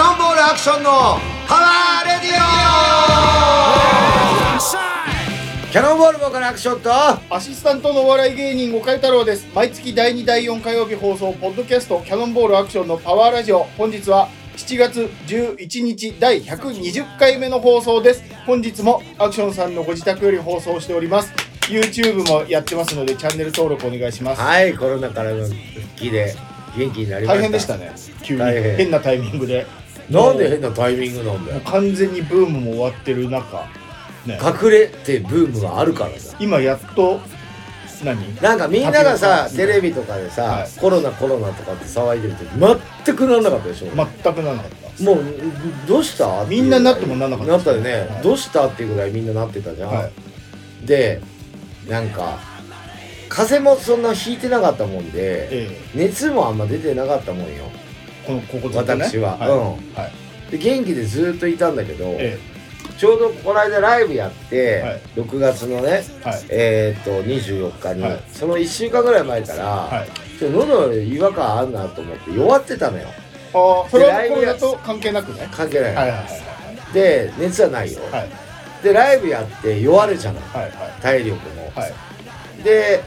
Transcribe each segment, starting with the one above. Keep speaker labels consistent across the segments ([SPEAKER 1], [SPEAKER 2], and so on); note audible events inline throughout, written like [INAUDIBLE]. [SPEAKER 1] ションのパワーレディオキャノンボールボーカルアクションと
[SPEAKER 2] アシスタントのお笑い芸人、岡井太郎です。毎月第2、第4火曜日放送、ポッドキャスト、キャノンボールアクションのパワーラジオ。本日は7月11日、第120回目の放送です。本日もアクションさんのご自宅より放送しております。YouTube もやってますので、チャンネル登録お願いします。
[SPEAKER 1] はいコロナからの復帰で元気になりました
[SPEAKER 2] 大変でしたね。急に
[SPEAKER 1] 大変
[SPEAKER 2] 変なタイミングで。
[SPEAKER 1] なんで変なタイミングなんだ
[SPEAKER 2] もう
[SPEAKER 1] よ
[SPEAKER 2] 完全にブームも終わってる中、ね、
[SPEAKER 1] 隠れてブームがあるからさ
[SPEAKER 2] 今やっと、何
[SPEAKER 1] なんかみんながさ
[SPEAKER 2] タピ
[SPEAKER 1] テ
[SPEAKER 2] オカ
[SPEAKER 1] レビとかでさ、
[SPEAKER 2] はい
[SPEAKER 1] コロナコロナとかって騒いでる時全くなんなかったでしょ、
[SPEAKER 2] 全くならなかった。
[SPEAKER 1] もうどうしたっていう
[SPEAKER 2] みんななってもなんなかった
[SPEAKER 1] なったよね、
[SPEAKER 2] はい
[SPEAKER 1] どうしたっていうぐらいみんななってたじゃん、
[SPEAKER 2] は
[SPEAKER 1] でなんか風邪もそんなひいてなかったもんで
[SPEAKER 2] え
[SPEAKER 1] 熱もあんま出てなかったもんよ
[SPEAKER 2] えこのここずっとね
[SPEAKER 1] 私は、
[SPEAKER 2] はい
[SPEAKER 1] うん
[SPEAKER 2] はい
[SPEAKER 1] で元気でずっといたんだけど、
[SPEAKER 2] え
[SPEAKER 1] ちょうどこの間ライブやって、
[SPEAKER 2] はい
[SPEAKER 1] 6月のね
[SPEAKER 2] えはい
[SPEAKER 1] えー、と24日に、
[SPEAKER 2] はい
[SPEAKER 1] その1週間ぐらい前から、
[SPEAKER 2] はい
[SPEAKER 1] ちょっと喉に違和感あるなと思って弱ってたのよ
[SPEAKER 2] ああそれ
[SPEAKER 1] ラ
[SPEAKER 2] は
[SPEAKER 1] イブ
[SPEAKER 2] コロ
[SPEAKER 1] や
[SPEAKER 2] ナと関係なくね
[SPEAKER 1] 関係ない、
[SPEAKER 2] はいはいはい
[SPEAKER 1] で熱はないよ、
[SPEAKER 2] はい
[SPEAKER 1] でライブやって弱るじゃない
[SPEAKER 2] はいは
[SPEAKER 1] 体力も、
[SPEAKER 2] いはい
[SPEAKER 1] で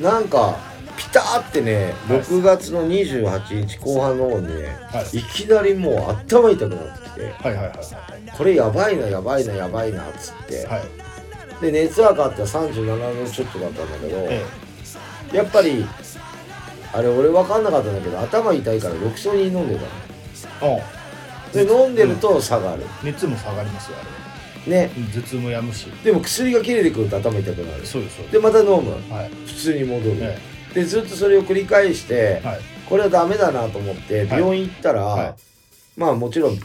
[SPEAKER 1] なんかピタってね
[SPEAKER 2] はい
[SPEAKER 1] 6月の28日後半の方にね、
[SPEAKER 2] はい
[SPEAKER 1] い、きなりもう頭痛くなってきて
[SPEAKER 2] はいはいはい
[SPEAKER 1] これやばいなやばいなやばいなっつって、
[SPEAKER 2] はい
[SPEAKER 1] で熱上がって37度ちょっとだったんだけど、
[SPEAKER 2] え
[SPEAKER 1] やっぱりあれ俺分かんなかったんだけど頭痛いからロキソニン飲んでたの
[SPEAKER 2] えうん
[SPEAKER 1] で飲んでると下がる
[SPEAKER 2] 熱も下がりますよあ
[SPEAKER 1] ね
[SPEAKER 2] れ頭痛もやむし
[SPEAKER 1] でも薬が切れてくると頭痛くなる
[SPEAKER 2] そうですそうで
[SPEAKER 1] でまた飲む
[SPEAKER 2] すはい
[SPEAKER 1] 普通に戻る、
[SPEAKER 2] え
[SPEAKER 1] でずっとそれを繰り返して
[SPEAKER 2] えはい
[SPEAKER 1] これはダメだなと思って
[SPEAKER 2] はい
[SPEAKER 1] 病院行ったら、
[SPEAKER 2] はい
[SPEAKER 1] まあもちろん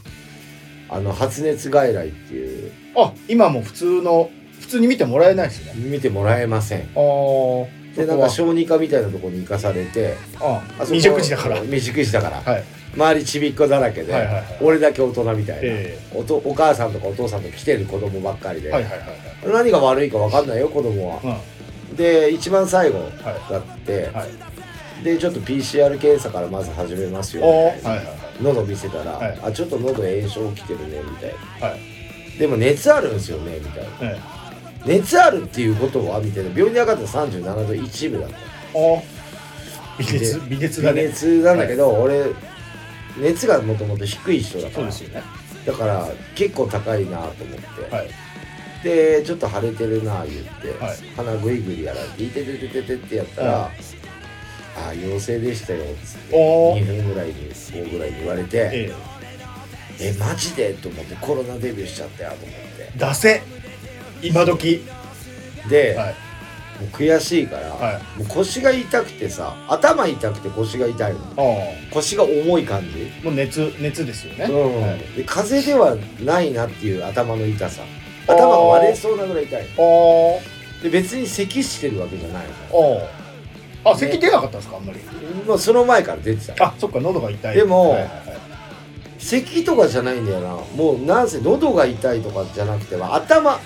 [SPEAKER 1] あの発熱外来っていう
[SPEAKER 2] あ今も普通の普通に見てもらえないですね
[SPEAKER 1] 見てもらえません
[SPEAKER 2] ああそ
[SPEAKER 1] でなんか
[SPEAKER 2] こは
[SPEAKER 1] 小児科みたいなところに行かされて
[SPEAKER 2] ああ
[SPEAKER 1] あそこ
[SPEAKER 2] 未熟児だからはい
[SPEAKER 1] 未熟児だから、
[SPEAKER 2] はい
[SPEAKER 1] 周りちびっ子だらけで、
[SPEAKER 2] はいはいはい
[SPEAKER 1] 俺だけ大人みたいな、
[SPEAKER 2] え
[SPEAKER 1] おとお母さんとかお父さんと来てる子供ばっかりで、
[SPEAKER 2] はいはいはい
[SPEAKER 1] 何が悪いか分かんないよ子供は
[SPEAKER 2] うんは
[SPEAKER 1] で一番最後
[SPEAKER 2] いは
[SPEAKER 1] だって、
[SPEAKER 2] い
[SPEAKER 1] でちょっと PCR 検査からまず始めますよ
[SPEAKER 2] おおはいはいは
[SPEAKER 1] 喉見せたら、
[SPEAKER 2] はい
[SPEAKER 1] あちょっと喉炎症きてるねみたいな、
[SPEAKER 2] はい
[SPEAKER 1] でも熱あるんですよねみたいない
[SPEAKER 2] ええ
[SPEAKER 1] 熱あるっていうことはみたいな病院に上がったら37度1分だった
[SPEAKER 2] ああ微熱微熱だ
[SPEAKER 1] 微
[SPEAKER 2] ね
[SPEAKER 1] 熱なんだけど、俺熱がもともと低い人だか
[SPEAKER 2] そう
[SPEAKER 1] ら
[SPEAKER 2] ですよね
[SPEAKER 1] だから結構高いなと思って、
[SPEAKER 2] はい
[SPEAKER 1] でちょっと腫れてるな言って、
[SPEAKER 2] はい
[SPEAKER 1] 鼻グイグイやられて「いててててて」ってやったら「
[SPEAKER 2] は
[SPEAKER 1] ああ陽性でしたよ」っつって
[SPEAKER 2] おー
[SPEAKER 1] 2分ぐらいに5ぐらいに言われて「
[SPEAKER 2] え
[SPEAKER 1] えマジで?」と思ってコロナデビューしちゃったよと思っ
[SPEAKER 2] え出せ今時
[SPEAKER 1] てで、
[SPEAKER 2] はい
[SPEAKER 1] もう悔しいから、
[SPEAKER 2] は
[SPEAKER 1] もう腰が痛くてさ頭痛くて腰が痛いの
[SPEAKER 2] ああ
[SPEAKER 1] 腰が重い感じ、
[SPEAKER 2] もう熱熱ですよね。
[SPEAKER 1] うん
[SPEAKER 2] はい
[SPEAKER 1] で風邪ではないなっていう頭の痛さ頭が割れそうなぐらい痛い
[SPEAKER 2] あー
[SPEAKER 1] で別に咳してるわけじゃないの
[SPEAKER 2] あー。あ、咳出なかったんですかあんまり。
[SPEAKER 1] まあその前から出てた
[SPEAKER 2] あ、そっか喉が痛い。
[SPEAKER 1] でも
[SPEAKER 2] はいはいはい
[SPEAKER 1] 咳とかじゃないんだよなもうなんせ喉が痛いとかじゃなくて頭
[SPEAKER 2] はい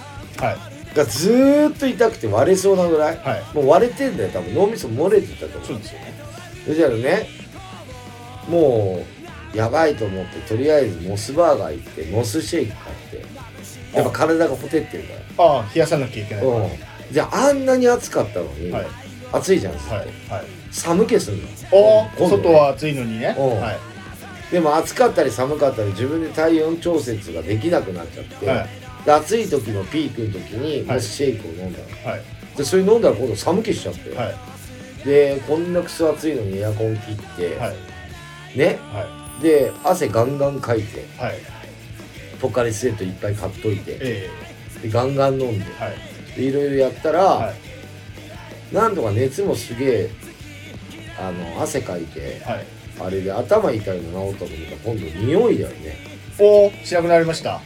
[SPEAKER 1] がずーっと痛くて割れそうなぐらい
[SPEAKER 2] はい。
[SPEAKER 1] もう割れてんだよ多分脳みそ漏れてたと
[SPEAKER 2] そう
[SPEAKER 1] 思う
[SPEAKER 2] ですよね。
[SPEAKER 1] そしたらねもうやばいと思ってとりあえずモスバーガー行ってモスシェイク買ってやっぱ体がほてってるか
[SPEAKER 2] ああ冷やさなきゃいけな
[SPEAKER 1] ら
[SPEAKER 2] い。はい
[SPEAKER 1] うんじゃああんなに暑かったのに、
[SPEAKER 2] はい
[SPEAKER 1] 暑いじゃんずっと、
[SPEAKER 2] はい。
[SPEAKER 1] 寒気するの
[SPEAKER 2] お
[SPEAKER 1] 今
[SPEAKER 2] お
[SPEAKER 1] 度
[SPEAKER 2] 外は暑いのにね。
[SPEAKER 1] おう
[SPEAKER 2] は
[SPEAKER 1] でも暑かったり寒かったり自分で体温調節ができなくなっちゃって、
[SPEAKER 2] いはい
[SPEAKER 1] で暑い時のピークの時に
[SPEAKER 2] はい
[SPEAKER 1] モスシェイクを飲んだの、
[SPEAKER 2] はい
[SPEAKER 1] でそれ飲んだら今度寒気しちゃって、
[SPEAKER 2] はい
[SPEAKER 1] でこんなクソ暑いのにエアコン切って、
[SPEAKER 2] はい
[SPEAKER 1] ね
[SPEAKER 2] は
[SPEAKER 1] で汗ガンガンかいて
[SPEAKER 2] いはい。
[SPEAKER 1] ポカリスエットいっぱい買っといて
[SPEAKER 2] え
[SPEAKER 1] でガンガン飲んで
[SPEAKER 2] えはい
[SPEAKER 1] でいろいろやったら、
[SPEAKER 2] はい
[SPEAKER 1] なんとか熱もすげえあの汗かいて
[SPEAKER 2] はい。
[SPEAKER 1] あれで頭痛いの治ったと思ったら今度匂いだよね
[SPEAKER 2] おおしなくなりました。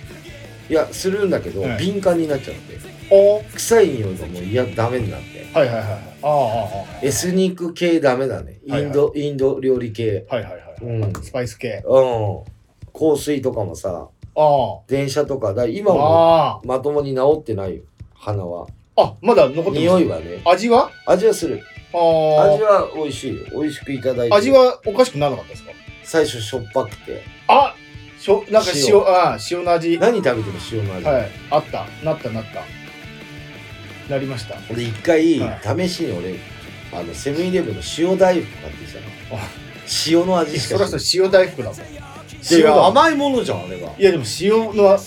[SPEAKER 1] いやするんだけど、
[SPEAKER 2] はい
[SPEAKER 1] 敏感になっちゃって
[SPEAKER 2] おお
[SPEAKER 1] 臭い匂いがもういやダメになって
[SPEAKER 2] はいはいはいはい。あああ
[SPEAKER 1] エスニック系ダメだねインド、インド料理系
[SPEAKER 2] あはいはいはい。
[SPEAKER 1] うん、うん、
[SPEAKER 2] スパイス系。
[SPEAKER 1] 香水とかもさ
[SPEAKER 2] ああ
[SPEAKER 1] 電車とかだから今も
[SPEAKER 2] あ
[SPEAKER 1] まともに治ってないよ鼻は
[SPEAKER 2] ああまだ残ってま
[SPEAKER 1] 匂
[SPEAKER 2] す。
[SPEAKER 1] いはね
[SPEAKER 2] 味は？
[SPEAKER 1] 味はする
[SPEAKER 2] ああ
[SPEAKER 1] 味は美味しいよ美味しくいただいて
[SPEAKER 2] 味はおかしくならなかったですか？
[SPEAKER 1] 最初しょっぱくて
[SPEAKER 2] あしょなんか塩
[SPEAKER 1] 塩
[SPEAKER 2] あー塩の味は
[SPEAKER 1] 何食べても塩の味、
[SPEAKER 2] いあったなったなったなりました
[SPEAKER 1] 俺一回、
[SPEAKER 2] は
[SPEAKER 1] 試しに俺あのセブンイレブンの塩大福買ってきたの
[SPEAKER 2] あ
[SPEAKER 1] 塩の味し
[SPEAKER 2] そ
[SPEAKER 1] か
[SPEAKER 2] りゃ
[SPEAKER 1] し
[SPEAKER 2] そう
[SPEAKER 1] ない
[SPEAKER 2] 塩大福だもん
[SPEAKER 1] い
[SPEAKER 2] 塩だ
[SPEAKER 1] や
[SPEAKER 2] もん
[SPEAKER 1] 甘いものじゃんあれはい
[SPEAKER 2] やでも塩の塩大福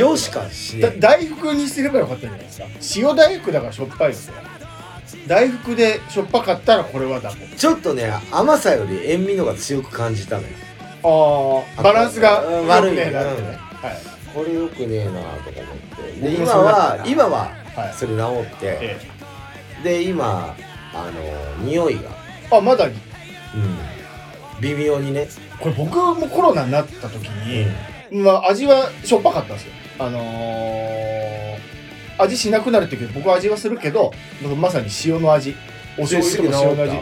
[SPEAKER 1] 塩しかしな
[SPEAKER 2] だ
[SPEAKER 1] い
[SPEAKER 2] 大福にすればよかったじゃないですか塩大福だからしょっぱいですよ大福でしょっぱかったらこれはダメ
[SPEAKER 1] ちょっとね甘さより塩味のが強く感じたのよ
[SPEAKER 2] あ
[SPEAKER 1] あ
[SPEAKER 2] バランスが
[SPEAKER 1] うん悪い
[SPEAKER 2] 良くねえなって
[SPEAKER 1] うん
[SPEAKER 2] ねはい
[SPEAKER 1] これよくねえなとか思ってで
[SPEAKER 2] 僕も
[SPEAKER 1] 今
[SPEAKER 2] そうだった
[SPEAKER 1] は
[SPEAKER 2] な
[SPEAKER 1] 今は
[SPEAKER 2] はい
[SPEAKER 1] それ治って
[SPEAKER 2] ええ
[SPEAKER 1] で今あの匂いが、
[SPEAKER 2] あまだに
[SPEAKER 1] うん、微妙にね、
[SPEAKER 2] これ僕もコロナになった時に、まあ、味はしょっぱかったんですよあのー味しなくなる時僕は味はするけどまさに塩の味お醤油とか塩の味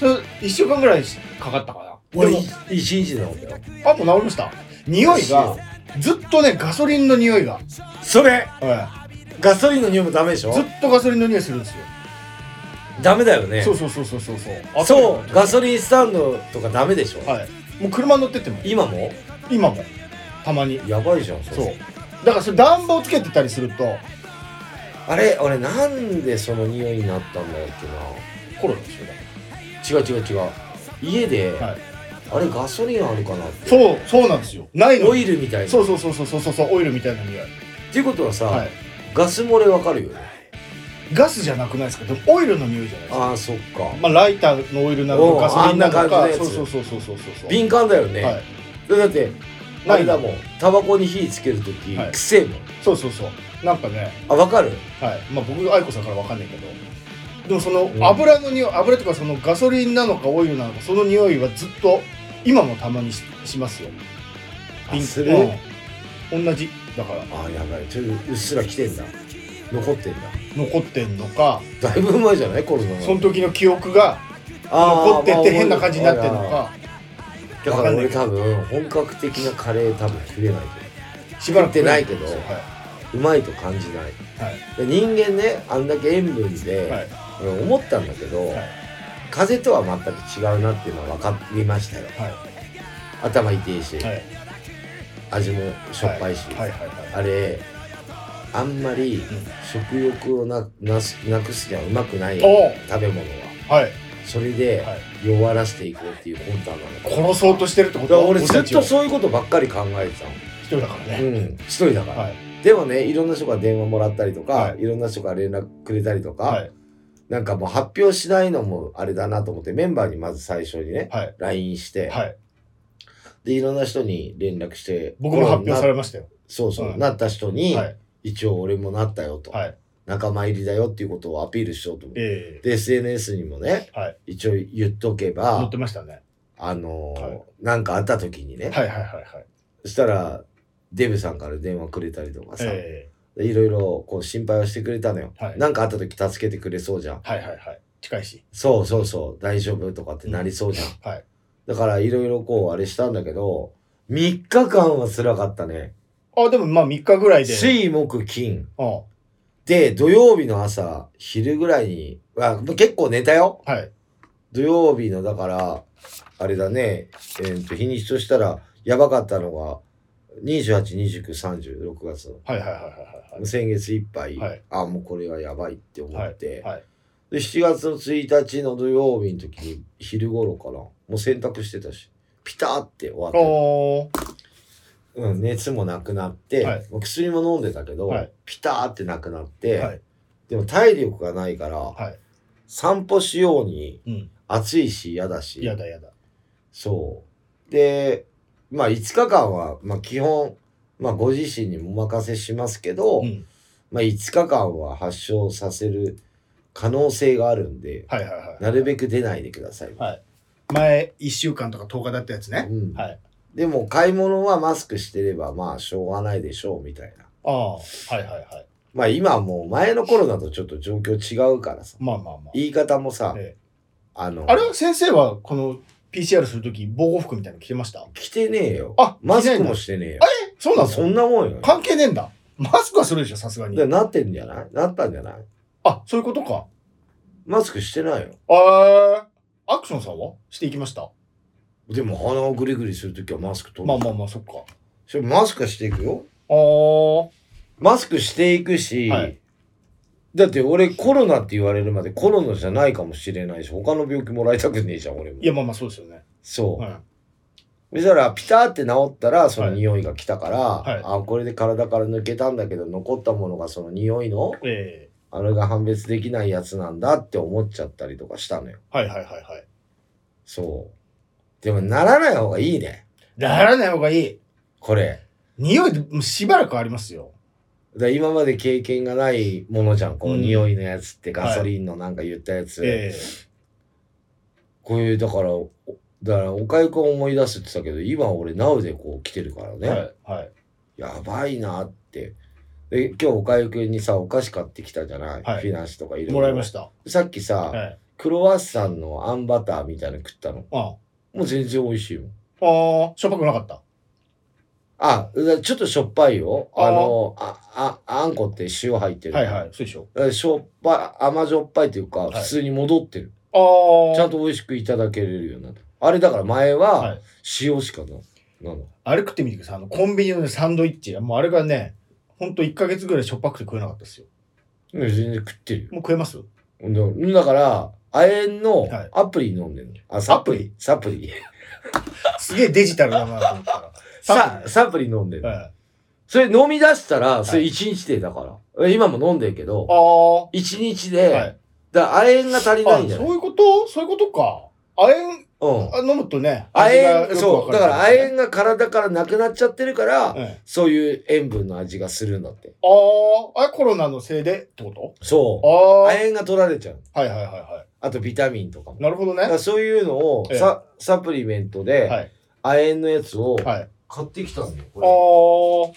[SPEAKER 2] それ1週間ぐらいかかったかな
[SPEAKER 1] 俺
[SPEAKER 2] でも
[SPEAKER 1] 一日で治ったよ
[SPEAKER 2] あもう治りました匂いがずっとねガソリンの匂いが、
[SPEAKER 1] それ
[SPEAKER 2] はい
[SPEAKER 1] ガソリンの匂いもダメでしょ
[SPEAKER 2] ずっとガソリンの匂いするんですよ。
[SPEAKER 1] ダメだよね
[SPEAKER 2] そうそうそうそうそうそう。
[SPEAKER 1] そうガ
[SPEAKER 2] ス。
[SPEAKER 1] ソリンスタンドとかダメでしょ、
[SPEAKER 2] はい。もう車乗ってっても
[SPEAKER 1] 今も
[SPEAKER 2] 今もたまに。
[SPEAKER 1] やばいじゃんそれ
[SPEAKER 2] そう。だからそれ暖房つけてたりすると
[SPEAKER 1] あれ俺なんでその匂いになったんだっけ
[SPEAKER 2] コロナでしょだ
[SPEAKER 1] な
[SPEAKER 2] か
[SPEAKER 1] 違う違う違う家で、
[SPEAKER 2] ら。はい。
[SPEAKER 1] あれガソリンあるかなって
[SPEAKER 2] そうそうなんですよ。ないの。
[SPEAKER 1] オイ。ルみたいな
[SPEAKER 2] そうそうそうそうそうそうそうオイルみたいな匂い。
[SPEAKER 1] っていうことはさ、
[SPEAKER 2] はい。
[SPEAKER 1] ガス漏れわかるよね
[SPEAKER 2] ガスじゃなくないですか。でもオイルの匂いじゃないですか。
[SPEAKER 1] ああそっか
[SPEAKER 2] まあライターのオイルなの
[SPEAKER 1] おう
[SPEAKER 2] かガソリンなの
[SPEAKER 1] あんな感
[SPEAKER 2] か。
[SPEAKER 1] じの
[SPEAKER 2] そ
[SPEAKER 1] や
[SPEAKER 2] う
[SPEAKER 1] つ
[SPEAKER 2] そうそうそうそうそう。
[SPEAKER 1] 敏感だよね、
[SPEAKER 2] はい。
[SPEAKER 1] だってあ
[SPEAKER 2] ない
[SPEAKER 1] れだもんタバコに火つけるとき、
[SPEAKER 2] はい
[SPEAKER 1] くせえもん
[SPEAKER 2] そうそうそう。なんかね。
[SPEAKER 1] あわかる
[SPEAKER 2] はい、まあ僕愛子さんからわかんないけどでもその油の匂い油とかそのガソリンなのかオイルなのかその匂いはずっと今もたまにししますよ
[SPEAKER 1] あする
[SPEAKER 2] うん同じだから
[SPEAKER 1] ああやばいちょっとうっすら来てんだ残ってんだ
[SPEAKER 2] 残ってんのか
[SPEAKER 1] だいぶ前じゃないコロナが
[SPEAKER 2] その時の記憶が
[SPEAKER 1] あー
[SPEAKER 2] 残って
[SPEAKER 1] まあ
[SPEAKER 2] て変な感じになってんのか
[SPEAKER 1] だから俺
[SPEAKER 2] わか
[SPEAKER 1] 多分本格的なカレー多分食えない
[SPEAKER 2] しばらく
[SPEAKER 1] 食ってないけど
[SPEAKER 2] はいう
[SPEAKER 1] まいと感じない
[SPEAKER 2] はい
[SPEAKER 1] で人間ねあんだけ塩分で、
[SPEAKER 2] はい
[SPEAKER 1] 俺思ったんだけど、
[SPEAKER 2] はい
[SPEAKER 1] 風邪とは全く違うなっていうのは分かりましたよ
[SPEAKER 2] はい
[SPEAKER 1] 頭痛いし、
[SPEAKER 2] はい
[SPEAKER 1] 味もしょっぱいし、
[SPEAKER 2] はいはいはい
[SPEAKER 1] あれあんまり食欲をななすなくすにはうまくない食
[SPEAKER 2] おう
[SPEAKER 1] べ物は
[SPEAKER 2] はい
[SPEAKER 1] それで
[SPEAKER 2] はい
[SPEAKER 1] 弱らしていこうっていう魂胆なのかな
[SPEAKER 2] 殺そうとしてるってこ
[SPEAKER 1] だから
[SPEAKER 2] と
[SPEAKER 1] 俺ずっ
[SPEAKER 2] たちを
[SPEAKER 1] とそういうことばっかり考えてたの
[SPEAKER 2] 一人だから
[SPEAKER 1] う
[SPEAKER 2] ね、
[SPEAKER 1] ん一人だから、
[SPEAKER 2] はい
[SPEAKER 1] でもねいろんな人が電話もらったりとか、、
[SPEAKER 2] はい
[SPEAKER 1] ろんな人が連絡くれたりとか、
[SPEAKER 2] はい
[SPEAKER 1] なんかもう発表しないのもあれだなと思ってメンバーにまず最初にね
[SPEAKER 2] はい
[SPEAKER 1] LINE して、
[SPEAKER 2] はい
[SPEAKER 1] でいろんな人に連絡して
[SPEAKER 2] 僕も発表さ
[SPEAKER 1] な
[SPEAKER 2] れましたよ
[SPEAKER 1] そうそう、
[SPEAKER 2] うん
[SPEAKER 1] なった人に、
[SPEAKER 2] はい
[SPEAKER 1] 一応俺もなったよと、
[SPEAKER 2] はい
[SPEAKER 1] 仲間入りだよっていうことをアピールしようと思って、
[SPEAKER 2] え
[SPEAKER 1] で SNS にもね
[SPEAKER 2] えはい
[SPEAKER 1] 一応言っとけ
[SPEAKER 2] 載
[SPEAKER 1] ば
[SPEAKER 2] ってましたね
[SPEAKER 1] あのー
[SPEAKER 2] はい
[SPEAKER 1] なんかあった時にね、
[SPEAKER 2] はいはいはいはい
[SPEAKER 1] そしたらデブさんから電話くれたりとかさ、
[SPEAKER 2] え
[SPEAKER 1] でいろいろこう心配をしてくれたのよ、
[SPEAKER 2] はい
[SPEAKER 1] なんかあった時助けてくれそうじゃん
[SPEAKER 2] えはいはいはい近いし
[SPEAKER 1] そうそうそう大丈夫とかってなりそうじゃん、
[SPEAKER 2] はい
[SPEAKER 1] だからいろいろこうあれしたんだけど3日間は辛かったね
[SPEAKER 2] あでもまあ3日ぐらいで
[SPEAKER 1] 水木金
[SPEAKER 2] うんは
[SPEAKER 1] で土曜日の朝昼ぐらいにあ結構寝たよ
[SPEAKER 2] い
[SPEAKER 1] 土曜日のだからあれだねえーと日にちとしたらやばかったのが282930 6月の
[SPEAKER 2] はいはいはいはい
[SPEAKER 1] 先月いっぱい、
[SPEAKER 2] はい
[SPEAKER 1] あもうこれはやばいって思って、
[SPEAKER 2] はいはい
[SPEAKER 1] で7月の1日の土曜日の時に昼頃かなもう洗濯してたしピタって終わって、
[SPEAKER 2] おー
[SPEAKER 1] うん、熱もなくなって、
[SPEAKER 2] はい
[SPEAKER 1] もう薬も飲んでたけど、
[SPEAKER 2] はい
[SPEAKER 1] ピタってなくなって、
[SPEAKER 2] はい
[SPEAKER 1] でも体力がないから、
[SPEAKER 2] はい
[SPEAKER 1] 散歩しように
[SPEAKER 2] うん
[SPEAKER 1] 暑いし嫌だし
[SPEAKER 2] やだやだ
[SPEAKER 1] そうでまあ5日間は、まあ、基本、まあ、ご自身にお任せしますけど、
[SPEAKER 2] うん
[SPEAKER 1] まあ、5日間は発症させる可能性があるんで、
[SPEAKER 2] はいはいはい
[SPEAKER 1] なるべく出ないでください。
[SPEAKER 2] はい前1週間とか10日だったやつね
[SPEAKER 1] うん
[SPEAKER 2] はい
[SPEAKER 1] でも買い物はマスクしてればまあしょうがないでしょうみたいな。
[SPEAKER 2] ああはいはいはい
[SPEAKER 1] まあ今はもう前の頃だとちょっと状況違うからさ。
[SPEAKER 2] まあまあま
[SPEAKER 1] 言い方もさ
[SPEAKER 2] あ、ええ
[SPEAKER 1] あの、
[SPEAKER 2] あれ先生はこの PCR するとき防護服みたいなの着てました
[SPEAKER 1] 着てねえよ。
[SPEAKER 2] あ
[SPEAKER 1] マス
[SPEAKER 2] 着て
[SPEAKER 1] ク
[SPEAKER 2] ないん
[SPEAKER 1] も
[SPEAKER 2] だ
[SPEAKER 1] してねえよ。
[SPEAKER 2] そうなの
[SPEAKER 1] そんなもんよ。
[SPEAKER 2] 関係ねえんだマスクはするでしょさすがに
[SPEAKER 1] でなってんじゃないなったんじゃない
[SPEAKER 2] あそういうことか
[SPEAKER 1] マスクしてないよ。
[SPEAKER 2] あーアクションさんはしていきました
[SPEAKER 1] でも鼻をグリグリするときはマスク取る。
[SPEAKER 2] まあまあまあ、そっか。
[SPEAKER 1] それマスクしていくよ。
[SPEAKER 2] あー。
[SPEAKER 1] マスクしていくし、
[SPEAKER 2] はい
[SPEAKER 1] だって俺コロナって言われるまでコロナじゃないかもしれないし、他の病気もらいたくねえじゃん、俺も
[SPEAKER 2] い。や、まあまあ、そうですよね。
[SPEAKER 1] そう。
[SPEAKER 2] はい。
[SPEAKER 1] そしたら、ピタって治ったら、その匂いが来たから、
[SPEAKER 2] はい
[SPEAKER 1] あ、これで体から抜けたんだけど、残ったものがその匂いの、
[SPEAKER 2] え
[SPEAKER 1] あれが判別できないやつなんだって思っちゃったりとかしたのよ。
[SPEAKER 2] えはいはいはいはい。
[SPEAKER 1] そう。でも、ならない方がいいね。
[SPEAKER 2] ならない方がいい。
[SPEAKER 1] これ。
[SPEAKER 2] 匂いでもうしばらくありますよ。
[SPEAKER 1] だから今まで経験がないものじゃん。この
[SPEAKER 2] うん
[SPEAKER 1] 匂いのやつって、
[SPEAKER 2] はい
[SPEAKER 1] ガソリンのなんか言ったやつ。
[SPEAKER 2] え
[SPEAKER 1] こういう、だから、おだから、おかゆくん思い出すって言ってたけど、今俺、ナウでこう来てるから
[SPEAKER 2] え
[SPEAKER 1] ね。
[SPEAKER 2] はい。はい。
[SPEAKER 1] やばいなって。で、今日おかゆくんにさ、お菓子買ってきたじゃない、
[SPEAKER 2] はい
[SPEAKER 1] フィナンシとかいろいろ。
[SPEAKER 2] もらいました。
[SPEAKER 1] さっきさ、
[SPEAKER 2] はい。
[SPEAKER 1] クロワッサンのあんバターみたいなの食ったの。
[SPEAKER 2] あ
[SPEAKER 1] もう全然美味しいよ。
[SPEAKER 2] あー。しょっぱくなかった。
[SPEAKER 1] あ、だちょっとしょっぱいよ。
[SPEAKER 2] あー
[SPEAKER 1] あの、あ、あ、あんこって塩入ってる。
[SPEAKER 2] はいはい。そうでしょ。
[SPEAKER 1] い。しょっぱい、甘じょっぱいというか、
[SPEAKER 2] い
[SPEAKER 1] 普通に戻ってる。
[SPEAKER 2] ああ。
[SPEAKER 1] ちゃんと美味しくいただけれるようになった。あれだから前
[SPEAKER 2] は、
[SPEAKER 1] はい塩しかな、なの。
[SPEAKER 2] あれ食ってみてください。あの、コンビニのね、サンドイッチ。もうあれがね、ほんと1ヶ月ぐらいしょっぱくて食えなかったですよ。
[SPEAKER 1] いや全然食ってるよ
[SPEAKER 2] もう食えます
[SPEAKER 1] だだから、亜鉛の
[SPEAKER 2] はい
[SPEAKER 1] アプリ飲んでるの。あ、サプリサプリ。
[SPEAKER 2] すげえデジタルだなと思ったら。
[SPEAKER 1] [LAUGHS] さ、サプリ飲んでる
[SPEAKER 2] は。い。
[SPEAKER 1] それ飲み出したら、それ1日でだから。え今も飲んでるけど
[SPEAKER 2] あ、あ。は
[SPEAKER 1] 1日
[SPEAKER 2] い。
[SPEAKER 1] で、
[SPEAKER 2] あ
[SPEAKER 1] だから亜鉛が足りないんじゃな
[SPEAKER 2] そういうことそういうことか。あえん、
[SPEAKER 1] い
[SPEAKER 2] あ飲むとね。
[SPEAKER 1] 亜
[SPEAKER 2] 味がよ
[SPEAKER 1] 鉛、
[SPEAKER 2] く
[SPEAKER 1] そ
[SPEAKER 2] わ
[SPEAKER 1] う。
[SPEAKER 2] る
[SPEAKER 1] だから亜鉛が体からなくなっちゃってるから、
[SPEAKER 2] ええ
[SPEAKER 1] そういう塩分の味がするんだって。
[SPEAKER 2] ああ、あれコロナのせいでってこ
[SPEAKER 1] そ
[SPEAKER 2] とあ
[SPEAKER 1] う。
[SPEAKER 2] あ。
[SPEAKER 1] 亜
[SPEAKER 2] はい
[SPEAKER 1] 鉛が取られちゃう。
[SPEAKER 2] はいはいは
[SPEAKER 1] あとビタミンとかも
[SPEAKER 2] い。。なるほどね。
[SPEAKER 1] だか
[SPEAKER 2] は
[SPEAKER 1] らそういうのを
[SPEAKER 2] ええ
[SPEAKER 1] サ、サプリメント
[SPEAKER 2] い。
[SPEAKER 1] で、
[SPEAKER 2] はい。
[SPEAKER 1] 亜鉛のやつを
[SPEAKER 2] あ
[SPEAKER 1] 買ってきたんだよ、こ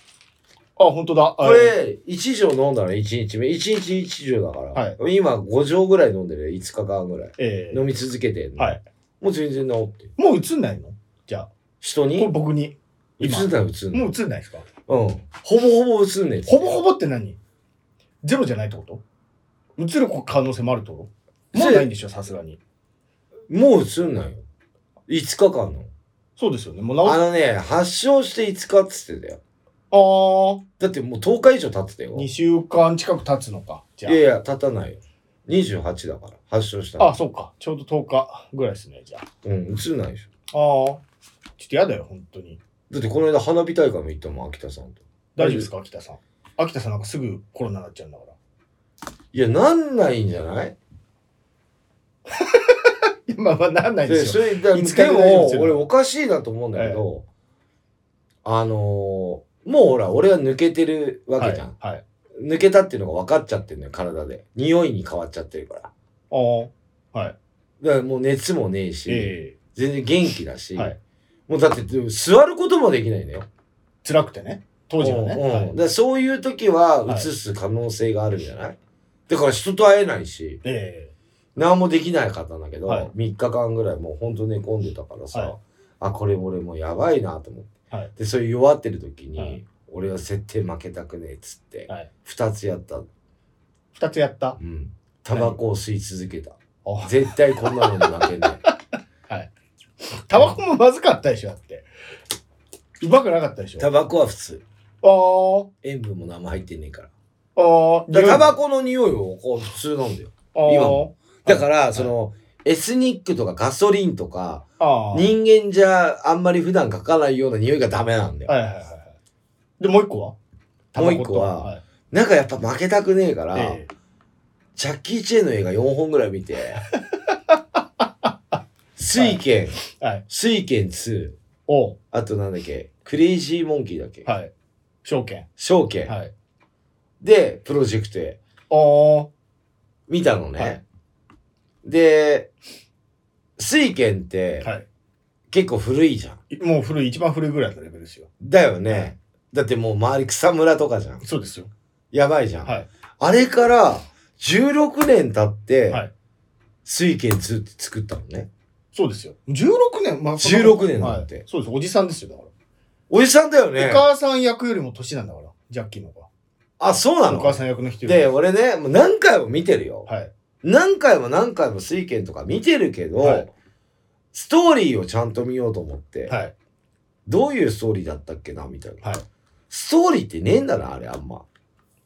[SPEAKER 2] あー。あ、本当だ。あ
[SPEAKER 1] こ、れ、1錠飲んだの、1日目。1日1錠だから。今、5錠ぐらい飲んでるよ、5日間ぐらい。
[SPEAKER 2] ええ
[SPEAKER 1] 飲み続けてんの
[SPEAKER 2] はい
[SPEAKER 1] もう全然治ってる。
[SPEAKER 2] もう映んないのじゃあ。
[SPEAKER 1] 人
[SPEAKER 2] これ
[SPEAKER 1] に
[SPEAKER 2] 僕に。
[SPEAKER 1] う
[SPEAKER 2] 今
[SPEAKER 1] つんだよ、うつんだよ。
[SPEAKER 2] もう映んないですか
[SPEAKER 1] うん。ほぼほぼうつんねん。
[SPEAKER 2] ほぼほぼって何ゼロじゃないってこと映る可能性もあるってこともうないんでしょ、さすがに。
[SPEAKER 1] もううつんないよ。5日間の。
[SPEAKER 2] そうですよね。もう
[SPEAKER 1] あ
[SPEAKER 2] 治っ
[SPEAKER 1] のね、発症して5日っつってたよ。
[SPEAKER 2] あー、
[SPEAKER 1] だってもう10日以上経ってたよ。
[SPEAKER 2] 2
[SPEAKER 1] い
[SPEAKER 2] 週間近く経つのか。じゃ
[SPEAKER 1] やいや、経たないよ。28だから、発症した
[SPEAKER 2] あ。
[SPEAKER 1] の
[SPEAKER 2] あ、そうか。ちょうど10日ぐらいですね、じゃあ。あ
[SPEAKER 1] うん、うつんないでしょ。
[SPEAKER 2] あー、ちょっとやだよ、本当に。
[SPEAKER 1] だってこの間花火大会も行ったもん、秋田さんと。
[SPEAKER 2] 大丈夫ですか、秋田さん。秋田さんなんかすぐコロナになっちゃうんだから。
[SPEAKER 1] いや、なんないんじゃない
[SPEAKER 2] いやまあまあ、なんない
[SPEAKER 1] で
[SPEAKER 2] です
[SPEAKER 1] そ
[SPEAKER 2] よ。
[SPEAKER 1] れだ
[SPEAKER 2] い
[SPEAKER 1] で
[SPEAKER 2] つかで大丈夫
[SPEAKER 1] も
[SPEAKER 2] ですよ
[SPEAKER 1] 俺おかしいなと思うんだけど、あのーもうほら俺は抜けてるわ
[SPEAKER 2] は
[SPEAKER 1] け
[SPEAKER 2] い。
[SPEAKER 1] じゃ
[SPEAKER 2] はい
[SPEAKER 1] ん、。
[SPEAKER 2] あ
[SPEAKER 1] 抜けたっていうのが分かっちゃってるのよ体で匂いに変わっちゃってるからだか
[SPEAKER 2] あー、はい。
[SPEAKER 1] らもう熱もねえし、
[SPEAKER 2] ええ
[SPEAKER 1] 全然元気だし、
[SPEAKER 2] はい
[SPEAKER 1] もうだって座ることもできないのよ
[SPEAKER 2] 辛くてね。当時はね。
[SPEAKER 1] うんうん
[SPEAKER 2] はい
[SPEAKER 1] だからそういう時は
[SPEAKER 2] は
[SPEAKER 1] 移
[SPEAKER 2] い
[SPEAKER 1] す可能性があるんじゃない、だから人と会えないし
[SPEAKER 2] え
[SPEAKER 1] 何もできない方なんだけど、
[SPEAKER 2] はい
[SPEAKER 1] 3日間ぐらいもうほんと寝込んでたからさ、
[SPEAKER 2] はい
[SPEAKER 1] あこれ俺もうやばいなと思って、
[SPEAKER 2] はい
[SPEAKER 1] でそういう弱ってる時に、
[SPEAKER 2] はい
[SPEAKER 1] 俺は設定負けたくねえっつって
[SPEAKER 2] えはい。
[SPEAKER 1] 2つやったの
[SPEAKER 2] 2つやった。
[SPEAKER 1] うんタバコを吸い続けた
[SPEAKER 2] あ
[SPEAKER 1] 絶対こんなのに負けない
[SPEAKER 2] タバコもまずかったでしょ、だって。うまくなかったでし
[SPEAKER 1] [LAUGHS]
[SPEAKER 2] ょ。
[SPEAKER 1] タバコは普通
[SPEAKER 2] あー
[SPEAKER 1] 塩分も何も入ってねえから
[SPEAKER 2] あー
[SPEAKER 1] だからタバ
[SPEAKER 2] コ
[SPEAKER 1] コの匂いをこう普通なんだよ今もだからその、エスニックとかガソリンとか
[SPEAKER 2] あー
[SPEAKER 1] 人間じゃあんまり普段かかないような匂いがダメなんだよ
[SPEAKER 2] はいはいはいはいでもう一個は
[SPEAKER 1] もう一個はなんかやっぱ負けたくねえから、
[SPEAKER 2] タバコとはいええ
[SPEAKER 1] ジャッキー・チェーンの映画4本ぐらい見て、
[SPEAKER 2] [LAUGHS]
[SPEAKER 1] 水拳、
[SPEAKER 2] はい
[SPEAKER 1] 水拳2、
[SPEAKER 2] おう
[SPEAKER 1] あとなんだっけ、クレイジー・モンキーだっけ、
[SPEAKER 2] はい証券
[SPEAKER 1] 証券、
[SPEAKER 2] はい
[SPEAKER 1] で、プロジェクト A
[SPEAKER 2] あー
[SPEAKER 1] 見たのね。
[SPEAKER 2] はい
[SPEAKER 1] で、水拳って
[SPEAKER 2] は
[SPEAKER 1] 結構古いじゃん。
[SPEAKER 2] いもう古い一番古いぐらいのレベルですよ
[SPEAKER 1] だよね。だってもう周り草むらとかじゃん。
[SPEAKER 2] そうですよ
[SPEAKER 1] やばいじゃん。
[SPEAKER 2] はい
[SPEAKER 1] あれから16年経って、
[SPEAKER 2] はい
[SPEAKER 1] 水拳2って作ったのね。
[SPEAKER 2] そうですよ16年まあ
[SPEAKER 1] 16年なんて
[SPEAKER 2] はいそうですおじさんですよだか
[SPEAKER 1] おじさんだよ
[SPEAKER 2] ら
[SPEAKER 1] ね
[SPEAKER 2] お。母さん役よりも年なんだからジャッキーの方
[SPEAKER 1] あ、そうな
[SPEAKER 2] がお
[SPEAKER 1] の
[SPEAKER 2] 母さん役の人より
[SPEAKER 1] で、
[SPEAKER 2] も
[SPEAKER 1] 俺ね、もう何回も見てるよ。
[SPEAKER 2] はい
[SPEAKER 1] 何回も何回も水拳とか見てるけど、
[SPEAKER 2] はい
[SPEAKER 1] ストーリーをちゃんと見ようと思って、
[SPEAKER 2] はい。
[SPEAKER 1] どういうストーリーだったっけなみたいな、
[SPEAKER 2] はい
[SPEAKER 1] ストーリーってねえんだなあれあんま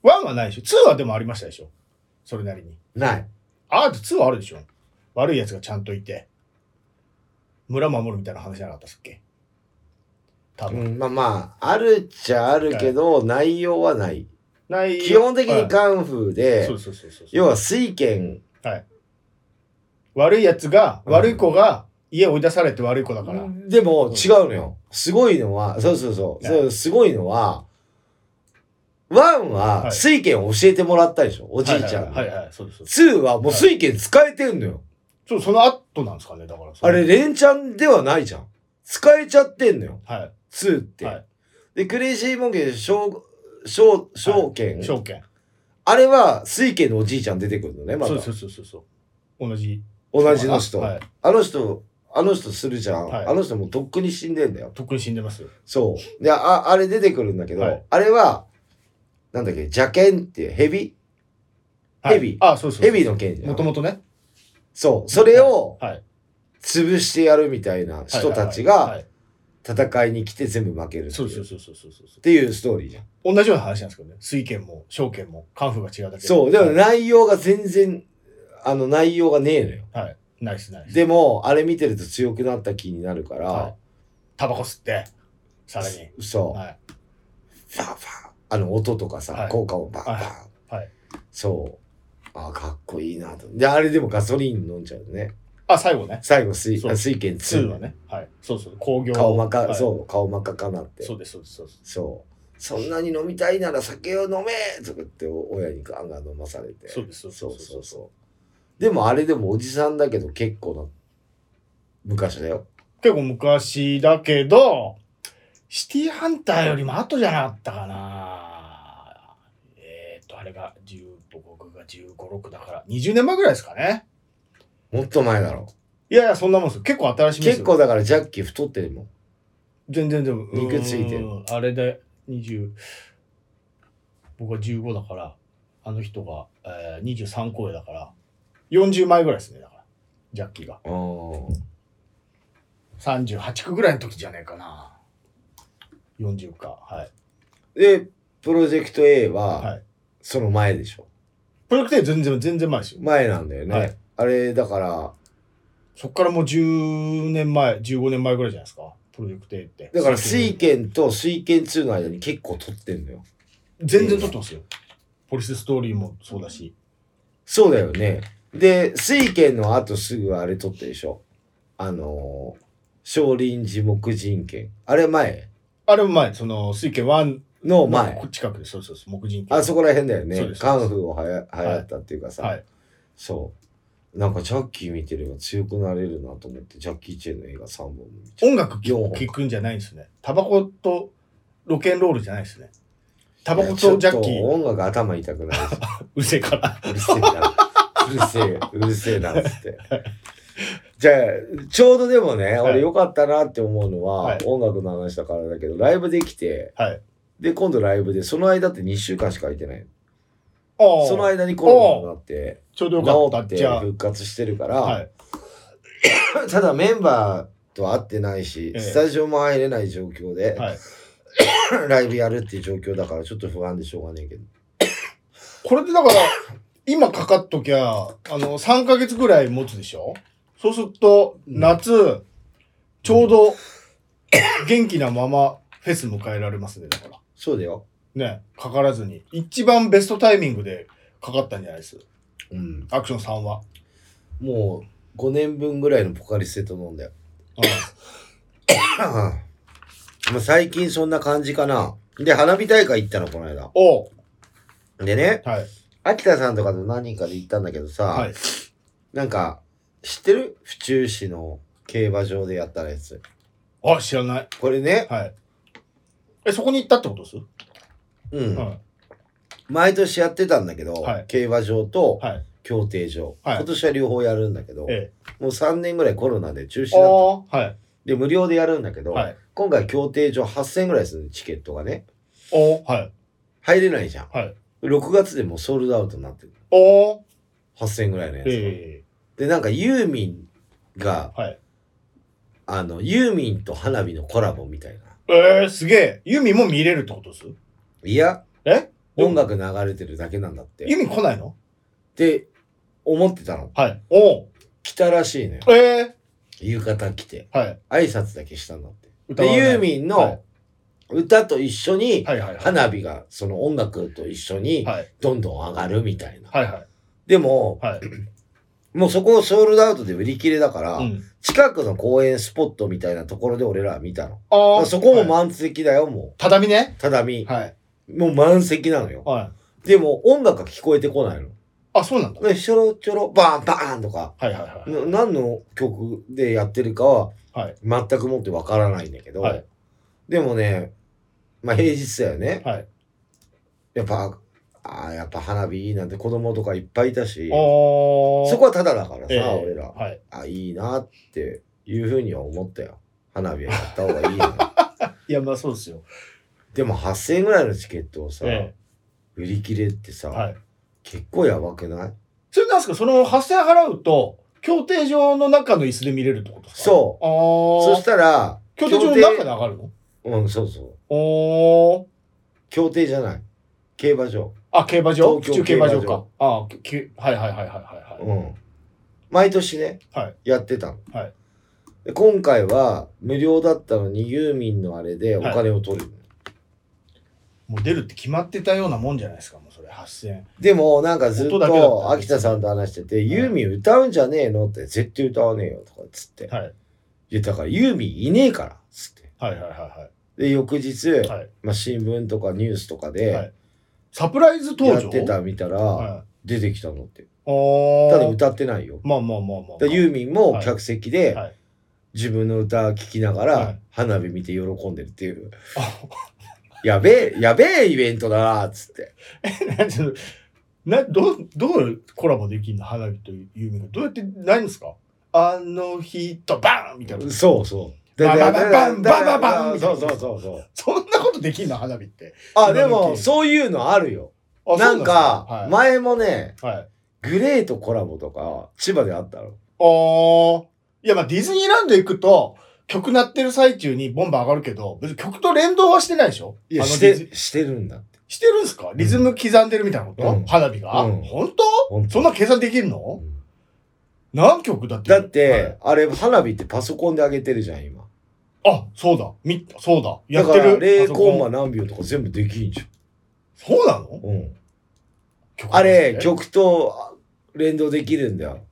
[SPEAKER 2] ワンはないでしょ。ツーはでもありましたでしょ。それなりに。
[SPEAKER 1] ない
[SPEAKER 2] あーってツーはあるでしょ。悪い奴がちゃんといて、村守るみたいな話じゃなかったっすっけ多
[SPEAKER 1] う
[SPEAKER 2] 分。
[SPEAKER 1] んまあまああるっちゃあるけど、内容はない
[SPEAKER 2] ない
[SPEAKER 1] 基本的に
[SPEAKER 2] は
[SPEAKER 1] カンフーで、
[SPEAKER 2] いそうそうそうそう。
[SPEAKER 1] 要は水拳
[SPEAKER 2] 悪い奴が、
[SPEAKER 1] うん
[SPEAKER 2] 悪い子が家追い出されて悪い子だから。
[SPEAKER 1] でも違うのよすごいのはそうそうそう,、
[SPEAKER 2] はい
[SPEAKER 1] そうすごいのはワン
[SPEAKER 2] は
[SPEAKER 1] はい水拳を教えてもらったでしょ、おじいちゃんに、
[SPEAKER 2] はいはいはいはい、そうですそうです。
[SPEAKER 1] ツーはもう水拳使えてんのよ、
[SPEAKER 2] そう、その後なんですかね、だから。
[SPEAKER 1] あれ、連チャンではないじゃん。使えちゃってんのよ、
[SPEAKER 2] は
[SPEAKER 1] 2って。
[SPEAKER 2] はい
[SPEAKER 1] で、クレイジーモンキー、証、証、証券、
[SPEAKER 2] い。証券。
[SPEAKER 1] あれは、水券のおじいちゃん出てくるのね、また
[SPEAKER 2] そう。そうそうそうそう。同じ。
[SPEAKER 1] 同じの人、
[SPEAKER 2] はい。
[SPEAKER 1] あの人、あの人するじゃん。
[SPEAKER 2] はい
[SPEAKER 1] あの人もうとっくに死んでんだよ。
[SPEAKER 2] とっくに死んでますよ。
[SPEAKER 1] そう。で、あ、あれ出てくるんだけど、
[SPEAKER 2] はい
[SPEAKER 1] あれは、なんだっけ、邪剣っていうヘビ
[SPEAKER 2] はい
[SPEAKER 1] ヘビ
[SPEAKER 2] あ、そうそうそう。
[SPEAKER 1] ヘビの剣じゃん。
[SPEAKER 2] もともとね。
[SPEAKER 1] そう。それを
[SPEAKER 2] はい。
[SPEAKER 1] 潰してやるみたいな人たち
[SPEAKER 2] はいは
[SPEAKER 1] が
[SPEAKER 2] いはい
[SPEAKER 1] 戦いに来て全部負けるって
[SPEAKER 2] そう
[SPEAKER 1] い
[SPEAKER 2] そ
[SPEAKER 1] う
[SPEAKER 2] う
[SPEAKER 1] っ
[SPEAKER 2] そうそうそうそうそ
[SPEAKER 1] ていうストーリーじゃん。
[SPEAKER 2] う。同じような話なんですけどね。水拳も、証券も、カンフーが違うだけ
[SPEAKER 1] そう、でも
[SPEAKER 2] ね。
[SPEAKER 1] 内容が全然、あの内容がねえのよ。
[SPEAKER 2] はい。ナイスナイス。
[SPEAKER 1] でも、あれ見てると強くなった気になるから、
[SPEAKER 2] はい、タバコ吸って、さらに。
[SPEAKER 1] そう、
[SPEAKER 2] はい。
[SPEAKER 1] ファーファー、あの音とかさ、
[SPEAKER 2] はい
[SPEAKER 1] 効果音バンバン、
[SPEAKER 2] はいはい
[SPEAKER 1] そう。あかっこいいなと。で、あれでもガソリン飲んじゃうね。
[SPEAKER 2] あ、最後ね。
[SPEAKER 1] 最後、水、
[SPEAKER 2] そう
[SPEAKER 1] あ水拳2
[SPEAKER 2] 2は。ね。はい。そうそう。工業。
[SPEAKER 1] 顔真っ赤、
[SPEAKER 2] はい
[SPEAKER 1] そう、顔真っ赤かなって。
[SPEAKER 2] そうです、そうです、そうです。
[SPEAKER 1] そう。そんなに飲みたいなら酒を飲めとかってお親にガンガン飲まされて。
[SPEAKER 2] そうです
[SPEAKER 1] そ
[SPEAKER 2] そうう
[SPEAKER 1] そ
[SPEAKER 2] です
[SPEAKER 1] う
[SPEAKER 2] そう
[SPEAKER 1] そう
[SPEAKER 2] で
[SPEAKER 1] で
[SPEAKER 2] す
[SPEAKER 1] もあれでもおじさんだけど結構な昔だよ。
[SPEAKER 2] 結構昔だけど、シティハンターよりも後じゃなかったかな。えっ、ー、と、あれが15、僕が15、6だから、20年前ぐらいですかね。
[SPEAKER 1] もっと前だろ。
[SPEAKER 2] いやいや、そんなもんですよ。結構新しいです
[SPEAKER 1] 結
[SPEAKER 2] よ。
[SPEAKER 1] 構だからジャッキー太ってるもん。
[SPEAKER 2] 全然でも。
[SPEAKER 1] 肉ついてる
[SPEAKER 2] うーんあれで20、僕は15だから、あの人が、えー、23公演だから、40枚ぐらいですね、だから。ジャッキーが。38区ぐらいの時じゃないかな。40か。はい。
[SPEAKER 1] で、プロジェクト A は
[SPEAKER 2] はい
[SPEAKER 1] その前でしょ。
[SPEAKER 2] プロジェクト A 全然、全然前ですよ。
[SPEAKER 1] 前なんだよね。
[SPEAKER 2] はい
[SPEAKER 1] あれだから、
[SPEAKER 2] そっからもう10年前、15年前ぐらいじゃないですか。プロジェクト A って。
[SPEAKER 1] だから水拳と水拳2の間に結構撮ってんのよ。
[SPEAKER 2] 全然撮ってますよ。ポリスストーリーもそうだし。
[SPEAKER 1] そうだよね。で、水拳の後すぐあれ撮ってるでしょ。あのー、少林寺木人拳。あれ前
[SPEAKER 2] あれも前、その、水拳1
[SPEAKER 1] の
[SPEAKER 2] の
[SPEAKER 1] 前。
[SPEAKER 2] 近くで、そうそうそう、木人拳
[SPEAKER 1] あそこら辺だよ
[SPEAKER 2] そう
[SPEAKER 1] ね
[SPEAKER 2] で。す
[SPEAKER 1] カンフーをはや流行ったっていうかさ、
[SPEAKER 2] はい。
[SPEAKER 1] そう。なんかジャッキー見てれば強くなれるなと思って、ジャッキー・チェンの映画3本見ちゃう
[SPEAKER 2] 音楽
[SPEAKER 1] 四本
[SPEAKER 2] 聴くんじゃないんですね。タバコとロケンロールじゃないですね。タバコ
[SPEAKER 1] いやちょ
[SPEAKER 2] と
[SPEAKER 1] っ
[SPEAKER 2] ジャッキー、
[SPEAKER 1] 音楽頭痛くなるし
[SPEAKER 2] うるせえから。
[SPEAKER 1] うるせえ
[SPEAKER 2] [LAUGHS]
[SPEAKER 1] な。うるせえ、うるせえなっつって。じゃあ、ちょうどでもね、
[SPEAKER 2] い
[SPEAKER 1] 俺よかったなって思うのは、
[SPEAKER 2] はい
[SPEAKER 1] 音楽の話だからだけど、ライブできて、
[SPEAKER 2] はい
[SPEAKER 1] で、今度ライブで、その間って2週間しか空いてない。
[SPEAKER 2] あ
[SPEAKER 1] その間にコロナになって、
[SPEAKER 2] ちょうど
[SPEAKER 1] 治
[SPEAKER 2] よかっ。
[SPEAKER 1] ったて
[SPEAKER 2] じゃ
[SPEAKER 1] 復活してるか
[SPEAKER 2] あ、
[SPEAKER 1] ら、
[SPEAKER 2] はい。
[SPEAKER 1] [CLEARS THROAT] ただメンバーと会ってないし、
[SPEAKER 2] ええ
[SPEAKER 1] スタジオも入れない状況で、
[SPEAKER 2] はい。
[SPEAKER 1] [CLEARS THROAT] ライブやるっていう状況だからちょっと不安でしょうがねえけど。
[SPEAKER 2] これでだから、今かかっときゃ、あの、3ヶ月ぐらい持つでしょそうすると、
[SPEAKER 1] うん
[SPEAKER 2] 夏、ちょうど、元気なまま、フェス迎えられますね、だから。
[SPEAKER 1] そうだよ。
[SPEAKER 2] ね、かからずに。一番ベストタイミングでかかったんじゃないです。
[SPEAKER 1] うん。
[SPEAKER 2] アクション3は。
[SPEAKER 1] もう5年分ぐらいのポカリスエット飲んだ [CLEARS THROAT] よ。
[SPEAKER 2] [LAUGHS]
[SPEAKER 1] まあ最近そんな感じかな。で、花火大会行ったの、この間。
[SPEAKER 2] おう
[SPEAKER 1] でね、
[SPEAKER 2] はい。
[SPEAKER 1] 秋田さんとかと何人かで行ったんだけどさ、
[SPEAKER 2] はい。
[SPEAKER 1] なんか、知ってる府中市の競馬場でやったやつ。
[SPEAKER 2] あ、知らない。
[SPEAKER 1] これね、
[SPEAKER 2] はい。え、そこに行ったってことです、
[SPEAKER 1] うん。
[SPEAKER 2] は
[SPEAKER 1] 毎年やってたんだけど、
[SPEAKER 2] はい
[SPEAKER 1] 競馬場と
[SPEAKER 2] い。はい。
[SPEAKER 1] 競艇場、
[SPEAKER 2] はい
[SPEAKER 1] 今年は両方やるんだけど、
[SPEAKER 2] ええ。
[SPEAKER 1] もう3年ぐらいコロナで中止
[SPEAKER 2] あ
[SPEAKER 1] だった。
[SPEAKER 2] あ、はい。
[SPEAKER 1] で、無料でやるんだけど、
[SPEAKER 2] はい。
[SPEAKER 1] 今回競艇場8000円ぐらいするチケットがね、
[SPEAKER 2] おーはい。
[SPEAKER 1] 入れないじゃん。
[SPEAKER 2] はい。
[SPEAKER 1] 6月でもうソールドアウトになってる。
[SPEAKER 2] おー
[SPEAKER 1] 8000円ぐらいのやつが。
[SPEAKER 2] ええ
[SPEAKER 1] で、なんかユーミンが
[SPEAKER 2] はい。
[SPEAKER 1] あの、ユーミンと花火のコラボみたいな。
[SPEAKER 2] えー、すげえ。ユミも見れるってことです
[SPEAKER 1] いや、
[SPEAKER 2] え
[SPEAKER 1] 音楽流れてるだけなんだって。
[SPEAKER 2] ユ
[SPEAKER 1] っ
[SPEAKER 2] ミ来ないの
[SPEAKER 1] て思ってたの。
[SPEAKER 2] はい。おう
[SPEAKER 1] 来たらしいのよ。
[SPEAKER 2] え
[SPEAKER 1] 浴衣着て。
[SPEAKER 2] ー、はい。
[SPEAKER 1] 挨拶だけしたんだって。
[SPEAKER 2] 歌わな
[SPEAKER 1] で、
[SPEAKER 2] い
[SPEAKER 1] ユーミン
[SPEAKER 2] は
[SPEAKER 1] の
[SPEAKER 2] い
[SPEAKER 1] 歌と一緒に、
[SPEAKER 2] はいはいはい。
[SPEAKER 1] 花火がその音楽と一緒に
[SPEAKER 2] はい。
[SPEAKER 1] どんどん上がるみたいな。
[SPEAKER 2] はいはい。
[SPEAKER 1] でも、
[SPEAKER 2] はい。
[SPEAKER 1] もうそこをソールドアウトで売り切れだから、
[SPEAKER 2] うん。
[SPEAKER 1] 近くの公園スポットみたいなところで俺らは見たの。だ
[SPEAKER 2] あ
[SPEAKER 1] か
[SPEAKER 2] あ。
[SPEAKER 1] らそこも
[SPEAKER 2] はい
[SPEAKER 1] 満席だよ、もう。
[SPEAKER 2] 畳ね。
[SPEAKER 1] 畳。
[SPEAKER 2] はい。
[SPEAKER 1] もう満席なのよ。
[SPEAKER 2] はい。
[SPEAKER 1] でも音楽が聞こえてこないの。
[SPEAKER 2] あ、そうなんだ。
[SPEAKER 1] ね、ちょろちょろ、バーンバーンとか、
[SPEAKER 2] はいはいはい。
[SPEAKER 1] な何の曲でやってるかは
[SPEAKER 2] はい
[SPEAKER 1] 全くもってわからないんだけど、
[SPEAKER 2] はい
[SPEAKER 1] でもね、まあ平日だよね。
[SPEAKER 2] はい。
[SPEAKER 1] やっぱ、ああ、やっぱ花火いいなんて子供とかいっぱいいたし、
[SPEAKER 2] おー。
[SPEAKER 1] そこはただだからさ、
[SPEAKER 2] ええ
[SPEAKER 1] 俺ら。
[SPEAKER 2] はい。
[SPEAKER 1] あ、いいなっていうふうには思ったよ。花火はやった方がいい
[SPEAKER 2] [LAUGHS]
[SPEAKER 1] な。
[SPEAKER 2] いや、まあそうですよ。
[SPEAKER 1] でも8000円ぐらいのチケットをさ、
[SPEAKER 2] え
[SPEAKER 1] 売り切れってさ、
[SPEAKER 2] え。はい。
[SPEAKER 1] 結構やばくない
[SPEAKER 2] それなんですかその8000払うと、競艇場の中の椅子で見れるってことですか。
[SPEAKER 1] そう
[SPEAKER 2] あ
[SPEAKER 1] そ
[SPEAKER 2] ー
[SPEAKER 1] し。たら、
[SPEAKER 2] 競艇場の中で上がるの
[SPEAKER 1] うん、そうそう。
[SPEAKER 2] おー。
[SPEAKER 1] 競艇じゃない。競馬場。
[SPEAKER 2] あ、競馬
[SPEAKER 1] 東
[SPEAKER 2] 場府
[SPEAKER 1] 京
[SPEAKER 2] 中
[SPEAKER 1] 競
[SPEAKER 2] 競
[SPEAKER 1] 馬
[SPEAKER 2] 馬
[SPEAKER 1] 場
[SPEAKER 2] 場か。あーきはいはいはいはいはいはい。
[SPEAKER 1] うん。毎年ね、
[SPEAKER 2] はい
[SPEAKER 1] やってたの。
[SPEAKER 2] はい
[SPEAKER 1] で今回は無料だったのにユーミンのあれでお金を取る。
[SPEAKER 2] もう出るって決まってたようなもんじゃないですか、もうそれ8000円。
[SPEAKER 1] でもなんかずっ
[SPEAKER 2] 音だけだっ
[SPEAKER 1] と
[SPEAKER 2] た
[SPEAKER 1] 秋田さんと話してて、ユーミン歌うんじゃねえのって絶対歌わねえよとかっつって。
[SPEAKER 2] はい。
[SPEAKER 1] いやだからユーミンいねえからっつって。
[SPEAKER 2] はいはいは
[SPEAKER 1] で、翌日、
[SPEAKER 2] いはい。
[SPEAKER 1] まあ、新聞とかニュースとか
[SPEAKER 2] は
[SPEAKER 1] で
[SPEAKER 2] いサプライズ登場
[SPEAKER 1] やってた見たら
[SPEAKER 2] は
[SPEAKER 1] 出てきたのって。
[SPEAKER 2] い。おー。
[SPEAKER 1] ただ歌ってないよ。
[SPEAKER 2] まあまあまあまあ。
[SPEAKER 1] でユーミンも客席で
[SPEAKER 2] はい
[SPEAKER 1] 自分の歌聴きなが
[SPEAKER 2] は
[SPEAKER 1] ら
[SPEAKER 2] い
[SPEAKER 1] 花火見て喜んでるっていう。
[SPEAKER 2] あ
[SPEAKER 1] やべえ、やべえイベントだな、つって。
[SPEAKER 2] なんていうのなどうどうコラボできるの花火とユーミンがどうやってないんですかあの人バーンみたいな
[SPEAKER 1] そうそう。
[SPEAKER 2] ババババンバババン
[SPEAKER 1] そうそうそうそう。
[SPEAKER 2] そんなことできんの花火って
[SPEAKER 1] あ、でも、そういうのあるよ。
[SPEAKER 2] あ
[SPEAKER 1] なんか
[SPEAKER 2] そう、なんで
[SPEAKER 1] 前もね、
[SPEAKER 2] すかはい、はい、
[SPEAKER 1] グレーとコラボとか、千葉であったの。
[SPEAKER 2] おーいやまあディズニーランド行くと曲鳴ってる最中にボンバー上がるけど別に曲と連動はしてないでしょ
[SPEAKER 1] いや、
[SPEAKER 2] あの
[SPEAKER 1] し
[SPEAKER 2] ディズ
[SPEAKER 1] て、してるんだって。
[SPEAKER 2] してるんですかリズム刻んでるみたいなこと、
[SPEAKER 1] うん
[SPEAKER 2] 花火が、
[SPEAKER 1] うん
[SPEAKER 2] 本
[SPEAKER 1] ほん
[SPEAKER 2] 当そんな計算できるの何曲だって
[SPEAKER 1] だって、あれ、花火ってパソコンで上げてるじゃん、今。
[SPEAKER 2] はいあそうだみそうだや
[SPEAKER 1] だ
[SPEAKER 2] っ
[SPEAKER 1] か
[SPEAKER 2] て
[SPEAKER 1] ら、
[SPEAKER 2] る
[SPEAKER 1] 0
[SPEAKER 2] パソ
[SPEAKER 1] コン
[SPEAKER 2] コ
[SPEAKER 1] マ
[SPEAKER 2] ン
[SPEAKER 1] 何秒とか全部できんじ
[SPEAKER 2] そうなの
[SPEAKER 1] ゃん。うん。
[SPEAKER 2] 曲
[SPEAKER 1] あれ
[SPEAKER 2] で、すね
[SPEAKER 1] 曲と連動できるんだよ。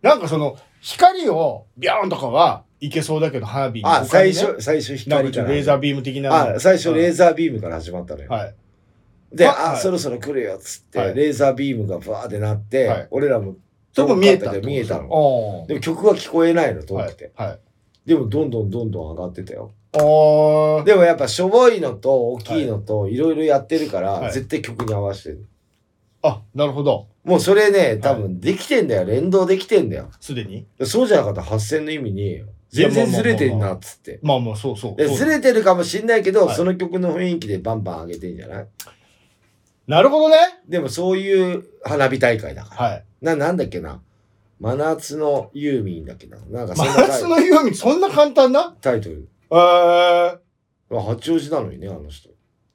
[SPEAKER 2] なんかその、光をビャーンとかはいけそうだけど、花火、
[SPEAKER 1] あ、
[SPEAKER 2] 他
[SPEAKER 1] 最
[SPEAKER 2] にね、
[SPEAKER 1] 初、最初
[SPEAKER 2] なんか
[SPEAKER 1] 光
[SPEAKER 2] ち
[SPEAKER 1] から。
[SPEAKER 2] ょっとレーザービーム的な。
[SPEAKER 1] あ、最初レー
[SPEAKER 2] ザ
[SPEAKER 1] ザービームから始まったのよ。
[SPEAKER 2] はい。
[SPEAKER 1] で、
[SPEAKER 2] あ
[SPEAKER 1] あ、
[SPEAKER 2] はい
[SPEAKER 1] そろそろ来るよっつって、
[SPEAKER 2] はい
[SPEAKER 1] レーザービームがバーってなって、
[SPEAKER 2] はい
[SPEAKER 1] 俺らも
[SPEAKER 2] でも見えた
[SPEAKER 1] 遠かっけど見えたの。
[SPEAKER 2] の
[SPEAKER 1] でも曲は聞こえないの、遠くて。
[SPEAKER 2] はい。はい。
[SPEAKER 1] でもどんどんどんどん上がってたよ。
[SPEAKER 2] おー。
[SPEAKER 1] でもやっぱしょぼいのと大きいのといろいろやってるから、
[SPEAKER 2] はい
[SPEAKER 1] 絶対曲に合わせてる。
[SPEAKER 2] あ、なるほど。
[SPEAKER 1] もうそれね、多分できてんだよ。連動できてんだよ。
[SPEAKER 2] すでに。
[SPEAKER 1] そうじゃなかったら8000の意味ねえよ。全然ずれてんなっつって。
[SPEAKER 2] まあまあ、そうそう。
[SPEAKER 1] で
[SPEAKER 2] そう
[SPEAKER 1] ずれてるかもしんないけど、
[SPEAKER 2] はい
[SPEAKER 1] その曲の雰囲気でバンバン上げてんじゃない
[SPEAKER 2] なるほどね。
[SPEAKER 1] でもそういう花火大会だから。
[SPEAKER 2] はい。
[SPEAKER 1] な、なんだっけな。真夏のユーミンだっけな。なんかそ
[SPEAKER 2] 真
[SPEAKER 1] んなタイ
[SPEAKER 2] 夏のユーミン、そんな簡単な
[SPEAKER 1] タイトル。
[SPEAKER 2] えー。
[SPEAKER 1] まあ八王子なのにね、あの人。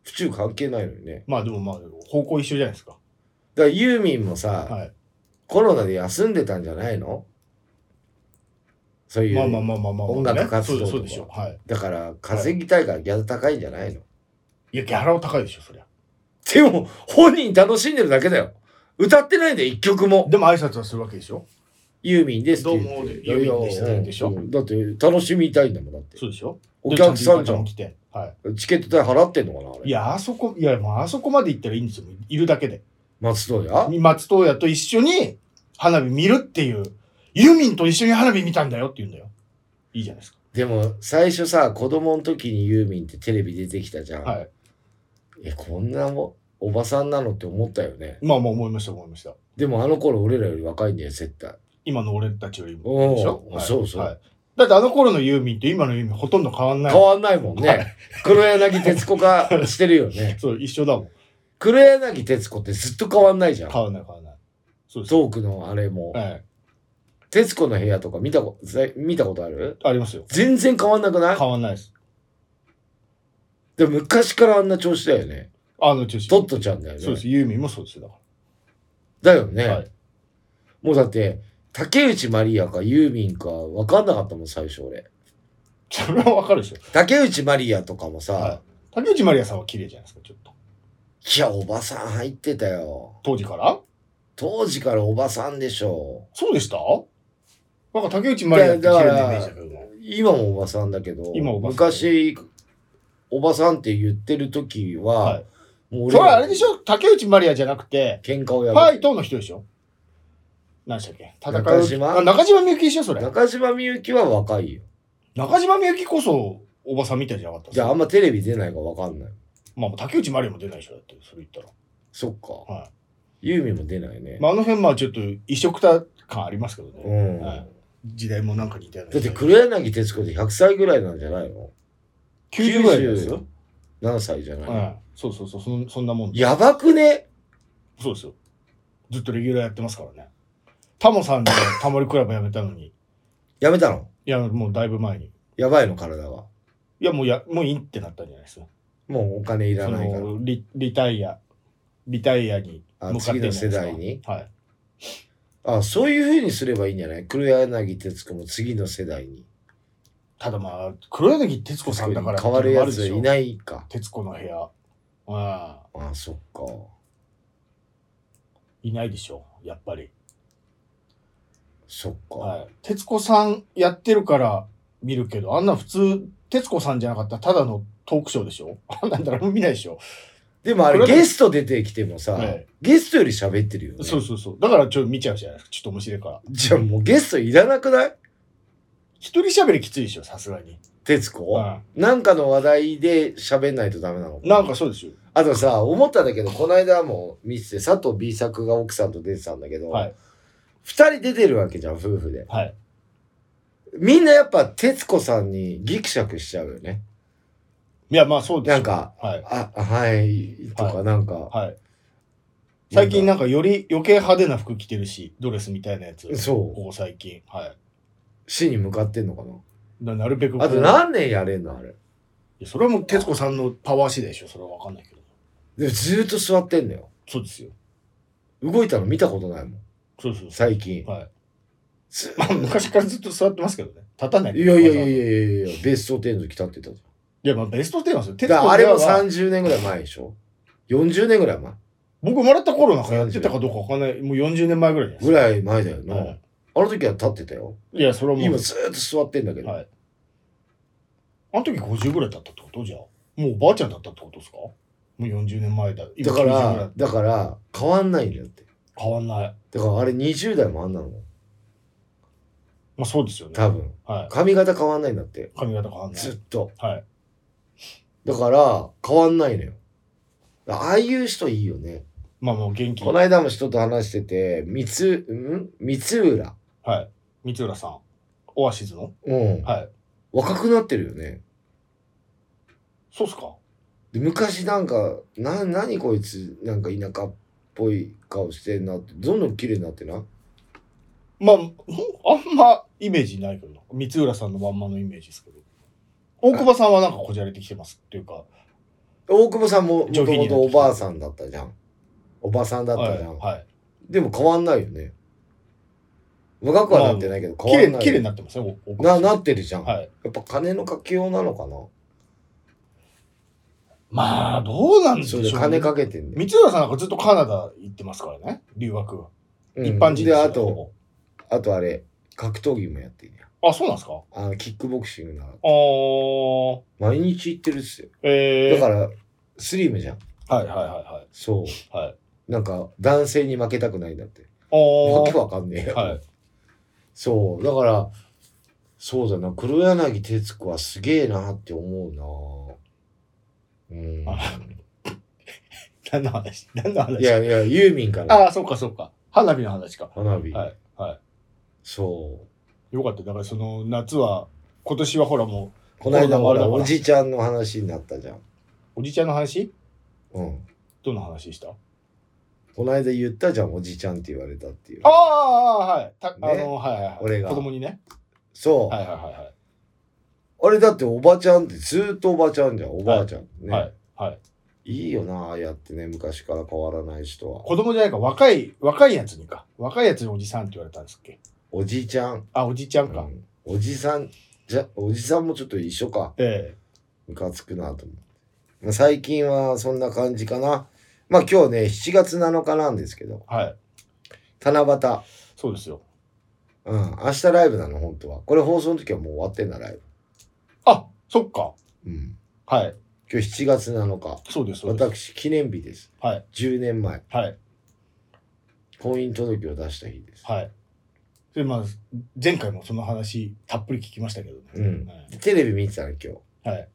[SPEAKER 1] 府中関係ないのにね。
[SPEAKER 2] まあでもまあ、方向一緒じゃないですか。
[SPEAKER 1] だからユーミンもさ、
[SPEAKER 2] はい。
[SPEAKER 1] コロナで休んでたんじゃないのそういう。
[SPEAKER 2] まあまあまあまあまあ、まあね。
[SPEAKER 1] 音楽活動とか
[SPEAKER 2] そうでしょ。はい。
[SPEAKER 1] だから、稼ぎたいからギャラ高いんじゃないの、
[SPEAKER 2] いや、ギャラは高いでしょ、そりゃ。
[SPEAKER 1] でも、本人楽しんでるだけだよ。歌ってないんだよ、一曲も。
[SPEAKER 2] でも挨拶はするわけでしょ。
[SPEAKER 1] ユーミンですって言って。
[SPEAKER 2] どうもユーミンですって言うでしょ
[SPEAKER 1] いやいやうんだって、楽しみたいんだもん、だって。
[SPEAKER 2] そうでしょ。
[SPEAKER 1] お客さんじゃ
[SPEAKER 2] でちと浴衣も
[SPEAKER 1] ん。
[SPEAKER 2] 来て。はい。
[SPEAKER 1] チケット代払ってんのかなあれ。
[SPEAKER 2] いや、あそこ、いや、もうあそこまで行ったらいいんですよ。いるだけで。
[SPEAKER 1] 松任谷
[SPEAKER 2] 松任谷と一緒に花火見るっていう。ユーミンと一緒に花火見たんだよって言うんだよ。いいじゃないですか。
[SPEAKER 1] でも最初さ子供の時にユーミンってテレビ出てきたじゃん、
[SPEAKER 2] はい。
[SPEAKER 1] えこんなもおばさんなのって思ったよね
[SPEAKER 2] まあ、もう思いました、思いました。
[SPEAKER 1] でもあの頃俺らより若いんだよ絶対
[SPEAKER 2] 今の俺たちより
[SPEAKER 1] お
[SPEAKER 2] も。
[SPEAKER 1] ー
[SPEAKER 2] でしょ、はい
[SPEAKER 1] そうそう
[SPEAKER 2] はいだってあの頃のユーミンと今のユーミンほとんど変わんない。
[SPEAKER 1] 変わんないもんね、
[SPEAKER 2] はい
[SPEAKER 1] 黒柳徹子化してるよ
[SPEAKER 2] [LAUGHS]
[SPEAKER 1] ね
[SPEAKER 2] そう、一緒だもん。
[SPEAKER 1] 黒柳徹子ってずっと変わんないじゃん
[SPEAKER 2] 変わんない、変わんない。そうです。
[SPEAKER 1] トークのあれも、
[SPEAKER 2] はい。
[SPEAKER 1] 徹子の部屋とか見たこと、ぜ見たことある
[SPEAKER 2] ありますよ。
[SPEAKER 1] 全然変わんなくない
[SPEAKER 2] 変わんないです。
[SPEAKER 1] でも昔からあんな調子だよね。
[SPEAKER 2] あの中心。
[SPEAKER 1] トットちゃんだよね。
[SPEAKER 2] そうです。ユーミンもそうですよ。だ
[SPEAKER 1] だ
[SPEAKER 2] か
[SPEAKER 1] よね。
[SPEAKER 2] ら。はい。
[SPEAKER 1] もうだって、竹内まりやかユーミンか分かんなかったもん、最初俺。
[SPEAKER 2] それはわかるでしょ。
[SPEAKER 1] 竹内まりやとかもさ、
[SPEAKER 2] はい。竹内まりやさんは綺麗じゃないですか、ちょっと。
[SPEAKER 1] い、や、おばさん入ってたよ。
[SPEAKER 2] 当時から
[SPEAKER 1] 当時からおばさんでしょ。
[SPEAKER 2] そうでしたなんか竹内まりやって綺麗なイメージだけどな。
[SPEAKER 1] 今もおばさんだけど、
[SPEAKER 2] 今おばさん
[SPEAKER 1] 昔、おばさんって言ってる時は、
[SPEAKER 2] はい
[SPEAKER 1] もう
[SPEAKER 2] それはあれでし
[SPEAKER 1] ょ
[SPEAKER 2] ょ竹内まりやじゃなくて、
[SPEAKER 1] 喧嘩をや
[SPEAKER 2] フ
[SPEAKER 1] め
[SPEAKER 2] ァイトの人でしょ何でしたっけ戦う。
[SPEAKER 1] 中島
[SPEAKER 2] あ中島みゆきでしょそれ。
[SPEAKER 1] 中島みゆきは若いよ。
[SPEAKER 2] 中島みゆきこそおばさんみたいじゃなかった
[SPEAKER 1] じゃああんまテレビ出ないか分かんない。
[SPEAKER 2] まあ竹内まりやも出ないでしょだって、それ言ったら。
[SPEAKER 1] そっか。
[SPEAKER 2] は
[SPEAKER 1] ユーミンも出ないね。
[SPEAKER 2] い。まああの辺、まあちょっと異色た感ありますけど
[SPEAKER 1] う
[SPEAKER 2] ね。
[SPEAKER 1] ん。
[SPEAKER 2] はい時代もなんか似たような。
[SPEAKER 1] だって黒柳徹子で100歳ぐらいなんじゃないの
[SPEAKER 2] 90ぐらいですよ。
[SPEAKER 1] 何歳じゃない、
[SPEAKER 2] はい。そうそうそう、そんそんなもんで
[SPEAKER 1] やばくね
[SPEAKER 2] そうですよ。ずっとレギュラーやってますからね。タモさんでタモリクラブやめたのに。
[SPEAKER 1] やめたの
[SPEAKER 2] いや、もうだいぶ前に。
[SPEAKER 1] やばいの体は。
[SPEAKER 2] いや、もうや、もういいってなったんじゃないですか。
[SPEAKER 1] もうお金いら
[SPEAKER 2] そ
[SPEAKER 1] ないから。
[SPEAKER 2] のリリタイア、リタイアに
[SPEAKER 1] あ
[SPEAKER 2] 向かってんじゃないですか
[SPEAKER 1] 次の世代に
[SPEAKER 2] はい。
[SPEAKER 1] あ、そういうふうにすればいいんじゃない黒柳徹子も次の世代に。
[SPEAKER 2] ただまあ、黒柳徹子さんだから
[SPEAKER 1] 変わるやつい
[SPEAKER 2] い。
[SPEAKER 1] ないか。
[SPEAKER 2] 徹子の部屋。ああ、
[SPEAKER 1] あそっか。
[SPEAKER 2] いないでしょう、やっぱり。
[SPEAKER 1] そっか。
[SPEAKER 2] はい。徹子さんやってるから見るけど、あんな普通、徹子さんじゃなかったらただのトークショーでしょあんなん誰も見ないでしょ、
[SPEAKER 1] でもあれ
[SPEAKER 2] 黒柳
[SPEAKER 1] ゲスト出てきてもさ、
[SPEAKER 2] はい
[SPEAKER 1] ゲストより喋ってるよね。
[SPEAKER 2] そうそうそう。だからちょっと見ちゃうじゃないですか。ちょっと面白いから。
[SPEAKER 1] じゃあもうゲストいらなくない
[SPEAKER 2] 一人喋りきついでしょ、さすがに。
[SPEAKER 1] 徹子、
[SPEAKER 2] は
[SPEAKER 1] なんかの話題で喋んないとダメなの
[SPEAKER 2] なんかそうですよ。
[SPEAKER 1] あとさ、思ったんだけど、この間も見てて、佐藤 B 作が奥さんと出てたんだけど、
[SPEAKER 2] はい。
[SPEAKER 1] 二人出てるわけじゃん、夫婦で。
[SPEAKER 2] はい。
[SPEAKER 1] みんなやっぱ、徹子さんにギクシャクしちゃうよね。
[SPEAKER 2] いや、まあそうですよ
[SPEAKER 1] なんか、
[SPEAKER 2] はい。
[SPEAKER 1] あ、はい、と
[SPEAKER 2] は
[SPEAKER 1] かなんか、
[SPEAKER 2] はい。最近なんかより余計派手な服着てるし、ドレスみたいなやつ。こ
[SPEAKER 1] そう、
[SPEAKER 2] こ最近。はい。
[SPEAKER 1] 死に向かってんのか
[SPEAKER 2] ななるべくこう。
[SPEAKER 1] な。あと何年やれんのあれ。
[SPEAKER 2] いやそれはもう、徹子さんのパワー次第でしょ。それはわかんないけど。
[SPEAKER 1] でもずーっと座ってんのよ。
[SPEAKER 2] そうですよ。
[SPEAKER 1] 動いたの見たことないもん、
[SPEAKER 2] そうそうそ
[SPEAKER 1] 最近
[SPEAKER 2] [LAUGHS] う。。はい。
[SPEAKER 1] ず
[SPEAKER 2] まあ、昔からずっと座ってますけどね。立たない。
[SPEAKER 1] いやいやいや
[SPEAKER 2] いや。
[SPEAKER 1] いやいやいや、ベスト10の時立ってたじ
[SPEAKER 2] いや、まあ、ベストテーマですよ。
[SPEAKER 1] ゃ
[SPEAKER 2] 徹
[SPEAKER 1] ん。
[SPEAKER 2] 子
[SPEAKER 1] だ
[SPEAKER 2] さ
[SPEAKER 1] か
[SPEAKER 2] ん
[SPEAKER 1] ら
[SPEAKER 2] は
[SPEAKER 1] あれも30年ぐらい前でしょ ?40 年ぐらい前
[SPEAKER 2] 僕生まれた頃なんかやってたかどうかわかんない。もう40年前ぐらいじゃ
[SPEAKER 1] ぐ
[SPEAKER 2] ない
[SPEAKER 1] らい前だよ
[SPEAKER 2] ですか。
[SPEAKER 1] な。
[SPEAKER 2] はい
[SPEAKER 1] あの時は立ってたよ。
[SPEAKER 2] いや、それはもう。
[SPEAKER 1] 今ずーっと座ってんだけど。
[SPEAKER 2] はい。あの時50ぐらいだったってことじゃあ。もうおばあちゃんだったってことですかもう40年前だ。今
[SPEAKER 1] だか
[SPEAKER 2] 90ぐら
[SPEAKER 1] ら
[SPEAKER 2] い、
[SPEAKER 1] だから、変わんないんだよって。
[SPEAKER 2] 変わんない。
[SPEAKER 1] だからあれ20代もあんなの。
[SPEAKER 2] まあそうですよね。
[SPEAKER 1] 多分。
[SPEAKER 2] はい。
[SPEAKER 1] 髪型変わんないんだって。
[SPEAKER 2] 髪型変わんない
[SPEAKER 1] ず。っと。
[SPEAKER 2] はい。
[SPEAKER 1] だから、変わんないのよ。ああいう人いいよね。
[SPEAKER 2] まあもう元気。
[SPEAKER 1] この間も人と話してて、三つ、ん三浦。
[SPEAKER 2] はい。三浦さん。オアシズの
[SPEAKER 1] うん。
[SPEAKER 2] はい。
[SPEAKER 1] 若くなってるよね。
[SPEAKER 2] そうっすか
[SPEAKER 1] で昔なんか、な、何こいつ、なんか田舎っぽい顔してんなって、どんどん綺麗になってな。
[SPEAKER 2] まあ、ほんあんまイメージないけどな、三浦さんのまんまのイメージですけど。大久保さんはなんかこじゃれてきてますっていうか、
[SPEAKER 1] 大久保さんもも
[SPEAKER 2] 上
[SPEAKER 1] と
[SPEAKER 2] 品にな
[SPEAKER 1] も
[SPEAKER 2] ってきた
[SPEAKER 1] とおばあさんだったじゃん。おばさんだっ
[SPEAKER 2] は
[SPEAKER 1] た
[SPEAKER 2] い。
[SPEAKER 1] じゃん。
[SPEAKER 2] はい。
[SPEAKER 1] でも変わんないよね。若くはなってないけど変
[SPEAKER 2] 綺
[SPEAKER 1] わんな
[SPEAKER 2] 麗、
[SPEAKER 1] い。
[SPEAKER 2] 綺麗になってますね、お大久保
[SPEAKER 1] な
[SPEAKER 2] さん。
[SPEAKER 1] なってるじゃん。
[SPEAKER 2] はい。
[SPEAKER 1] やっぱ金のかけようなのかな。
[SPEAKER 2] まあ、どうなんでし
[SPEAKER 1] そ
[SPEAKER 2] ょう
[SPEAKER 1] れ
[SPEAKER 2] ね
[SPEAKER 1] で金かけてんね。
[SPEAKER 2] 三浦さんなんかずっとカナダ行ってますからね、留学は。
[SPEAKER 1] うん
[SPEAKER 2] 一般人
[SPEAKER 1] で、
[SPEAKER 2] よ
[SPEAKER 1] あと、
[SPEAKER 2] ほ
[SPEAKER 1] あとあれ、格闘技もやってるやん。
[SPEAKER 2] ぼあ、そうなんですか
[SPEAKER 1] あの、キックボクシングなら。
[SPEAKER 2] あー、
[SPEAKER 1] 毎日行ってるっすよ。
[SPEAKER 2] え
[SPEAKER 1] だ
[SPEAKER 2] ー、
[SPEAKER 1] から、スリムじゃん。
[SPEAKER 2] はいはいは
[SPEAKER 1] そ
[SPEAKER 2] いはい。はい。
[SPEAKER 1] う。なんか、男性に負けたくないんだって。
[SPEAKER 2] あ
[SPEAKER 1] わけ
[SPEAKER 2] ー、
[SPEAKER 1] わかんねえよ。
[SPEAKER 2] はい。
[SPEAKER 1] そう。だから、そうだな。黒柳徹子はすげえなって思うなうん。
[SPEAKER 2] あ何の話何の話
[SPEAKER 1] いやいや、ユーミンから。
[SPEAKER 2] ああ、そうかそうか。花火の話か。
[SPEAKER 1] 花火。
[SPEAKER 2] はい。は
[SPEAKER 1] そう。
[SPEAKER 2] い。よかった。だからその夏は、今年はほらも
[SPEAKER 1] この間
[SPEAKER 2] コロナもあ
[SPEAKER 1] ほ
[SPEAKER 2] れだ
[SPEAKER 1] ら、
[SPEAKER 2] から
[SPEAKER 1] おじちゃんの話になったじゃん。
[SPEAKER 2] う、おじちゃんの話
[SPEAKER 1] うん。
[SPEAKER 2] どんな話した
[SPEAKER 1] この間言ったじゃん、おじちゃんって言われたっていう
[SPEAKER 2] あ。あ、はい。たあ
[SPEAKER 1] ね
[SPEAKER 2] の、はいはいはい。
[SPEAKER 1] 俺が
[SPEAKER 2] 子供にね。
[SPEAKER 1] そう。
[SPEAKER 2] はいはいはいはい。
[SPEAKER 1] あれだっておばちゃんってずーっとおばちゃんじゃん、おばあちゃん。ね。
[SPEAKER 2] はいはい、
[SPEAKER 1] い、いよな、ああやってね、昔から変わらない人は。
[SPEAKER 2] 子供じゃないか、若い、若いやつにか。若いやつにおじさんって言われたんですっけ。
[SPEAKER 1] おじちゃん。
[SPEAKER 2] あ、おじちゃんか。
[SPEAKER 1] うんおじさん、じゃ、おじさんもちょっと一緒か。
[SPEAKER 2] え
[SPEAKER 1] ムカつくなと思って。まあ最近はそんな感じかな。まあ今日ね、7月7日なんですけど、
[SPEAKER 2] えはい。
[SPEAKER 1] 七夕。
[SPEAKER 2] そうですよ。
[SPEAKER 1] うん、明日ライブなの、本当は。これ放送の時はもう終わってんだ、ライブ。
[SPEAKER 2] あ、そっか。
[SPEAKER 1] うん。
[SPEAKER 2] はい。
[SPEAKER 1] 今日7月7日。
[SPEAKER 2] そうです、そうです。
[SPEAKER 1] 私、記念日です。
[SPEAKER 2] はい。
[SPEAKER 1] 10年前、
[SPEAKER 2] はい。
[SPEAKER 1] 婚姻届を出した日です。
[SPEAKER 2] はい。で、まあ、前回もその話、たっぷり聞きましたけどね。
[SPEAKER 1] うん
[SPEAKER 2] はい
[SPEAKER 1] でテレビ見てたの、今日。
[SPEAKER 2] はい。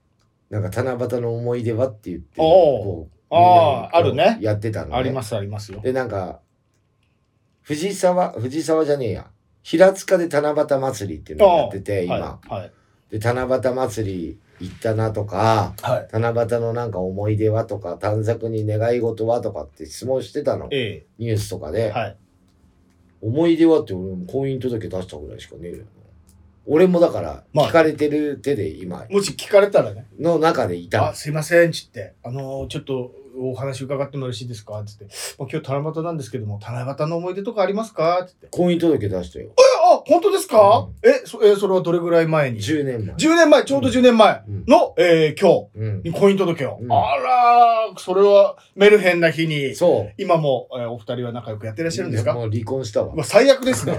[SPEAKER 1] なんか、七夕の思い出はって言って、
[SPEAKER 2] おー
[SPEAKER 1] こうみんな
[SPEAKER 2] あー
[SPEAKER 1] こう
[SPEAKER 2] あるね
[SPEAKER 1] やってたの、。
[SPEAKER 2] ありますす、ありますよ。
[SPEAKER 1] で、なんか、藤沢、藤沢じゃねえや。平塚で七夕祭りっていうのをやってて、今。
[SPEAKER 2] はい。はい。
[SPEAKER 1] で七夕祭り行ったなとか
[SPEAKER 2] はい。
[SPEAKER 1] 七夕のなんか思い出はとか短冊に願い事はとかって質問してたの
[SPEAKER 2] え
[SPEAKER 1] ニュースとか
[SPEAKER 2] え
[SPEAKER 1] で、
[SPEAKER 2] はい。
[SPEAKER 1] 思い出はって俺も婚姻届出したぐらいしかねえよ俺もだから
[SPEAKER 2] まあ
[SPEAKER 1] 聞かれてる手で今
[SPEAKER 2] もし聞かれたらね、
[SPEAKER 1] の中でいた、
[SPEAKER 2] あ、すいません、ちって、あのーちょっとお話伺ってもよろしいですかつって、まあ、今日七夕なんですけども、七夕の思い出とかありますかつって。
[SPEAKER 1] 婚姻届出したよ
[SPEAKER 2] あ、本当ですか、えそ、え、それはどれぐらい前に ?10
[SPEAKER 1] 10年前
[SPEAKER 2] 年前、ちょうど10年前
[SPEAKER 1] うん
[SPEAKER 2] の、えー今
[SPEAKER 1] うん
[SPEAKER 2] 日に婚姻届を。
[SPEAKER 1] うん
[SPEAKER 2] あらー、それはメルヘンな日に、
[SPEAKER 1] そう
[SPEAKER 2] 今も、えーお二人は仲良くやってらっしゃるんです
[SPEAKER 1] いや
[SPEAKER 2] か
[SPEAKER 1] もう離婚したわ
[SPEAKER 2] うわ最悪ですね。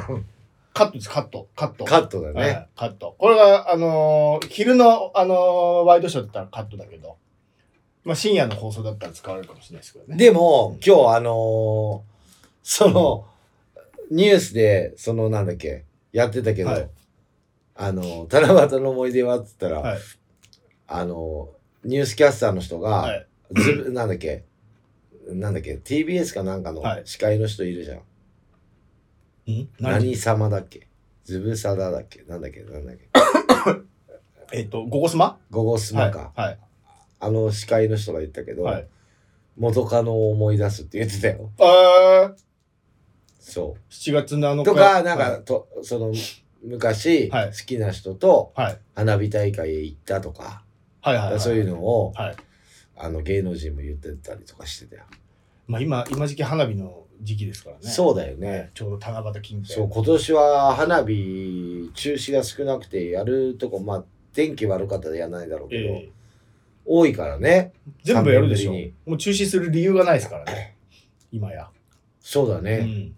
[SPEAKER 2] カットです、カット、カッ
[SPEAKER 1] [LAUGHS]
[SPEAKER 2] ト。
[SPEAKER 1] カットだね、
[SPEAKER 2] はいカット。これが、あのー昼の、あのーワイドショーだったらカットだけど、まあ、深夜の放送だったら使われるかもしれないですけどね。
[SPEAKER 1] でも、今日あのーその、ニュースで、そのなんだっけ、やってたけど、
[SPEAKER 2] はい
[SPEAKER 1] あのー、七夕の思い出はって言ったら、
[SPEAKER 2] はい
[SPEAKER 1] あのーニュースキャスターの人が、
[SPEAKER 2] はい。
[SPEAKER 1] ずぶなんだっけ、なんだっけ、TBS かなんかの
[SPEAKER 2] はい
[SPEAKER 1] 司会の人いるじゃん。
[SPEAKER 2] ん
[SPEAKER 1] 何様だっけズブサダだっけなんだっけなんだっけ
[SPEAKER 2] えっ、と、ゴゴスマ
[SPEAKER 1] ゴゴスマか、
[SPEAKER 2] はい。はい。
[SPEAKER 1] あの司会の人が言ったけど、
[SPEAKER 2] はい
[SPEAKER 1] 元カノを思い出すって言ってたよ。
[SPEAKER 2] えー、
[SPEAKER 1] そう。
[SPEAKER 2] 7月7日。
[SPEAKER 1] とか、なんか、
[SPEAKER 2] はい
[SPEAKER 1] とその昔、
[SPEAKER 2] はい
[SPEAKER 1] 好きな人と
[SPEAKER 2] はい。
[SPEAKER 1] 花火大会へ行ったとか、
[SPEAKER 2] はいはい、はい。
[SPEAKER 1] そういうのを、
[SPEAKER 2] はい。
[SPEAKER 1] あの芸能人も言ってたりとかしてたよ、
[SPEAKER 2] まあ今、今時期花火の時期ですからね。
[SPEAKER 1] そうだよ
[SPEAKER 2] う
[SPEAKER 1] ね。
[SPEAKER 2] ちょうど七夕近辺。
[SPEAKER 1] そう今年は花火中止が少なくてやるとこまあ天気悪かったらやらないだろうけど、
[SPEAKER 2] ええ
[SPEAKER 1] 多いからね
[SPEAKER 2] 全部やるでしょ
[SPEAKER 1] 三年ぶ。
[SPEAKER 2] もう中止する理由がないですから
[SPEAKER 1] [CLEARS THROAT]
[SPEAKER 2] ね。今や。
[SPEAKER 1] そうだ
[SPEAKER 2] う
[SPEAKER 1] ね、
[SPEAKER 2] ん。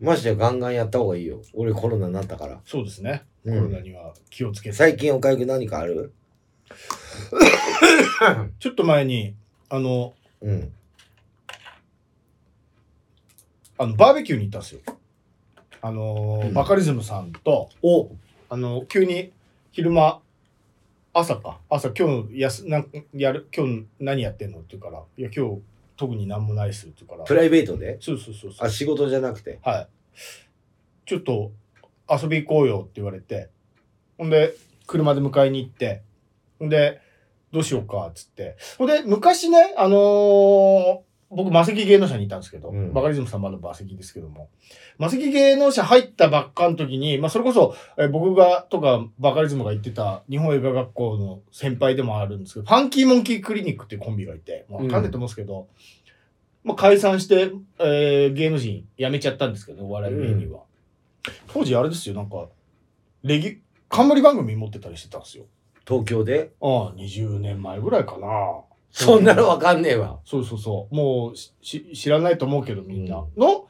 [SPEAKER 1] マジでガンガンやった方がいいよ俺コロナになったから、
[SPEAKER 2] そうですね。コ
[SPEAKER 1] うん
[SPEAKER 2] ロナには気をつけて。
[SPEAKER 1] 最近おかゆく何かある
[SPEAKER 2] [LAUGHS] ちょっと前に、あの、
[SPEAKER 1] うん
[SPEAKER 2] あのバーベキューに行ったんですよ。あのー
[SPEAKER 1] うん
[SPEAKER 2] バカリズムさんと、
[SPEAKER 1] お
[SPEAKER 2] あの急に昼間、朝か、朝、今日やすなんやる、今日何やってんのって言うから、いや、今日特になんもないっすって言うから、
[SPEAKER 1] プライベートで
[SPEAKER 2] そうそうそうそう
[SPEAKER 1] あ、仕事じゃなくて
[SPEAKER 2] はい。ちょっと遊び行こうよって言われて、ほんで、車で迎えに行って、ほんで、どうしようかっつって、ほんで、昔ね、あのー僕、魔石芸能社にいたんですけど、
[SPEAKER 1] うん
[SPEAKER 2] バカリズムさんまだ魔石ですけども、魔石芸能社入ったばっかの時に、まあ、それこそ、えー僕が、とか、バカリズムが言ってた、日本映画学校の先輩でもあるんですけど、ファンキーモンキークリニックっていうコンビがいて、まあ、わかんないと思うんですけど、まあ、解散して、えー芸能人辞めちゃったんですけどね、お笑い芸人は。当時、あれですよ、なんか、レギュ、冠番組持ってたりしてたんですよ。
[SPEAKER 1] 東京で
[SPEAKER 2] ああ、20年前ぐらいかな。
[SPEAKER 1] そんなのわかんねえわ
[SPEAKER 2] そうそうそう。もうしし知らないと思うけどみんな、
[SPEAKER 1] うん
[SPEAKER 2] の、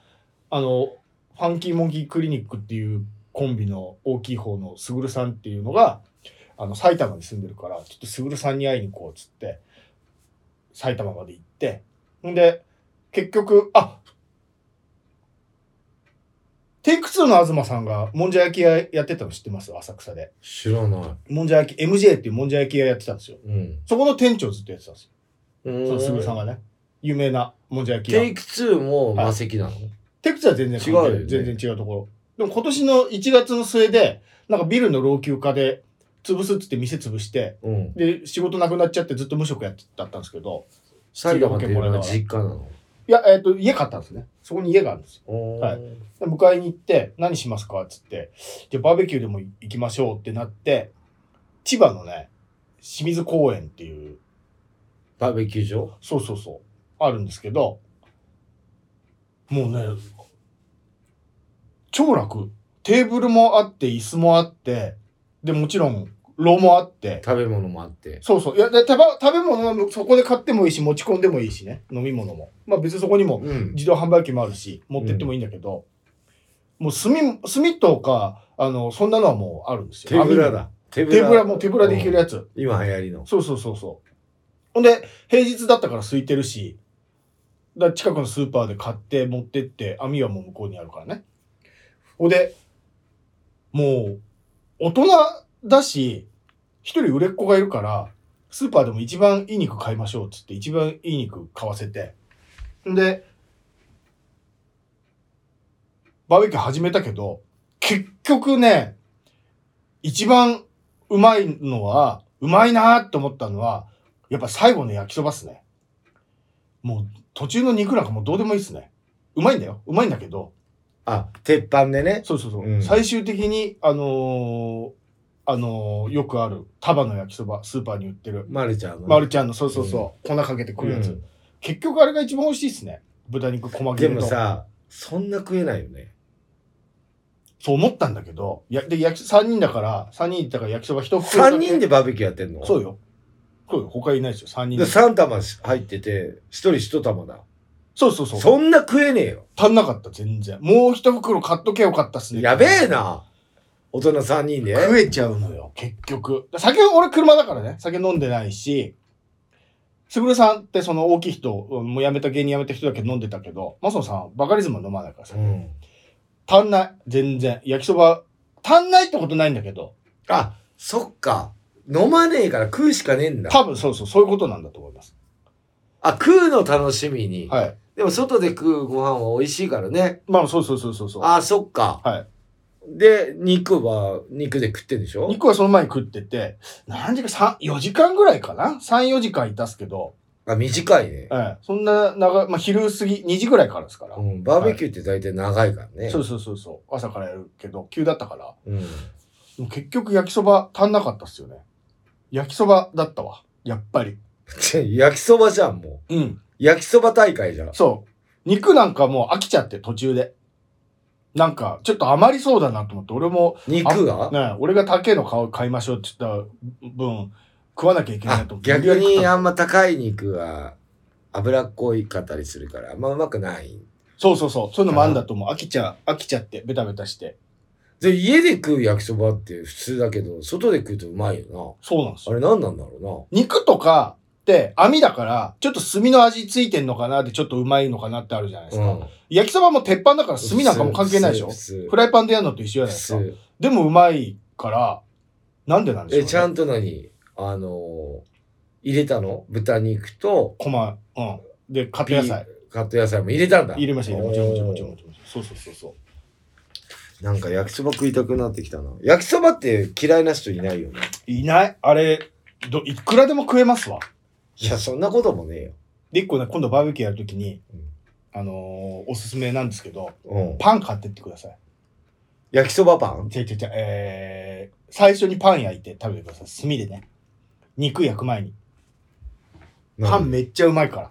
[SPEAKER 2] あの、ファンキーモンキークリニックっていうコンビの大きい方のすぐるさんっていうのが、あの、埼玉に住んでるから、ちょっとすぐるさんに会いに行こうっつって、埼玉まで行って、んで、結局、あテイク2の東さんがもんじゃ焼き屋やってたの知ってます浅草で。
[SPEAKER 1] 知らない
[SPEAKER 2] もんじゃ焼き、MJ っていうもんじゃ焼き屋やってたんですよ。
[SPEAKER 1] うん
[SPEAKER 2] そこの店長ずっとやってたんですよ。
[SPEAKER 1] うん
[SPEAKER 2] そう、すぐるさんがね、有名なもんじゃ焼き屋。
[SPEAKER 1] テイク2も魔石なの、
[SPEAKER 2] テクツは全然関係
[SPEAKER 1] 違
[SPEAKER 2] ない
[SPEAKER 1] うよね
[SPEAKER 2] 全然違うところ。でも今年の1月の末で、なんかビルの老朽化で、潰すっつって店潰して、
[SPEAKER 1] うん。
[SPEAKER 2] で、仕事なくなっちゃってずっと無職やってたんですけど、
[SPEAKER 1] 埼玉っていうのは実家なの。
[SPEAKER 2] いや、えっ、と、家買ったんですね。そこに家があるんですよ。
[SPEAKER 1] は
[SPEAKER 2] はいで迎えに行って、何しますかっつって、じゃあバーベキューでも行きましょうってなって、千葉のね、清水公園っていう、
[SPEAKER 1] バーベキュー場
[SPEAKER 2] そうそうそう、あるんですけど、もうね、超楽。テーブルもあって、椅子もあって、で、もちろん、炉もあって、
[SPEAKER 1] 食べ物もあって
[SPEAKER 2] そうそう。いや、で食べ食べ物はそこで買ってもいいし、持ち込んでもいいしね。飲み物も。まあ別にそこにも
[SPEAKER 1] うん
[SPEAKER 2] 自動販売機もあるし、持ってってもいいんだけど、もう炭、炭とか、あの、そんなのはもうあるんですよ。
[SPEAKER 1] 手ぶら
[SPEAKER 2] 網
[SPEAKER 1] だ手
[SPEAKER 2] の。手ぶら、もう手ぶらでいけるやつ。
[SPEAKER 1] 今流行りの
[SPEAKER 2] そうそうそうそう。ほんで、平日だったから空いてるし、だから近くのスーパーで買って持ってって、網はもう向こうにあるからね。ほんで、もう、大人だし、一人売れっ子がいるから、スーパーでも一番いい肉買いましょうっつって、一番いい肉買わせて。んで、バーベキュー始めたけど、結局ね、一番うまいのは、うまいなーって思ったのは、やっぱ最後の焼きそばっすね。もう途中の肉なんかもうどうでもいいっすね。うまいんだよ。うまいんだけど、
[SPEAKER 1] あ鉄板でね
[SPEAKER 2] そうそうそう。
[SPEAKER 1] うん
[SPEAKER 2] 最終的に、あのーあのーよくある束の焼きそば、スーパーに売ってる。
[SPEAKER 1] マルちゃんの
[SPEAKER 2] マルちゃんの、そうそうそう、粉かけて食うやつ。
[SPEAKER 1] うん
[SPEAKER 2] 結局あれが一番美味しいっすね。豚肉細切
[SPEAKER 1] で
[SPEAKER 2] れと。
[SPEAKER 1] もさそんな食えないよね
[SPEAKER 2] そう思ったんだけど、やで焼き3人だから、3人だから焼きそば1袋だけ。
[SPEAKER 1] 3人でバーベキューやってんの
[SPEAKER 2] そうよ。そうよ。他いないですよ。3人
[SPEAKER 1] で
[SPEAKER 2] で。
[SPEAKER 1] 3玉入ってて1人1玉だ
[SPEAKER 2] そうそうそう。
[SPEAKER 1] そんな食えねえよ
[SPEAKER 2] 足んなかった、全然。もう一袋買っとけよかったっすね。
[SPEAKER 1] やべえな大人3人で
[SPEAKER 2] 食えちゃうのよ、結局。酒、俺車だからね。酒飲んでないし、すぐるさんってその大きい人、うんもう辞めた芸人辞めた人だけ飲んでたけど、マソンさんはバカリズムは飲まないからさ
[SPEAKER 1] う。ん
[SPEAKER 2] 足んない。全然。焼きそば、足んないってことないんだけど、
[SPEAKER 1] あそっか飲まねえから食うしかねえんだ
[SPEAKER 2] 多分そうそう、そういうことなんだと思います。
[SPEAKER 1] あ食うの楽しみに
[SPEAKER 2] はい。
[SPEAKER 1] でも外で食うご飯は美味しいからね
[SPEAKER 2] まあそうそうそうそうそう。
[SPEAKER 1] あそっか
[SPEAKER 2] はい
[SPEAKER 1] で肉は肉で食ってんでしょ
[SPEAKER 2] 肉はその前に食ってて、何時間、三4時間ぐらいかな ?3、4時間いたっすけど、
[SPEAKER 1] あ短いね、
[SPEAKER 2] ええ、そんな長い、まあ昼過ぎ、2時ぐらいからですから。
[SPEAKER 1] うん、バーベキューって大体長いからね、
[SPEAKER 2] そうそうそうそう。朝からやるけど、急だったから。
[SPEAKER 1] うん、
[SPEAKER 2] でも結局焼きそば足んなかったっすよね。焼きそばだったわ。やっぱり。
[SPEAKER 1] 焼きそばじゃんもう
[SPEAKER 2] うん。
[SPEAKER 1] 焼きそば大会じゃん
[SPEAKER 2] そう。肉なんかもう飽きちゃって途中で。なんか、ちょっと余りそうだなと思って、俺も、
[SPEAKER 1] 肉が
[SPEAKER 2] ねえ、俺が高えの買う買いましょうって言った分、食わなきゃいけない
[SPEAKER 1] あ
[SPEAKER 2] と思って。
[SPEAKER 1] 逆
[SPEAKER 2] 無理やり食っ
[SPEAKER 1] に
[SPEAKER 2] た
[SPEAKER 1] あんま高い肉は脂っこいかったりするからあんまうまくない
[SPEAKER 2] そうそうそう。そういうのもあんだと思う。飽きちゃ、飽きちゃって、ベタベタして。
[SPEAKER 1] で家で食う焼きそばって普通だけど外で食うとうまいよ
[SPEAKER 2] そうなんです
[SPEAKER 1] な
[SPEAKER 2] よ。
[SPEAKER 1] あれ何なんだろ
[SPEAKER 2] 肉とかって網だから、ちょっと炭の味ついてんのかなって、ちょっとうまいのかなってあるじゃないうですか。
[SPEAKER 1] な、うん、
[SPEAKER 2] 焼きそばも鉄板だから炭なんかも関係ないでしょ
[SPEAKER 1] 普通
[SPEAKER 2] フライパンでやるのと一緒
[SPEAKER 1] 普
[SPEAKER 2] じゃないですか。
[SPEAKER 1] 通
[SPEAKER 2] でもうまいから、なんでなんでしょう、
[SPEAKER 1] え
[SPEAKER 2] ね、
[SPEAKER 1] ちゃんと何あのー入れたの豚肉と
[SPEAKER 2] こま、うん。で、カット野菜。
[SPEAKER 1] カット野菜も入れたんだ
[SPEAKER 2] 入れました、入れました。もちろん、もちろん、もちろん。もちろんそうそうそうそう。
[SPEAKER 1] なんか焼きそば食いたくなってきたな焼きそばって嫌いな人いないよね
[SPEAKER 2] いないあれ、ど、いくらでも食えますわ。
[SPEAKER 1] いやそんなこともねえよ
[SPEAKER 2] で、一個ね、今度バーベキューやるときに
[SPEAKER 1] うん、
[SPEAKER 2] あのーおすすめなんですけど、
[SPEAKER 1] うん、
[SPEAKER 2] パン買ってってください。
[SPEAKER 1] 焼きそばパン
[SPEAKER 2] ちょいちょいちょい、えー、最初にパン焼いて食べてください。炭でね。肉焼く前に。パンめっちゃうまいから。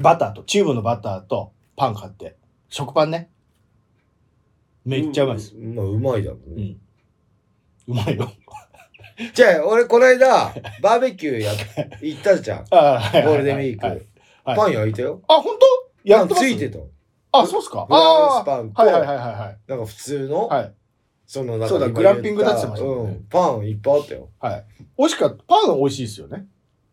[SPEAKER 2] バターと、チューブのバターとパン買って。食パンね。めっちゃうまいです。
[SPEAKER 1] うんまあうまいだろう
[SPEAKER 2] う
[SPEAKER 1] ね、
[SPEAKER 2] ん。うまいよ。
[SPEAKER 1] じゃあ俺この間バーベキューや行ったじゃん
[SPEAKER 2] ああ、はい
[SPEAKER 1] ゴールデンウィーク、
[SPEAKER 2] はいはい
[SPEAKER 1] パン焼いたよ
[SPEAKER 2] あ、本当？やってま
[SPEAKER 1] パンつ
[SPEAKER 2] す
[SPEAKER 1] いてたフ
[SPEAKER 2] あ、そうっすか。
[SPEAKER 1] ランス
[SPEAKER 2] あ
[SPEAKER 1] パン
[SPEAKER 2] あ。
[SPEAKER 1] と、
[SPEAKER 2] はいはいはいはい
[SPEAKER 1] なんか普通の、
[SPEAKER 2] はい。はい。
[SPEAKER 1] そのなんか
[SPEAKER 2] そうだ
[SPEAKER 1] 今
[SPEAKER 2] グランピング
[SPEAKER 1] 言
[SPEAKER 2] だって言ってましたもんね
[SPEAKER 1] うん、パンいっぱいあったよ
[SPEAKER 2] 美味しかった。パン美味しいですよね。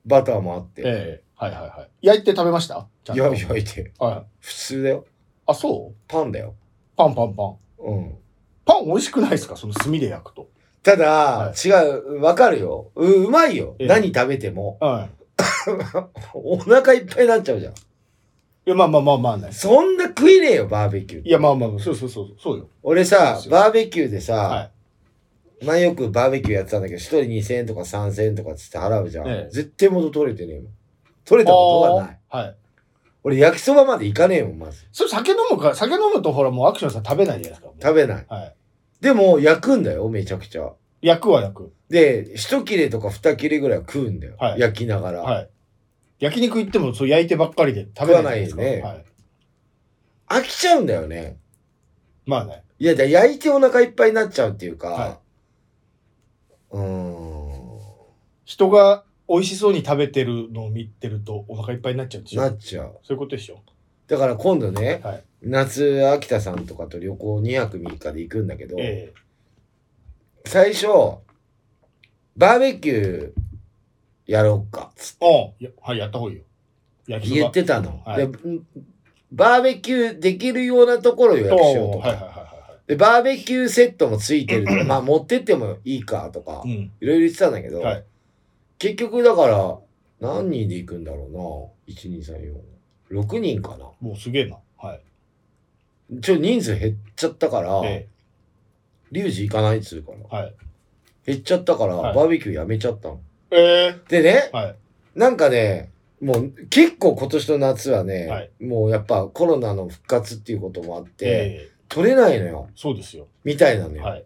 [SPEAKER 1] バターもあって、
[SPEAKER 2] ええはいはいはい。焼いて食べましたちゃんと。
[SPEAKER 1] 焼い焼いて
[SPEAKER 2] はい。
[SPEAKER 1] 普通だよ
[SPEAKER 2] あ、そう
[SPEAKER 1] パンだよ、
[SPEAKER 2] パンパンパン。
[SPEAKER 1] うん、
[SPEAKER 2] パン美味しくないですかその炭で焼くと。
[SPEAKER 1] ただ、
[SPEAKER 2] は
[SPEAKER 1] 違うわかるよううまいよ、
[SPEAKER 2] ええ
[SPEAKER 1] 何食べても
[SPEAKER 2] はい。
[SPEAKER 1] お腹いっぱいになっちゃうじゃん
[SPEAKER 2] いや、まあまあまあまあね。
[SPEAKER 1] そんな食えねえよバーベキューって
[SPEAKER 2] いや、まあまあまあ、そうそうそう、そうよ。
[SPEAKER 1] 俺
[SPEAKER 2] そう
[SPEAKER 1] さ
[SPEAKER 2] ですよ
[SPEAKER 1] バーベキューでさ、
[SPEAKER 2] は
[SPEAKER 1] 前よくバーベキューやってたんだけど、一人2000円とか3000円とかっつって払うじゃん。
[SPEAKER 2] ええ
[SPEAKER 1] 絶対元取れてねえもん。取れたことがない。
[SPEAKER 2] はい。
[SPEAKER 1] 俺焼きそばまで行かねえもんまず
[SPEAKER 2] それ酒飲むから、酒飲むとほらもうアクションさん食べないじゃないですか。もう
[SPEAKER 1] 食べない
[SPEAKER 2] はい。
[SPEAKER 1] でも焼くんだよめちゃくちゃ
[SPEAKER 2] 焼くは焼く。
[SPEAKER 1] で一切れとか二切れぐらいは食うんだよ、
[SPEAKER 2] はい
[SPEAKER 1] 焼きながら、
[SPEAKER 2] はい。焼肉行ってもそう焼いてばっかりで食べないじゃないで
[SPEAKER 1] 食
[SPEAKER 2] すか。
[SPEAKER 1] わ
[SPEAKER 2] はい。
[SPEAKER 1] 飽きちゃうんだよね
[SPEAKER 2] まあね。
[SPEAKER 1] いやじゃあ焼いてお腹いっぱいになっちゃうっていうか、
[SPEAKER 2] はいう
[SPEAKER 1] ーん
[SPEAKER 2] 人が美味しそうに食べてるのを見てるとお腹いっぱいになっちゃうんでしょ。
[SPEAKER 1] な
[SPEAKER 2] そう
[SPEAKER 1] っちゃう
[SPEAKER 2] いうことでしょ。
[SPEAKER 1] だから今度ね、
[SPEAKER 2] はい
[SPEAKER 1] 夏秋田さんとかと旅行2泊3日で行くんだけど、
[SPEAKER 2] ええ
[SPEAKER 1] 最初バーベキューやろうかっつって
[SPEAKER 2] おうん。やはい、やった方がいいよ。焼きそば。
[SPEAKER 1] 言ってたの、
[SPEAKER 2] はい
[SPEAKER 1] でんバーベキューできるようなところを予約しようとか、
[SPEAKER 2] はいはいはいは
[SPEAKER 1] でバーベキューセットもついてるとかまあ持ってってもいいかとか、
[SPEAKER 2] いはい。う
[SPEAKER 1] い
[SPEAKER 2] ん。
[SPEAKER 1] ろいろ言ってたんだけど、
[SPEAKER 2] はい
[SPEAKER 1] 結局だから何人で行くんだろうな12346人かな
[SPEAKER 2] もうすげえな。はい。
[SPEAKER 1] ちょ人数減っちゃったから、
[SPEAKER 2] え
[SPEAKER 1] リュウジ行かないっつうから
[SPEAKER 2] えはい。
[SPEAKER 1] 減っちゃったから、
[SPEAKER 2] はい
[SPEAKER 1] バーベキューやめちゃったの
[SPEAKER 2] え
[SPEAKER 1] でね
[SPEAKER 2] えはい。
[SPEAKER 1] なんかねもう結構今年の夏はね、
[SPEAKER 2] はい
[SPEAKER 1] もうやっぱコロナの復活っていうこともあって、
[SPEAKER 2] ええ
[SPEAKER 1] 取れないのよ
[SPEAKER 2] そうですよ。
[SPEAKER 1] みたいなのよ、
[SPEAKER 2] はい。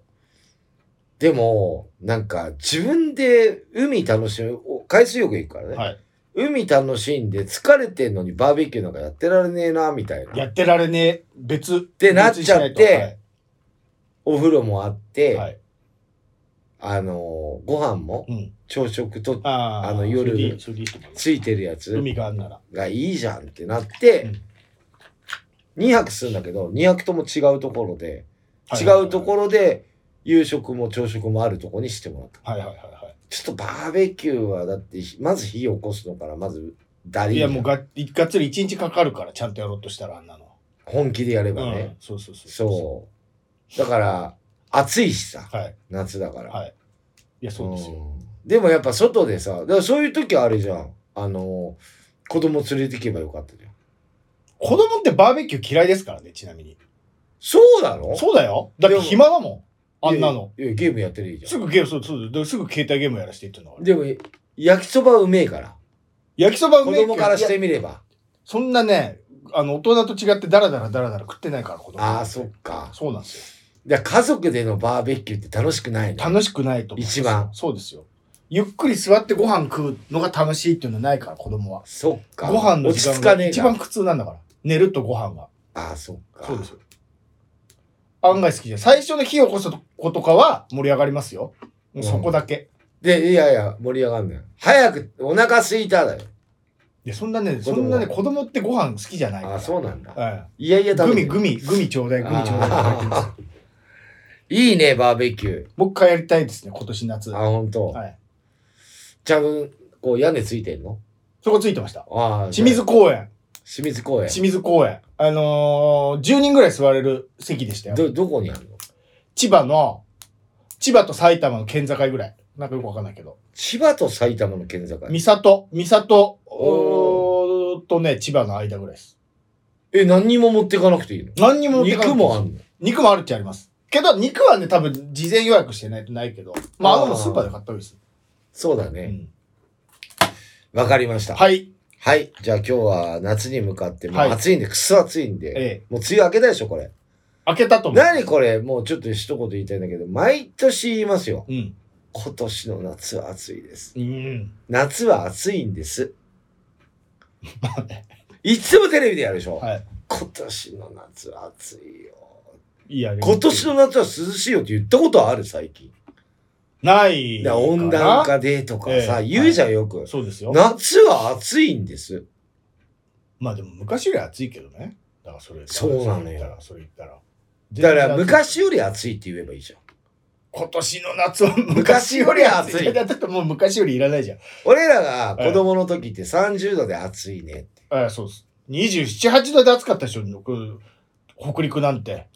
[SPEAKER 1] でもなんか自分で海楽しむお海水浴行くからね、
[SPEAKER 2] はい。
[SPEAKER 1] 海楽しんで疲れてんのにバーベキューなんかやってられねえなみたい
[SPEAKER 2] や
[SPEAKER 1] な
[SPEAKER 2] ってられねえ。別。って
[SPEAKER 1] なっちゃってお風呂もあって、
[SPEAKER 2] はい。
[SPEAKER 1] あのーご飯も
[SPEAKER 2] うん。
[SPEAKER 1] 朝食と
[SPEAKER 2] あー
[SPEAKER 1] あの夜
[SPEAKER 2] 3D 3D とかね
[SPEAKER 1] ついてるやつ
[SPEAKER 2] 海があんなら。
[SPEAKER 1] がいいじゃんってなって
[SPEAKER 2] うん、
[SPEAKER 1] 2泊するんだけど2泊とも違うところで違うとこ
[SPEAKER 2] ろ。
[SPEAKER 1] ろで夕食も朝食もあるとこにしてもらった
[SPEAKER 2] はいはいは
[SPEAKER 1] ちょっとバーベキューはだってひまず火起こすのからまずダ
[SPEAKER 2] いはい。い
[SPEAKER 1] リ
[SPEAKER 2] やもうがっがっつり1日かかるから、ちゃんとやろうとしたらあんなの。
[SPEAKER 1] 本気でやれば
[SPEAKER 2] う
[SPEAKER 1] ね
[SPEAKER 2] ん、そうそうそう。
[SPEAKER 1] そうだから暑いしさ
[SPEAKER 2] はい。
[SPEAKER 1] 夏だから、
[SPEAKER 2] はい。いや、そうですよ。
[SPEAKER 1] うんでもやっぱ外でさだからそういう時はあれじゃんあの子供連れてけばよかったじゃん
[SPEAKER 2] 子供ってバーベキュー嫌いですからね、ちなみに。
[SPEAKER 1] そうなの
[SPEAKER 2] そうだよ。だって暇だもん。あんなの。
[SPEAKER 1] いやいやゲームやってるいいじ
[SPEAKER 2] す
[SPEAKER 1] ゃん
[SPEAKER 2] ぐゲーム、そうそうだよ。すぐ携帯ゲームやらせてって言ってんの。
[SPEAKER 1] でも焼きそばうめえから
[SPEAKER 2] 焼きそばう
[SPEAKER 1] 子
[SPEAKER 2] めえけど
[SPEAKER 1] 供からし
[SPEAKER 2] いや
[SPEAKER 1] てみれば
[SPEAKER 2] そんなね、あの、大人と違ってダラダラダラダラ食ってないから、子供。
[SPEAKER 1] ああそっか
[SPEAKER 2] そうなんです
[SPEAKER 1] いや家族でのバーベキューって楽しくない
[SPEAKER 2] よ。
[SPEAKER 1] の
[SPEAKER 2] 楽しくないと思う。
[SPEAKER 1] 一番
[SPEAKER 2] そうですよ。ゆっくり座ってご飯食うのが楽しいっていうのはないから、子供は。
[SPEAKER 1] そっか
[SPEAKER 2] ご飯の
[SPEAKER 1] 落
[SPEAKER 2] 時
[SPEAKER 1] ち
[SPEAKER 2] 間
[SPEAKER 1] 着か
[SPEAKER 2] が
[SPEAKER 1] ねえ
[SPEAKER 2] 一
[SPEAKER 1] か
[SPEAKER 2] 番苦痛なんだから。寝るとご飯が。
[SPEAKER 1] ああそっか
[SPEAKER 2] そうですよ。案外好きじゃん。最初の火を起こす子とかは盛り上がりますよ。もうそこだけ。
[SPEAKER 1] でいやいや盛り上がんない早くお腹すいただよ
[SPEAKER 2] いや、そんなね、
[SPEAKER 1] 子供
[SPEAKER 2] そんなね、子供ってご飯好きじゃないか
[SPEAKER 1] あ
[SPEAKER 2] ら。
[SPEAKER 1] あそうなんだ
[SPEAKER 2] はい
[SPEAKER 1] やいや
[SPEAKER 2] い。グ
[SPEAKER 1] 食べ
[SPEAKER 2] ミ、
[SPEAKER 1] て
[SPEAKER 2] グミ、グミちょうだい、グミちょうだいとか言ってます。
[SPEAKER 1] いいねバーベキュ
[SPEAKER 2] もう一回やりたいですね、今年夏。
[SPEAKER 1] ーあ
[SPEAKER 2] は
[SPEAKER 1] 本当。
[SPEAKER 2] い。
[SPEAKER 1] ちゃんこう屋根ついてんの
[SPEAKER 2] そこついてました。
[SPEAKER 1] ああ
[SPEAKER 2] 清水公園。
[SPEAKER 1] 清水公園
[SPEAKER 2] 清水公園。あのー、10人ぐらい座れる席でしたよ。
[SPEAKER 1] どどこにあるの
[SPEAKER 2] 千葉の、千葉と埼玉の県境ぐらい。なんかよくわかんないけど。
[SPEAKER 1] 千葉と埼玉の県境
[SPEAKER 2] 三郷、三郷
[SPEAKER 1] お
[SPEAKER 2] おーとね、千葉の間ぐらいです。
[SPEAKER 1] え何にも持ってかなくていいの
[SPEAKER 2] 何にも持ってかなく
[SPEAKER 1] 肉
[SPEAKER 2] ていい
[SPEAKER 1] もあるの
[SPEAKER 2] 肉もあるっちゃあります。けど、肉はね、多分事前予約してないとないけど。まあ、あのもスーパーで買った方がいいです。
[SPEAKER 1] そうだ
[SPEAKER 2] う
[SPEAKER 1] ね
[SPEAKER 2] ん
[SPEAKER 1] わ、かりましたはい、
[SPEAKER 2] はい。
[SPEAKER 1] じゃあ今日は夏に向かってもう
[SPEAKER 2] はい
[SPEAKER 1] 暑いんで、くそ暑いんで、
[SPEAKER 2] ええ。
[SPEAKER 1] もう梅雨明けたでしょこれ
[SPEAKER 2] 開けたと思う。
[SPEAKER 1] 何これもうちょっと一言言いたいんだけど毎年言いますよ
[SPEAKER 2] うん。
[SPEAKER 1] 今年の夏は暑いです
[SPEAKER 2] うん。
[SPEAKER 1] 夏は暑いんです。いつもテレビでやるでしょ、
[SPEAKER 2] はい。
[SPEAKER 1] 今年の夏は暑いよ。
[SPEAKER 2] いや、でも
[SPEAKER 1] 今年の夏は涼しいよって言ったことはある最近。
[SPEAKER 2] ない
[SPEAKER 1] だから温暖化でとかさ、
[SPEAKER 2] ええ
[SPEAKER 1] 言うじゃんよく。
[SPEAKER 2] そうですよ。
[SPEAKER 1] 夏は暑いんです。
[SPEAKER 2] まあでも昔より暑いけどね。だからそれ。
[SPEAKER 1] そうなのよ
[SPEAKER 2] れ言ったらそれ言ったら。
[SPEAKER 1] だから
[SPEAKER 2] 全然暑い
[SPEAKER 1] 昔より暑いって言えばいいじゃん。
[SPEAKER 2] 今年の夏は
[SPEAKER 1] 昔より暑い
[SPEAKER 2] やだってもう昔よりいらないじゃん。
[SPEAKER 1] 俺らが子供の時って30度で暑いねって。
[SPEAKER 2] ああ、そうです。27、8度で暑かったでしょ、僕北陸なんて。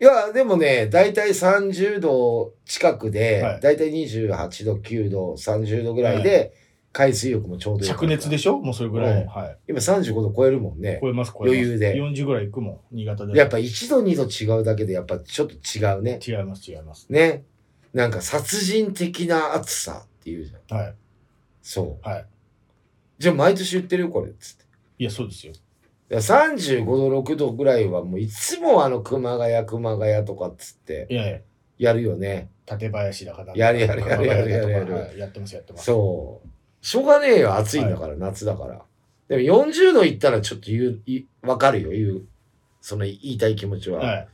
[SPEAKER 1] いや、でもね、だいたい30度近く
[SPEAKER 2] は
[SPEAKER 1] で、
[SPEAKER 2] い
[SPEAKER 1] だいたい28度、9度、30度ぐらいで、海水浴もちょうどよかった
[SPEAKER 2] 灼熱でしょもうそれぐらい。
[SPEAKER 1] うん
[SPEAKER 2] はい。
[SPEAKER 1] 今35度超えるもんね。
[SPEAKER 2] 超えます、超えま
[SPEAKER 1] 余
[SPEAKER 2] す。
[SPEAKER 1] 裕で
[SPEAKER 2] 40ぐらい行くもん、新潟で。
[SPEAKER 1] やっぱ1度2度違うだけでやっぱちょっと違うね。
[SPEAKER 2] 違います、違います。
[SPEAKER 1] ね。なんか殺人的な暑さっていうじゃん。
[SPEAKER 2] はい。
[SPEAKER 1] そう。
[SPEAKER 2] はい。
[SPEAKER 1] じゃあ毎年言ってるよこれっつって。
[SPEAKER 2] いや、そうですよ。
[SPEAKER 1] いや35度、6度ぐらいはもういつもあの熊谷、熊谷とかっつって
[SPEAKER 2] いやいや、
[SPEAKER 1] やるよね。
[SPEAKER 2] 館林だから。
[SPEAKER 1] やるやるやるやるやる
[SPEAKER 2] や
[SPEAKER 1] やる
[SPEAKER 2] やってます、やってます。
[SPEAKER 1] そう。しょうがねえよ、暑いんだから、夏だから。でも40度いったらちょっと言う、いわかるよ、言う。その言いたい気持ちは。
[SPEAKER 2] は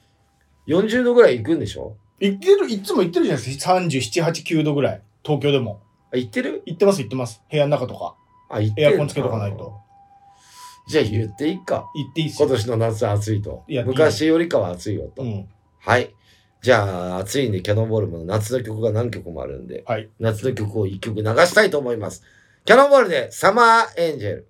[SPEAKER 1] 40度ぐらい行くんでしょ
[SPEAKER 2] い。いける、いつも行ってるじゃないですか。37、8、9度ぐらい。東京でも。
[SPEAKER 1] あ、行ってる
[SPEAKER 2] 行ってます、行ってます。部屋の中とか。
[SPEAKER 1] あ、行って
[SPEAKER 2] エ
[SPEAKER 1] る
[SPEAKER 2] アコンつけとかないと。。
[SPEAKER 1] じゃあ言っていいか。
[SPEAKER 2] 行っていいっす
[SPEAKER 1] 今
[SPEAKER 2] よ。
[SPEAKER 1] 年の夏は暑いと。
[SPEAKER 2] いや
[SPEAKER 1] 昔よりかは暑いよと。
[SPEAKER 2] うん。
[SPEAKER 1] はい。じゃあ、暑いんで、キャノンボールも夏の曲が何曲もあるんで、
[SPEAKER 2] はい。
[SPEAKER 1] 夏の曲を一曲流したいと思います。キャノンボールで、サマーエンジェル。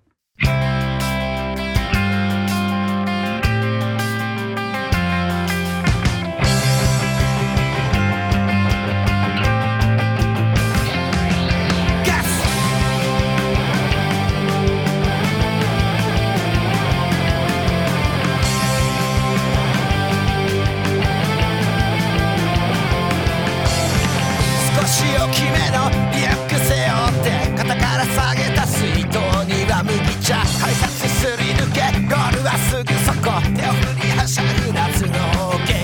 [SPEAKER 3] 少し大きめのリュック背負って肩から下げた水筒には麦茶改札すり抜けゴールはすぐそこ手を振りはしゃぐ夏の幻影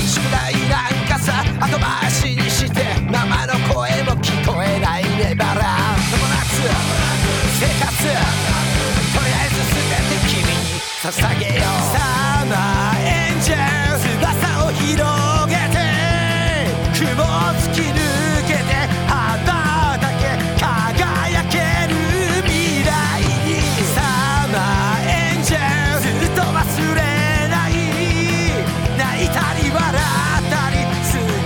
[SPEAKER 3] 宿題なんかさ後回しにして生の声も聞こえないねばら友達生活とりあえず全て君に捧げようサマーエンジェル翼を広げて雲を突き抜けて花だけ輝ける未来にサマーエンジェルずっと忘れない泣いたり笑ったり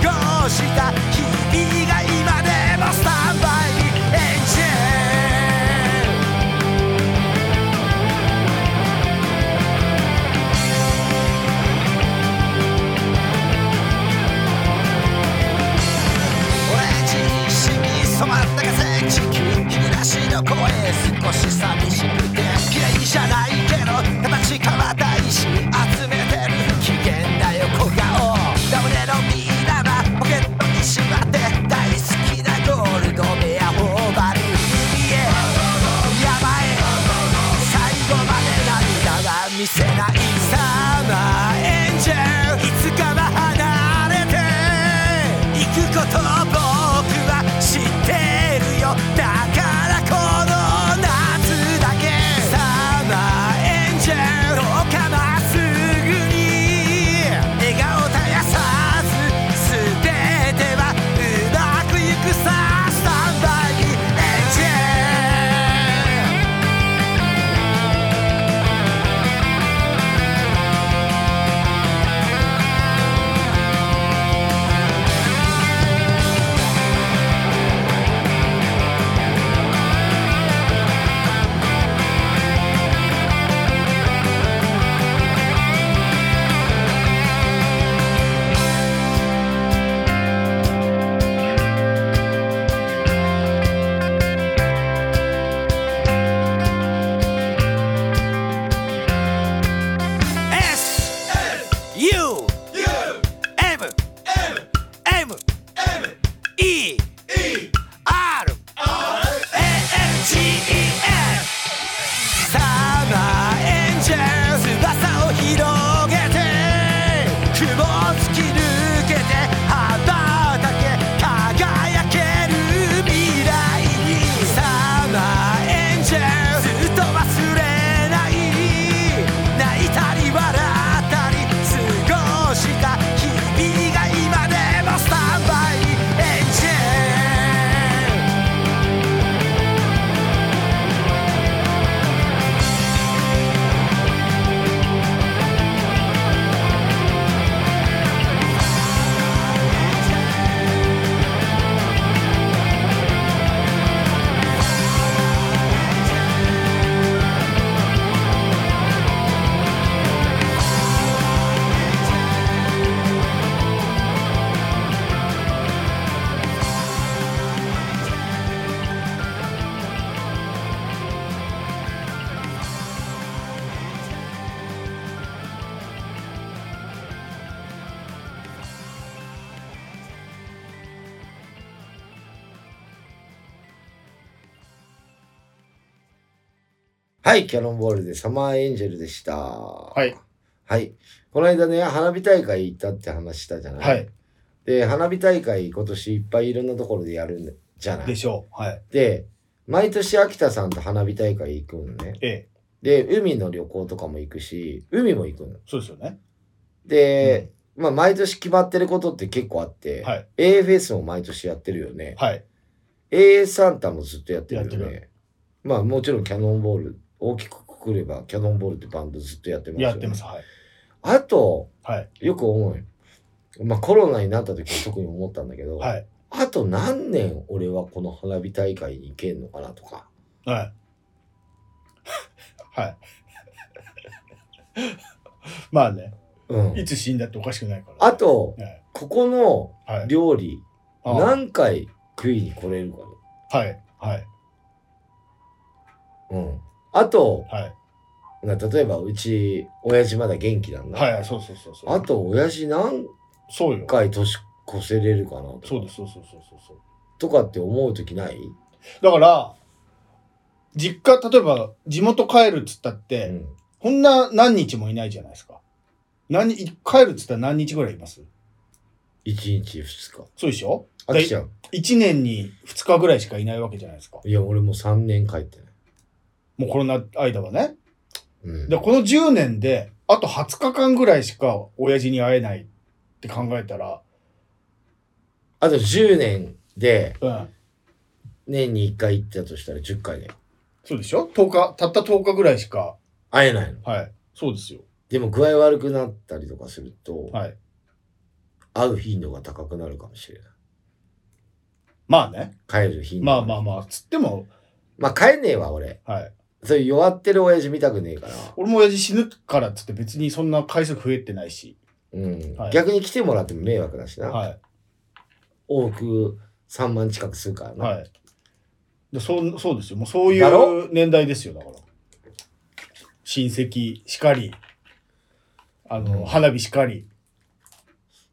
[SPEAKER 3] 過ごした日々が今でもスタンバイエンジェルオレンジに染み染まった風地球日暮らしの声少し寂しくて綺麗じゃないけど形変わった石集めてる不機嫌な横顔ラムネのビー玉ポケットにしまって大好きなゴールドベア頬張る海へ山へ最後まで涙は見せないサマーエンジェルいつかは離れて行くことを僕は知ってるよだからこの夏だけサマーエンジェルどうかまっすぐに笑顔絶やさず全てはうまくいくさスタンバイエンジェルS U M M E R A N G E N サマーエンジェル翼を広げて雲を突き抜けて羽ばたけ輝ける未来にサマーエンジェルずっと忘れない泣いたり笑ったり過ごした日々が今でもスタンバイエンジェル
[SPEAKER 1] はい、キャノンボールでサマーエンジェルでした。はいはい。この間ね、花火大会行ったって話したじゃない。
[SPEAKER 2] はい。
[SPEAKER 1] で、花火大会今年いっぱいいろんなところでやるんじゃない。
[SPEAKER 2] で
[SPEAKER 1] で
[SPEAKER 2] しょう。はい。
[SPEAKER 1] 毎年秋田さんと花火大会行くんね。
[SPEAKER 2] ええ。
[SPEAKER 1] で、海の旅行とかも行くし、海も行くの。
[SPEAKER 2] そうですよね。
[SPEAKER 1] で、まあ毎年決まってることって結構あって、
[SPEAKER 2] はい。
[SPEAKER 1] A フェスも毎年やってるよね。
[SPEAKER 2] はい。
[SPEAKER 1] A サンタもずっとやってるよ
[SPEAKER 2] やって
[SPEAKER 1] ね。まあもちろんキャノンボール、大きくくくればキャノンボールってバンドずっとやってますよ、ね。
[SPEAKER 2] やってます。。はい。
[SPEAKER 1] あと、
[SPEAKER 2] はい。
[SPEAKER 1] よく思うよ。まあコロナになった時は特に思ったんだけど、
[SPEAKER 2] はい。
[SPEAKER 1] あと何年俺はこの花火大会に行けんのかなとか。
[SPEAKER 2] はい。はい。まあね、
[SPEAKER 1] うん。
[SPEAKER 2] いつ死んだっておかしくないから。
[SPEAKER 1] あと、
[SPEAKER 2] はい。
[SPEAKER 1] ここの
[SPEAKER 2] はい。
[SPEAKER 1] 料理、
[SPEAKER 2] ああ
[SPEAKER 1] 何回食いに来れるか
[SPEAKER 2] はい。はい。
[SPEAKER 1] な。うん。あと、
[SPEAKER 2] はい。
[SPEAKER 1] な例えばうち、親父まだ元気なんだ。
[SPEAKER 2] はい。そうそうそうそう。
[SPEAKER 1] あと、親父何
[SPEAKER 2] そうよ。
[SPEAKER 1] 回年越せれるかなとか
[SPEAKER 2] そうです。そうそうそうそうそう。
[SPEAKER 1] とかって思う時ない、
[SPEAKER 2] だから、実家、例えば地元帰るっつったって、
[SPEAKER 1] うん
[SPEAKER 2] こんな何日もいないじゃないですか。何、帰るっつったら何日ぐらいいます
[SPEAKER 1] 1日2日。
[SPEAKER 2] そうでしょ
[SPEAKER 1] 飽きちゃう。
[SPEAKER 2] ?1 年に2日ぐらいしかいないわけじゃないですか。
[SPEAKER 1] いや、俺もう3年帰ってない。
[SPEAKER 2] もうコロナ間はね。
[SPEAKER 1] うん
[SPEAKER 2] で、この10年で、あと20日間ぐらいしか親父に会えないって考えたら、
[SPEAKER 1] あと10年で、
[SPEAKER 2] うん。
[SPEAKER 1] 年に1回行ったとしたら10回だよ。
[SPEAKER 2] そうでしょ ?10 日、たった10日ぐらいしか。
[SPEAKER 1] 会えないの。
[SPEAKER 2] はい。そうですよ。
[SPEAKER 1] でも具合悪くなったりとかすると、
[SPEAKER 2] はい。
[SPEAKER 1] 会う頻度が高くなるかもしれ
[SPEAKER 2] まあね。
[SPEAKER 1] ない。帰る頻度。
[SPEAKER 2] まあまあ
[SPEAKER 1] まあ。
[SPEAKER 2] まあ。つっても、
[SPEAKER 1] まあ帰んねえわ、俺。
[SPEAKER 2] はい。
[SPEAKER 1] そういう弱ってる親父見たくねえから。
[SPEAKER 2] 俺も親父死ぬからっつって別にそんな回数増えてないし。
[SPEAKER 1] うん。
[SPEAKER 2] はい
[SPEAKER 1] 逆に来てもらっても迷惑だしな。
[SPEAKER 2] は
[SPEAKER 1] 多く3万近くするから
[SPEAKER 2] い。
[SPEAKER 1] な。
[SPEAKER 2] はい。でそうそうですよ。もうそうい
[SPEAKER 1] だろ
[SPEAKER 2] う年代ですよ。だから。親戚しかり、あの、
[SPEAKER 1] うん
[SPEAKER 2] 花火しかり。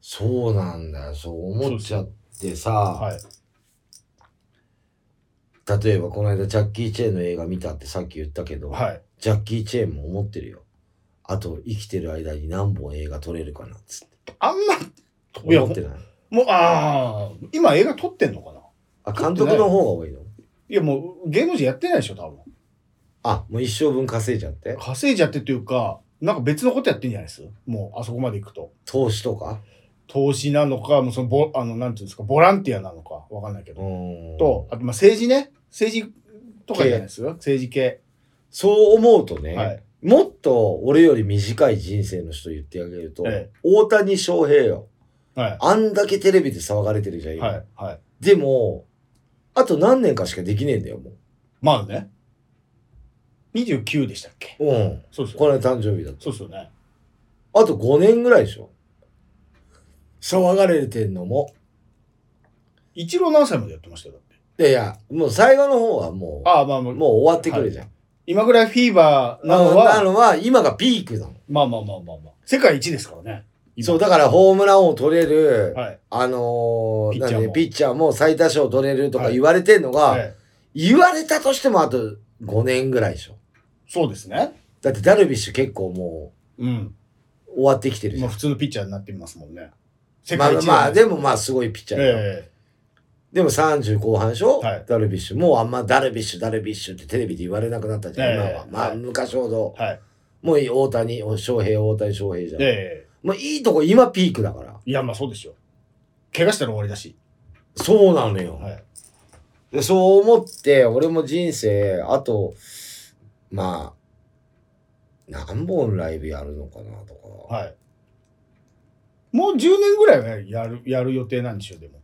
[SPEAKER 1] そうなんだよ。そう思っちゃってさ、
[SPEAKER 2] はい。
[SPEAKER 1] 例えばこの間ジャッキー・チェーンの映画見たってさっき言ったけど、
[SPEAKER 2] はい。
[SPEAKER 1] ジャッキー・チェーンも思ってるよ。あと生きてる間に何本映画撮れるかなっつって。
[SPEAKER 2] あんま、いや
[SPEAKER 1] 思ってない。
[SPEAKER 2] もう、ああ、今映画撮ってんのかな
[SPEAKER 1] あ、監督の方が多いの
[SPEAKER 2] いやもう芸能人やってないでしょ多分
[SPEAKER 1] あ、もう一生分稼いじゃって。
[SPEAKER 2] 稼いじゃってというかなんか別のことやってんじゃないですもうあそこまで行くと
[SPEAKER 1] 投資とか
[SPEAKER 2] 投資なのかもうそのボあのなんていうんですかボランティアなのかわかんないけ
[SPEAKER 1] う
[SPEAKER 2] ど、
[SPEAKER 1] ーん。
[SPEAKER 2] とあとまあ政治ね政治とかじゃないですか政治系、
[SPEAKER 1] そう思うとね、
[SPEAKER 2] はい
[SPEAKER 1] もっと俺より短い人生の人言ってあげると、
[SPEAKER 2] え
[SPEAKER 1] 大谷翔平よ。
[SPEAKER 2] はい
[SPEAKER 1] あんだけテレビで騒がれてるじゃん、今。
[SPEAKER 2] はいはい
[SPEAKER 1] でも、あと何年かしかできねえんだよ、も
[SPEAKER 2] まあね29でしたっけ
[SPEAKER 1] う。うん。
[SPEAKER 2] そうです
[SPEAKER 1] こ
[SPEAKER 2] よね
[SPEAKER 1] の間誕生日だと。
[SPEAKER 2] そうですよね
[SPEAKER 1] あと5年ぐらいでしょ。騒がれてんのも。
[SPEAKER 2] 一郎何歳までやってましたよだって
[SPEAKER 1] いやいや、もう最後の方はも
[SPEAKER 2] ああまあま
[SPEAKER 1] う、
[SPEAKER 2] あ
[SPEAKER 1] もう終わってくるじゃん。
[SPEAKER 2] 今ぐらいフィーバーな
[SPEAKER 1] な
[SPEAKER 2] の
[SPEAKER 1] のは、な
[SPEAKER 2] は
[SPEAKER 1] のは今がピークなの。
[SPEAKER 2] まあまあまあまあまあ世界一ですからね今
[SPEAKER 1] そう、だからホームランを取れる、
[SPEAKER 2] はい
[SPEAKER 1] あのー、
[SPEAKER 2] ピッ
[SPEAKER 1] なん
[SPEAKER 2] チャーも
[SPEAKER 1] で、ピッチャーも最多勝取れるとか
[SPEAKER 2] はい
[SPEAKER 1] 言われてんのが、
[SPEAKER 2] ええ
[SPEAKER 1] 言われたとしてもあと5年ぐらいでしょ。
[SPEAKER 2] そうですね
[SPEAKER 1] だってダルビッシュ結構も
[SPEAKER 2] うん
[SPEAKER 1] う終わってきてるじ
[SPEAKER 2] ま
[SPEAKER 1] ゃ
[SPEAKER 2] あ
[SPEAKER 1] ん。
[SPEAKER 2] 普通のピッチャーになってますもんね。世
[SPEAKER 1] まあ
[SPEAKER 2] 界
[SPEAKER 1] まあま
[SPEAKER 2] 一、
[SPEAKER 1] あ、
[SPEAKER 2] も、
[SPEAKER 1] でもまあすごいピッチャーよ、
[SPEAKER 2] え
[SPEAKER 1] でも30後半でしょ、
[SPEAKER 2] はい
[SPEAKER 1] ダルビッシュ。もうあんまダルビッシュ、ダルビッシュってテレビで言われなくなったじゃん、
[SPEAKER 2] ええ
[SPEAKER 1] 今は。ま
[SPEAKER 2] は
[SPEAKER 1] あ
[SPEAKER 2] い
[SPEAKER 1] 昔ほど。
[SPEAKER 2] えはい。
[SPEAKER 1] もういい大谷、翔平、大谷翔平じゃん。
[SPEAKER 2] え
[SPEAKER 1] もういいとこ今ピークだから。
[SPEAKER 2] えいや、まあそうでしょ。怪我したら終わりだし。
[SPEAKER 1] そうなのよ。
[SPEAKER 2] はい。
[SPEAKER 1] でそう思って、俺も人生、あと、まあ、何本ライブやるのかなとか。
[SPEAKER 2] はい。もう10年ぐらいはやる、やる予定なんでしょう、でも。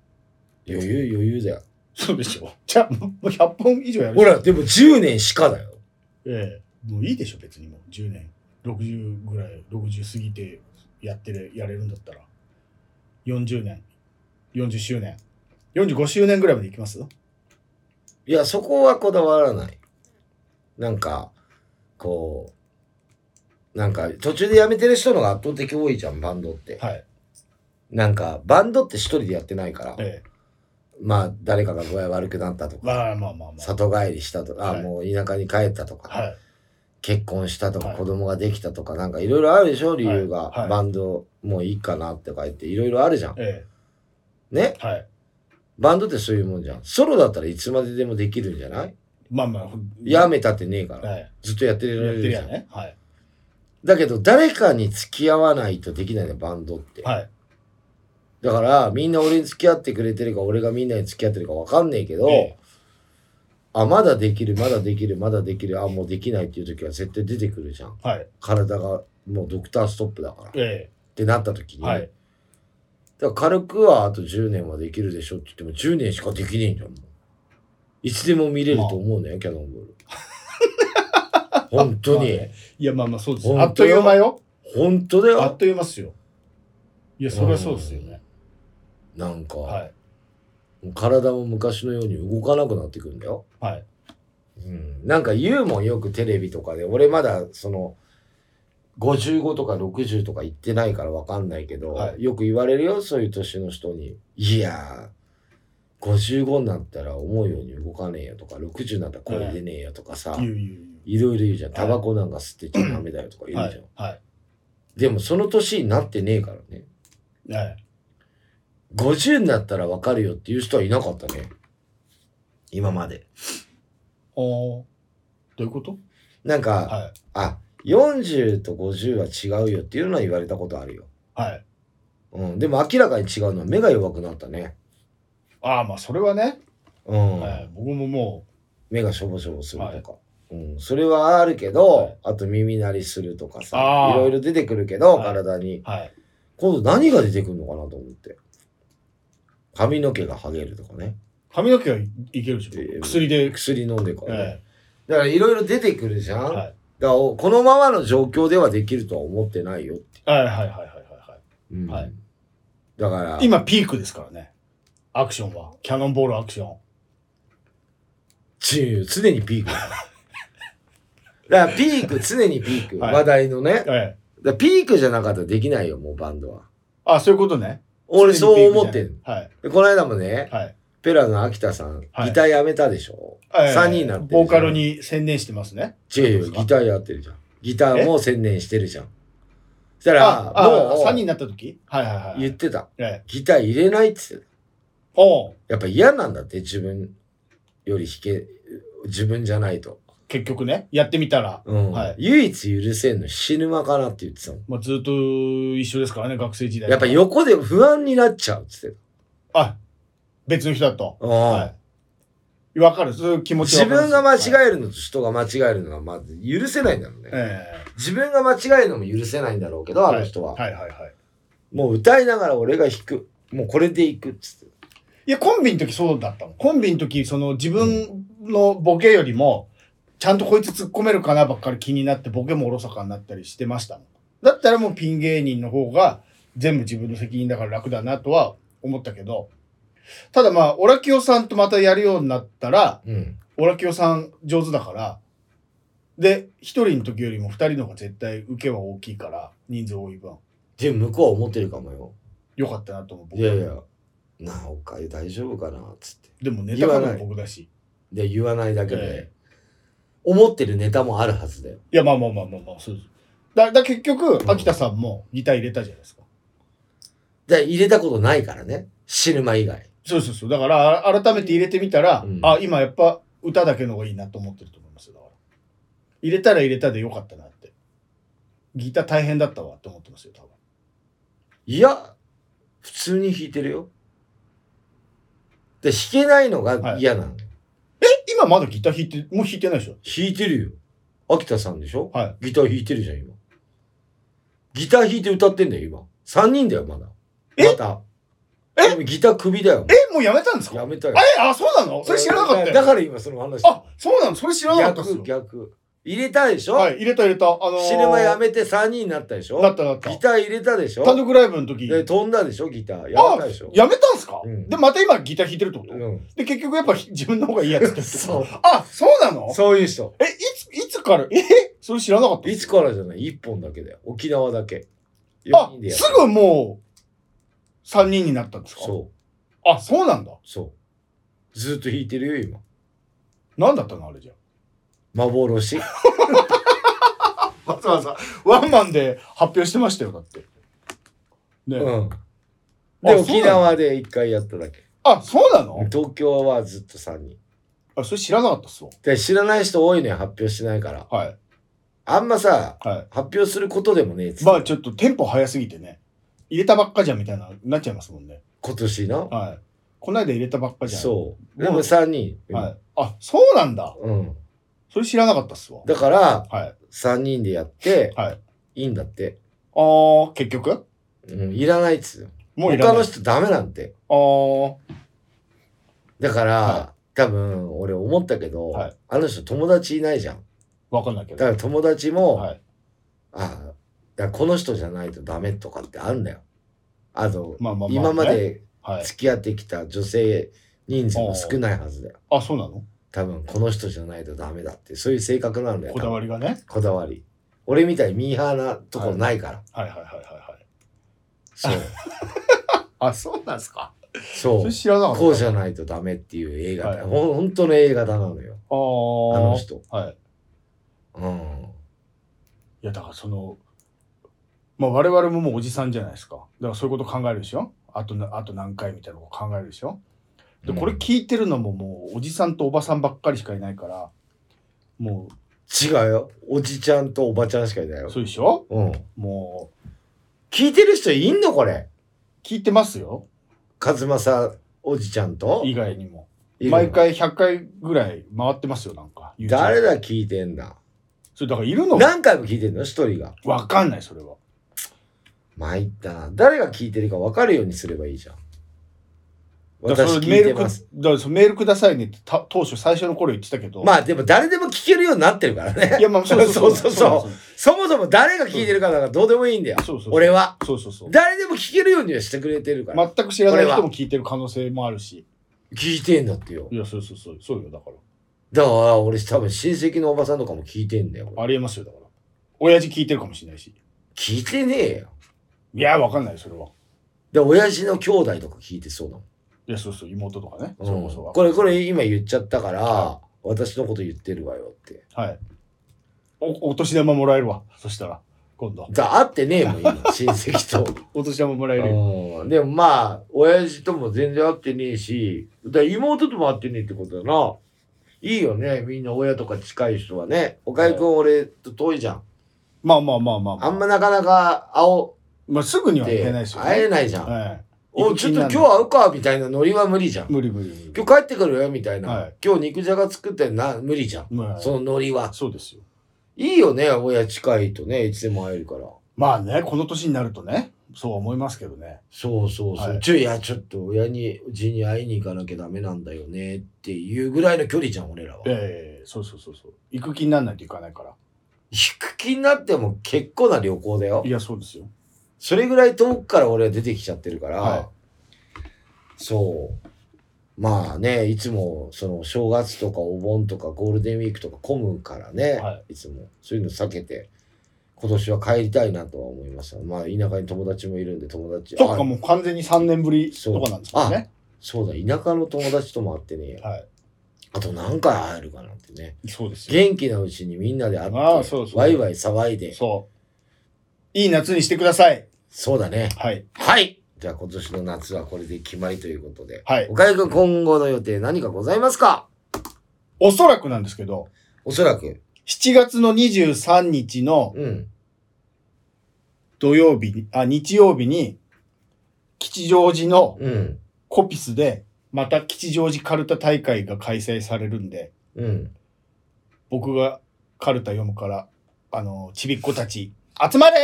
[SPEAKER 1] 余裕余裕だよ。
[SPEAKER 2] そうでしょ。じゃあ、もう100本以上やる。
[SPEAKER 1] ほら、でも10年しかだよ。
[SPEAKER 2] ええもういいでしょ、別にもう10年。60ぐらい、60過ぎてやってる、やれるんだったら。40年。40周年。45周年ぐらいまでいきます
[SPEAKER 1] いや、そこはこだわらない。なんか、こう、なんか途中で辞めてる人のが圧倒的多いじゃん、バンドって。
[SPEAKER 2] はい。
[SPEAKER 1] なんか、バンドって一人でやってないから、
[SPEAKER 2] ええ
[SPEAKER 1] まあ、誰かが具合悪くなったとか、
[SPEAKER 2] まあまあまあま
[SPEAKER 1] 里帰りしたとか、あ
[SPEAKER 2] はい
[SPEAKER 1] もう田舎に帰ったとか、
[SPEAKER 2] あ。はい。
[SPEAKER 1] 結婚したとか
[SPEAKER 2] はい
[SPEAKER 1] 子供ができたとかなんかいろいろあるでしょ理由が、
[SPEAKER 2] はいはい
[SPEAKER 1] バンドもういいかなとか言っていろいろあるじゃん
[SPEAKER 2] え
[SPEAKER 1] ね
[SPEAKER 2] えはい
[SPEAKER 1] バンドってそういうもんじゃんソロだったらいつまででもできるんじゃない、
[SPEAKER 2] まあまあ
[SPEAKER 1] やめたってねえから、
[SPEAKER 2] はい
[SPEAKER 1] ずっとやってら
[SPEAKER 2] やっ
[SPEAKER 1] れ
[SPEAKER 2] て
[SPEAKER 1] る
[SPEAKER 2] る
[SPEAKER 1] じゃ
[SPEAKER 2] やん
[SPEAKER 1] ん、
[SPEAKER 2] ねはい
[SPEAKER 1] だけど誰かに付き合わないとできないねバンドって、
[SPEAKER 2] はい
[SPEAKER 1] だからみんな俺に付き合ってくれてるか俺がみんなに付き合ってるか分かんねえけど、
[SPEAKER 2] ええ
[SPEAKER 1] あまだできるまだできるまだできるあもうできないっていう時は絶対出てくるじゃん
[SPEAKER 2] はい
[SPEAKER 1] 体がもうドクターストップだからっ
[SPEAKER 2] え
[SPEAKER 1] てなった時
[SPEAKER 2] え
[SPEAKER 1] に、
[SPEAKER 2] はい
[SPEAKER 1] だから軽くはあと10年はできるでしょって言っても10年しかできねえんじゃんもういつでも見れると思う
[SPEAKER 2] [LAUGHS]
[SPEAKER 1] ね、キャノンボール本当
[SPEAKER 2] まあ
[SPEAKER 1] に
[SPEAKER 2] ねいやまあまあそうです
[SPEAKER 1] 本当よ
[SPEAKER 2] よあっという間よ
[SPEAKER 1] 本当だ
[SPEAKER 2] あっ
[SPEAKER 1] よ
[SPEAKER 2] という間っすよいやそれはそうですよね
[SPEAKER 1] なんか、
[SPEAKER 2] はい
[SPEAKER 1] もう体も昔のように動かなくなってくるんだよ
[SPEAKER 2] はい
[SPEAKER 1] うんなんか言うもんよくテレビとかで俺まだその55とか60とか言ってないからわかんないけど、
[SPEAKER 2] はい
[SPEAKER 1] よく言われるよそういう年の人に「いやー55になったら思うように動かねえよ」とか「60になったらこれ出ねえよ」とかさ、
[SPEAKER 2] 言う
[SPEAKER 1] い、
[SPEAKER 2] 言う
[SPEAKER 1] ろいろ言うじゃん「
[SPEAKER 2] はい
[SPEAKER 1] タバコなんか吸ってちゃダメだよ」とか言う
[SPEAKER 2] 言う
[SPEAKER 1] じゃん、
[SPEAKER 2] はいは
[SPEAKER 1] でもその年になってねえからね
[SPEAKER 2] いはい
[SPEAKER 1] 50になったらわかるよっていう人はいなかったね今まで
[SPEAKER 2] おーどういうこと
[SPEAKER 1] なんか、
[SPEAKER 2] は
[SPEAKER 1] あ40と50は違うよっていうのは言われたことあるよ
[SPEAKER 2] いはい
[SPEAKER 1] うん、でも明らかに違うのは目が弱くなったね。
[SPEAKER 2] ああまあそれはね
[SPEAKER 1] うん。
[SPEAKER 2] はい僕もも
[SPEAKER 1] 目がしょぼしょぼするとか。うん、それはあるけど、
[SPEAKER 2] はい
[SPEAKER 1] あと耳鳴りするとかさ、
[SPEAKER 2] あー
[SPEAKER 1] いろいろ出てくるけど、
[SPEAKER 2] はい
[SPEAKER 1] 体に。
[SPEAKER 2] うはい
[SPEAKER 1] 今度何が出てくるのかなと思って。髪の毛が剥げるとかね。
[SPEAKER 2] 髪の毛はいいけるじ
[SPEAKER 1] え
[SPEAKER 2] ゃ
[SPEAKER 1] え
[SPEAKER 2] ん薬で
[SPEAKER 1] 薬飲んでからね。
[SPEAKER 2] え
[SPEAKER 1] だからいろいろ出てくるじゃん。
[SPEAKER 2] えは
[SPEAKER 1] だから
[SPEAKER 2] い
[SPEAKER 1] おこのままの状況ではできるとは思ってないよ。
[SPEAKER 2] はいはいはいはいはいはい
[SPEAKER 1] うん
[SPEAKER 2] はい
[SPEAKER 1] だから、
[SPEAKER 2] 今ピークですからねアクションはキャノンボールアクション
[SPEAKER 1] ち常にピークだから。だからピーク、常にピーク。
[SPEAKER 2] はい
[SPEAKER 1] 話題のね。
[SPEAKER 2] ええ
[SPEAKER 1] だからピークじゃなかったらできないよ、もうバンドは。
[SPEAKER 2] あそういうことね
[SPEAKER 1] 俺そう思って
[SPEAKER 2] る
[SPEAKER 1] る。
[SPEAKER 2] はい
[SPEAKER 1] でこの間もね、
[SPEAKER 2] はい
[SPEAKER 1] ペラの秋田さん、ギタ
[SPEAKER 2] はい
[SPEAKER 1] ーやめたでしょ、
[SPEAKER 2] ええ
[SPEAKER 1] 三人になってるじゃん
[SPEAKER 2] ボーカルに専念してますね
[SPEAKER 1] 違うよ
[SPEAKER 2] そうですか
[SPEAKER 1] ギターやってるじゃん。ギターも専念してるじゃん。そしたら
[SPEAKER 2] あ、あ
[SPEAKER 1] も
[SPEAKER 2] 3人に
[SPEAKER 1] う、
[SPEAKER 2] なった時はいはいはい
[SPEAKER 1] 言ってた。
[SPEAKER 2] ええ
[SPEAKER 1] ギター入れないっつってた。
[SPEAKER 2] おう
[SPEAKER 1] やっぱ嫌なんだって、自分より弾け、自分じゃないと。
[SPEAKER 2] 結局ねやってみたら
[SPEAKER 1] うん。
[SPEAKER 2] はい
[SPEAKER 1] 唯一許せんの死ぬ間かなって言ってたもん。
[SPEAKER 2] まあずっと一緒ですからね学生時代
[SPEAKER 1] やっぱ横で不安になっちゃうっつって
[SPEAKER 2] あ別の人だと
[SPEAKER 1] た。うん。
[SPEAKER 2] はいわかるそういう気持ち
[SPEAKER 1] 自分が間
[SPEAKER 2] え
[SPEAKER 1] 違えるのと人が間違えるのがまず許せないんだろうね。
[SPEAKER 2] え
[SPEAKER 1] 自分が間違えるのも許せないんだろうけど、あの人は。
[SPEAKER 2] はいはいはい
[SPEAKER 1] もう歌いながら俺が弾く。もうこれでいくっつって。
[SPEAKER 2] いや、コンビの時そうだったの。コンビの時、その自分のボケよりも、ちゃんとこいつ突っ込めるかなばっかり気になって、ボケもおろそかになったりしてましたの。だったらもうピン芸人の方が、全部自分の責任だから楽だなとは思ったけど、ただまあ、オラキオさんとまたやるようになったら、
[SPEAKER 1] うん。
[SPEAKER 2] オラキオさん上手だから、で、一人の時よりも二人の方が絶対受けは大きいから、人数多い分、
[SPEAKER 1] でも向こうは思ってるかもよ。
[SPEAKER 2] 良かったなと思う。僕
[SPEAKER 1] いやいや、なあ、おかゆ大丈夫かなっつって。
[SPEAKER 2] でもネタか
[SPEAKER 1] 言わ
[SPEAKER 2] ら
[SPEAKER 1] ない
[SPEAKER 2] 僕だし。
[SPEAKER 1] で、言わないだけで、
[SPEAKER 2] え
[SPEAKER 1] 思ってるネタもあるはずだよ。
[SPEAKER 2] いや、まあまあまあまあまあ、そうです。だ、だ結局、
[SPEAKER 1] ん
[SPEAKER 2] 秋田さんもギター入れたじゃないですか。
[SPEAKER 1] で、入れたことないからね。死ぬ間以外。
[SPEAKER 2] そうそうそう。だから、あ改めて入れてみたら、
[SPEAKER 1] うん
[SPEAKER 2] あ、今やっぱ歌だけの方がいいなと思ってると思いますよだから。入れたら入れたでよかったなって。ギター大変だったわって思ってますよ、多分。
[SPEAKER 1] いや、普通に弾いてるよ。で、弾けないのが嫌なの。
[SPEAKER 2] え今まだギター弾いて、もう弾いてないでしょ
[SPEAKER 1] 弾いてるよ。秋田さんでしょ
[SPEAKER 2] はい。
[SPEAKER 1] ギター弾いてるじゃん、今。ギター弾いて歌ってんだよ、今。3人だよ、まだ。
[SPEAKER 2] え
[SPEAKER 1] また。えギター首だよ。
[SPEAKER 2] えもうやめたんですか
[SPEAKER 1] やめたよ
[SPEAKER 2] あ。えあ、そうなのそれ知らなかった
[SPEAKER 1] だ
[SPEAKER 2] よ。
[SPEAKER 1] から今その話。
[SPEAKER 2] あ、そうなのそれ知らなかったっす
[SPEAKER 1] 逆、
[SPEAKER 2] よ。
[SPEAKER 1] 逆。入れたでしょ、
[SPEAKER 2] はい、入れた入れた。あのー、
[SPEAKER 1] シネマやめて3人になったでしょ
[SPEAKER 2] だっただった
[SPEAKER 1] ギ。ター入れたでしょ
[SPEAKER 2] 単独ライブの時。
[SPEAKER 1] で飛んだでしょギター。やめたでしょ
[SPEAKER 2] やめたんすか、
[SPEAKER 1] うん
[SPEAKER 2] で、また今ギター弾いてるってこと、
[SPEAKER 1] うん。
[SPEAKER 2] で、結局やっぱ自分の方がいいやつって。
[SPEAKER 1] [LAUGHS] そう。
[SPEAKER 2] あ、 [LAUGHS] そうなの
[SPEAKER 1] そういう人。
[SPEAKER 2] え、いつ、いつから、えそれ知らなかった
[SPEAKER 1] いつからじゃない ?1 本だけだよ。沖縄だけ。
[SPEAKER 2] あ
[SPEAKER 1] 4人、でやる
[SPEAKER 2] すぐもう、3人になったんですかう。
[SPEAKER 1] そう。
[SPEAKER 2] あ、そうなんだ。
[SPEAKER 1] そう。ずっと弾いてるよ、今。
[SPEAKER 2] [LAUGHS] なんだったのあれじゃ。
[SPEAKER 1] 幻
[SPEAKER 2] わざわざワンマンで発表してましたよだってね、
[SPEAKER 1] うん。
[SPEAKER 2] あ
[SPEAKER 1] で、
[SPEAKER 2] そう
[SPEAKER 1] 沖
[SPEAKER 2] なの
[SPEAKER 1] 縄で一回やっただけ。
[SPEAKER 2] あそうなの
[SPEAKER 1] 東京はずっと3人。
[SPEAKER 2] あそれ知らなかったっすわ
[SPEAKER 1] で、知らない人多いね、発表しないから。
[SPEAKER 2] はい
[SPEAKER 1] あんまさ、
[SPEAKER 2] は
[SPEAKER 1] 発表することでもねえっつっ
[SPEAKER 2] い
[SPEAKER 1] て
[SPEAKER 2] まあちょっとテンポ早すぎてね入れたばっかじゃんみたいななっちゃいますもんね
[SPEAKER 1] 今年な。
[SPEAKER 2] はいこの間入れたばっかじゃん
[SPEAKER 1] そう。でも3人。
[SPEAKER 2] はい、あそうなんだ
[SPEAKER 1] うん。
[SPEAKER 2] それ知らなかったっすわ
[SPEAKER 1] だから、
[SPEAKER 2] はい
[SPEAKER 1] 3人でやって、
[SPEAKER 2] はい
[SPEAKER 1] いんだって。
[SPEAKER 2] あー結局
[SPEAKER 1] うん、いらないっつうよ。
[SPEAKER 2] もういら
[SPEAKER 1] 他
[SPEAKER 2] な
[SPEAKER 1] の
[SPEAKER 2] い
[SPEAKER 1] 人ダメなんて。
[SPEAKER 2] あー
[SPEAKER 1] だから、
[SPEAKER 2] は
[SPEAKER 1] 多分、俺思ったけど、
[SPEAKER 2] はい
[SPEAKER 1] あの人友達いないじゃん。
[SPEAKER 2] わかんないけ
[SPEAKER 1] だ
[SPEAKER 2] ど
[SPEAKER 1] から友達も、
[SPEAKER 2] はい
[SPEAKER 1] あいやこの人じゃないとダメとかってあるんだよ。あと、
[SPEAKER 2] まあまあまあ、
[SPEAKER 1] 今ま
[SPEAKER 2] ね
[SPEAKER 1] で
[SPEAKER 2] はい
[SPEAKER 1] 付き合ってきた女性人数も少ないはずだよ。
[SPEAKER 2] あそうなの
[SPEAKER 1] 多分この人じゃないとダメだってそういう性格なんだよ。
[SPEAKER 2] こだわ
[SPEAKER 1] り。
[SPEAKER 2] りがね
[SPEAKER 1] こだわり。俺みたいにミーハーなところないから。
[SPEAKER 2] はいはいはいはいはい
[SPEAKER 1] そう。
[SPEAKER 2] あそうなんすか
[SPEAKER 1] そ
[SPEAKER 2] そうれ。知らなかった
[SPEAKER 1] こうじゃないとダメっていう映画だよ。
[SPEAKER 2] は
[SPEAKER 1] ほん本当の映画だなのよ。
[SPEAKER 2] あー
[SPEAKER 1] あの人。
[SPEAKER 2] はい
[SPEAKER 1] うん。
[SPEAKER 2] いやだからそのまあ我々ももうおじさんじゃないですかだからそういうこと考えるでしょあとなあと何回みたいなこと考えるでしょでこれ
[SPEAKER 1] うん
[SPEAKER 2] 聞いてるのももうおじさんとおばさんばっかりしかいないからも
[SPEAKER 1] 違うよ。おじちゃんとおばちゃんしかいないよ
[SPEAKER 2] う。そうでしょ
[SPEAKER 1] うん。
[SPEAKER 2] もう
[SPEAKER 1] 聞いてる人いんのこれ。
[SPEAKER 2] 聞いてますよ
[SPEAKER 1] 和正おじちゃんと
[SPEAKER 2] 以外にも
[SPEAKER 1] いるの
[SPEAKER 2] 毎回100回ぐらい回ってますよなんか YouTube
[SPEAKER 1] 誰だ聞いてんだ
[SPEAKER 2] それだからいるの
[SPEAKER 1] 何回も聞いてんの一人が
[SPEAKER 2] わかんないそれは
[SPEAKER 1] 参ったな誰が聞いてるか分かるようにすればいいじゃん
[SPEAKER 2] だから
[SPEAKER 1] 私
[SPEAKER 2] それ
[SPEAKER 1] 聞
[SPEAKER 2] メ
[SPEAKER 1] い
[SPEAKER 2] ール
[SPEAKER 1] て
[SPEAKER 2] くだ
[SPEAKER 1] ます
[SPEAKER 2] からそのメールくださいねってた当初最初の頃言ってたけど
[SPEAKER 1] まあでも誰でも聞けるようになってるからね [LAUGHS]
[SPEAKER 2] いやまあそうそう
[SPEAKER 1] そうそうそうそもそも誰が聞いてるかなんかどうでもいいんだよ
[SPEAKER 2] そうそうそう
[SPEAKER 1] 俺は
[SPEAKER 2] そうそうそう
[SPEAKER 1] 誰でも聞けるようにはしてくれてるから、
[SPEAKER 2] 全く知らない人も聞いてる可能性もあるし
[SPEAKER 1] 聞いてんだってよ
[SPEAKER 2] いやそうそうそうそうよだから
[SPEAKER 1] だから俺多分親戚のおばさんとかも聞いてんだよ
[SPEAKER 2] ありえますよだから親父聞いてるかもしれないし
[SPEAKER 1] 聞いてねえよ
[SPEAKER 2] いやわかんないそれは
[SPEAKER 1] で親父の兄弟とか聞いてそうだもん
[SPEAKER 2] いやそうそう妹とかね、それこそ
[SPEAKER 1] うん
[SPEAKER 2] は
[SPEAKER 1] これこれ今言っちゃったから、
[SPEAKER 2] は
[SPEAKER 1] 私のこと言ってるわよって
[SPEAKER 2] はいおお年玉もらえるわそしたら今度
[SPEAKER 1] だ会ってねえもん今
[SPEAKER 2] [LAUGHS]
[SPEAKER 1] 親戚と
[SPEAKER 2] お年玉もらえるよ
[SPEAKER 1] うんでもまあ親父とも全然会ってねえしだ妹とも会ってねえってことだないいよねみんな親とか近い人はね岡井君俺と遠いじゃん
[SPEAKER 2] まあまあまあまあ、ま
[SPEAKER 1] あ
[SPEAKER 2] あ、
[SPEAKER 1] んまなかなか会お
[SPEAKER 2] まあすぐに
[SPEAKER 1] うっ
[SPEAKER 2] は
[SPEAKER 1] て
[SPEAKER 2] 言えないですよね
[SPEAKER 1] 会えないじゃん、
[SPEAKER 2] はい
[SPEAKER 1] おちょっと今日会うかみたいなノリは無理じゃん
[SPEAKER 2] 無理無理無理
[SPEAKER 1] 今日帰ってくるよみたいな、
[SPEAKER 2] はい
[SPEAKER 1] 今日肉じゃが作ってんな無理じゃん
[SPEAKER 2] まあ
[SPEAKER 1] そのノリは
[SPEAKER 2] そうですよ
[SPEAKER 1] いいよね、親近いとね、いつでも会えるから。
[SPEAKER 2] まあねこの年になるとねそう思いますけどね
[SPEAKER 1] そうそうそう。
[SPEAKER 2] はい
[SPEAKER 1] ちょいや、ちょっと親に、うちに会いに行かなきゃダメなんだよねっていうぐらいの距離じゃん、俺らは。
[SPEAKER 2] ええそうそうそうそう行く気にならないといかないから
[SPEAKER 1] 引く気になっても結構な旅行だよ
[SPEAKER 2] い。やそうですよ
[SPEAKER 1] それぐらい遠くから俺は出てきちゃってるから、
[SPEAKER 2] は
[SPEAKER 1] そう。まあね、いつも、その、正月とかお盆とかゴールデンウィークとか混むからね、、
[SPEAKER 2] はい
[SPEAKER 1] つも、そういうの避けて、今年は帰りたいなとは思いました。まあ、田舎に友達もいるんで、友達。
[SPEAKER 2] とか
[SPEAKER 1] あ
[SPEAKER 2] もう完全に3年ぶりとかなんですよね
[SPEAKER 1] そうだ、田舎の友達とも会ってねえよ。
[SPEAKER 2] は
[SPEAKER 1] あと何回会えるかなんてね。
[SPEAKER 2] いそうですよ
[SPEAKER 1] 元気なうちにみんなで会って、
[SPEAKER 2] ああそうそう
[SPEAKER 1] ワイワイ騒いで。そう
[SPEAKER 2] そういい夏にしてください
[SPEAKER 1] だね。
[SPEAKER 2] はい
[SPEAKER 1] はいじゃあ今年の夏はこれで決まりということで。
[SPEAKER 2] はい
[SPEAKER 1] 岡井くん今後の予定何かございますか
[SPEAKER 2] おそらくなんですけど
[SPEAKER 1] おそらく。
[SPEAKER 2] 7月の23日の
[SPEAKER 1] うん。
[SPEAKER 2] 土曜日にあ日曜日に吉祥寺の
[SPEAKER 1] うん。
[SPEAKER 2] コピスでまた吉祥寺カルタ大会が開催されるんで
[SPEAKER 1] うん。
[SPEAKER 2] 僕がカルタ読むから、あの、ちびっ子たち、集まれ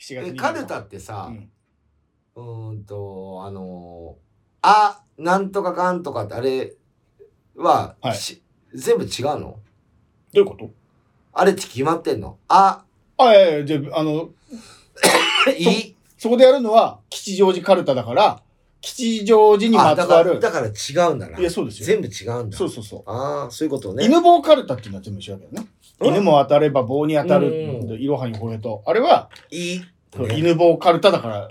[SPEAKER 2] ー !7 月
[SPEAKER 1] え
[SPEAKER 2] に。
[SPEAKER 1] カルタってさ、
[SPEAKER 2] うん
[SPEAKER 1] うーんと、あのーあ、なんとかかんとかってあれは、
[SPEAKER 2] はい
[SPEAKER 1] し全部違うの
[SPEAKER 2] どういうこと
[SPEAKER 1] あれって決まってんのあ、
[SPEAKER 2] あ、いやいや、じゃあ、あの、
[SPEAKER 1] いい。
[SPEAKER 2] そこでやるのは吉祥寺カルタだから、吉祥寺にま
[SPEAKER 1] あ
[SPEAKER 2] つ
[SPEAKER 1] だか
[SPEAKER 2] わ
[SPEAKER 1] ら
[SPEAKER 2] る。
[SPEAKER 1] だから違うんだない
[SPEAKER 2] や、そうですよ。
[SPEAKER 1] 全部違うんだ
[SPEAKER 2] そうそうそう。
[SPEAKER 1] ああそういうことね
[SPEAKER 2] 犬棒カルタっていうのは全部一緒だけどね。
[SPEAKER 1] うん
[SPEAKER 2] 犬も当たれば棒に当た
[SPEAKER 1] うん
[SPEAKER 2] る。いろはにほれと。あれは、
[SPEAKER 1] いい
[SPEAKER 2] そう
[SPEAKER 1] ね
[SPEAKER 2] 犬棒カルタだから、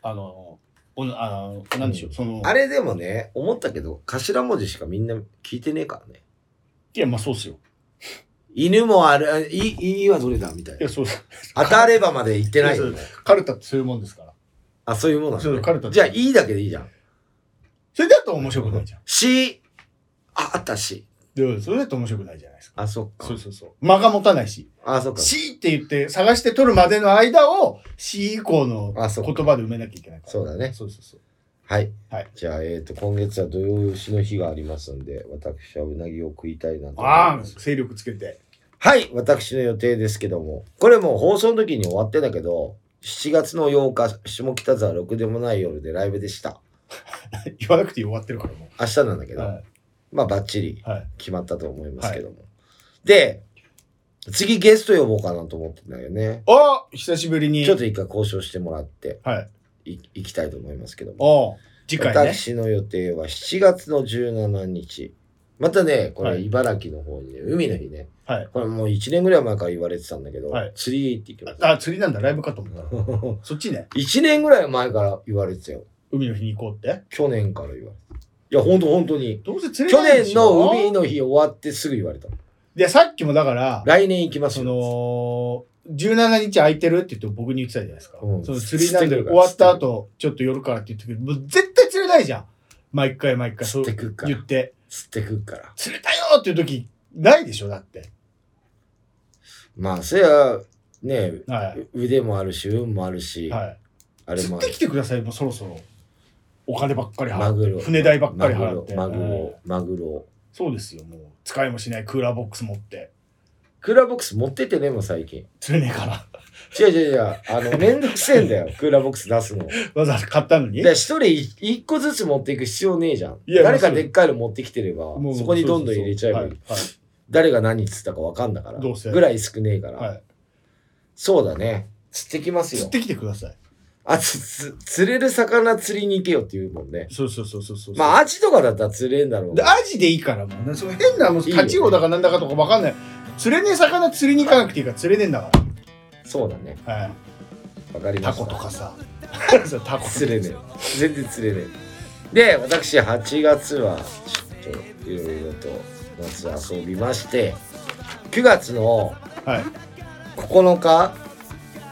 [SPEAKER 2] あの、おなあのなんでしょう、その、
[SPEAKER 1] あれでもね思ったけど頭文字しかみんな聞いてねえからね
[SPEAKER 2] いや、まあそうっすよ。
[SPEAKER 1] 犬もある、あい、いはどれだみたい
[SPEAKER 2] い
[SPEAKER 1] な。
[SPEAKER 2] や、そうです。
[SPEAKER 1] 当たればまで行ってないよね、
[SPEAKER 2] [LAUGHS] カルタってそういうもんですから。
[SPEAKER 1] あ、そういうものな
[SPEAKER 2] そう
[SPEAKER 1] の、
[SPEAKER 2] そうカルタ
[SPEAKER 1] じゃあ、いいだけでいいじゃん。
[SPEAKER 2] それだと面白くないじゃん。
[SPEAKER 1] し、あ、あったし。
[SPEAKER 2] でそれだと面白くないじゃないですか。
[SPEAKER 1] あ、そっか
[SPEAKER 2] そう。そうそう。間が持たないし。
[SPEAKER 1] あ、そっか。
[SPEAKER 2] しって言って探して取るまでの間をし以降の言
[SPEAKER 1] あそう
[SPEAKER 2] 葉で埋めなきゃいけないから。
[SPEAKER 1] そうだね
[SPEAKER 2] そうそうそう。
[SPEAKER 1] はい。
[SPEAKER 2] はい
[SPEAKER 1] じゃあ、えっ、と、今月は土曜日の日がありますんで、私はうなぎを食いたいなと思い
[SPEAKER 2] ああ
[SPEAKER 1] ま、す。
[SPEAKER 2] 勢力つけて。 [LAUGHS]
[SPEAKER 1] はい。私の予定ですけども、これもう放送の時に終わってたけど、7月の8日、下北沢ろくでもない夜でライブでした。
[SPEAKER 2] 言わなくて終わってるからも
[SPEAKER 1] 明日なんだけ
[SPEAKER 2] う。
[SPEAKER 1] ど、
[SPEAKER 2] は
[SPEAKER 1] まあ、バッチリ
[SPEAKER 2] い。はい。
[SPEAKER 1] 決まったと思いますけども。で、次ゲスト呼ぼうかなと思ってんだよね。
[SPEAKER 2] あ久しぶりに。
[SPEAKER 1] ちょっと一回交渉してもらって
[SPEAKER 2] はい。
[SPEAKER 1] い行きたいと思いますけども。
[SPEAKER 2] おう次回ね。
[SPEAKER 1] 私の予定は7月の17日。またね、こ
[SPEAKER 2] は
[SPEAKER 1] れ
[SPEAKER 2] い
[SPEAKER 1] 茨城の方にね、海の日ね。
[SPEAKER 2] はい。
[SPEAKER 1] これもう1年ぐらい前から言われてたんだけど、
[SPEAKER 2] はい
[SPEAKER 1] 釣りって言って
[SPEAKER 2] あ、釣りなんだ。ライブかと思った。
[SPEAKER 1] ました。
[SPEAKER 2] そっちね。
[SPEAKER 1] 1年ぐらい前から言われてたよ。
[SPEAKER 2] 海の日に行こうって。
[SPEAKER 1] 去年から言われてた。いや、ほんとほんとに。
[SPEAKER 2] どうせ釣れ
[SPEAKER 1] 去
[SPEAKER 2] ないで
[SPEAKER 1] 年
[SPEAKER 2] しょ
[SPEAKER 1] の海の日終わってすぐ言われた。
[SPEAKER 2] で、さっきもだから、
[SPEAKER 1] 来年行きます
[SPEAKER 2] そ
[SPEAKER 1] よ。
[SPEAKER 2] の、17日空いてるって言って僕に言ってたじゃないですか。
[SPEAKER 1] うん
[SPEAKER 2] その釣りな
[SPEAKER 1] 釣
[SPEAKER 2] ん
[SPEAKER 1] って
[SPEAKER 2] で
[SPEAKER 1] くるか
[SPEAKER 2] 終
[SPEAKER 1] ら
[SPEAKER 2] わった後、ちょっと寄るからって言ってくる。もう絶対釣れないじゃん。毎回毎回そ
[SPEAKER 1] 釣っ
[SPEAKER 2] う
[SPEAKER 1] てくっから
[SPEAKER 2] 言って。
[SPEAKER 1] 釣ってくっから。
[SPEAKER 2] 釣れたよっていう時、ないでしょだって。
[SPEAKER 1] まあ、そりゃ、ね、
[SPEAKER 2] は
[SPEAKER 1] 腕もあるし、運もあるし、
[SPEAKER 2] い。はい。
[SPEAKER 1] あれ
[SPEAKER 2] 釣
[SPEAKER 1] も
[SPEAKER 2] っ
[SPEAKER 1] あ
[SPEAKER 2] て
[SPEAKER 1] る
[SPEAKER 2] き。てください、もうそろそろ。お金ばっかり
[SPEAKER 1] マ
[SPEAKER 2] 払っ
[SPEAKER 1] グ
[SPEAKER 2] て、
[SPEAKER 1] ロ。
[SPEAKER 2] 船代ばっかり払って。
[SPEAKER 1] マグロ、マグ
[SPEAKER 2] うん
[SPEAKER 1] ロ、マグロ。
[SPEAKER 2] そうですよ、もう。使いもしないクーラーボックス持って。
[SPEAKER 1] クーラーボックス持ってってね、もう最近。
[SPEAKER 2] 釣れねえから。 [LAUGHS]
[SPEAKER 1] 違う違う違う。あの、めんどくせえんだよ。クーラーボックス出すの。
[SPEAKER 2] わざわざ買ったのに。
[SPEAKER 1] で、一人い一個ずつ持っていく必要ねえじゃん。
[SPEAKER 2] いや
[SPEAKER 1] 誰か
[SPEAKER 2] そう
[SPEAKER 1] でっかいの持ってきてれば、
[SPEAKER 2] もう
[SPEAKER 1] そこにどんどん入れちゃえばいい。
[SPEAKER 2] そうそうそう
[SPEAKER 1] 誰が何釣ったかわかんだから。
[SPEAKER 2] どうせ
[SPEAKER 1] ぐらい少ねえから。
[SPEAKER 2] はいはいはい
[SPEAKER 1] そうだね。釣ってきます
[SPEAKER 2] 釣
[SPEAKER 1] よ
[SPEAKER 2] っ。てきてください。
[SPEAKER 1] あ、つ、つ、釣れる魚釣りに行けよって言うもんね。
[SPEAKER 2] そうそうそうそうそう。
[SPEAKER 1] まあ、アジとかだったら釣れんだろう
[SPEAKER 2] で
[SPEAKER 1] が。
[SPEAKER 2] アジでいいからもう、ね、その変なもう
[SPEAKER 1] いいよね
[SPEAKER 2] タチウオだかなんだかとかわかんない釣れねえ魚釣りに行かなくていいから釣れねえんだか
[SPEAKER 1] そうだね。
[SPEAKER 2] ら、はい、
[SPEAKER 1] わかりま
[SPEAKER 2] タ
[SPEAKER 1] した。
[SPEAKER 2] コとかさそうタコ
[SPEAKER 1] 釣れねえ全然釣れねえで私8月はちょっといろいろと夏遊びまして9月の
[SPEAKER 2] はい
[SPEAKER 1] 9日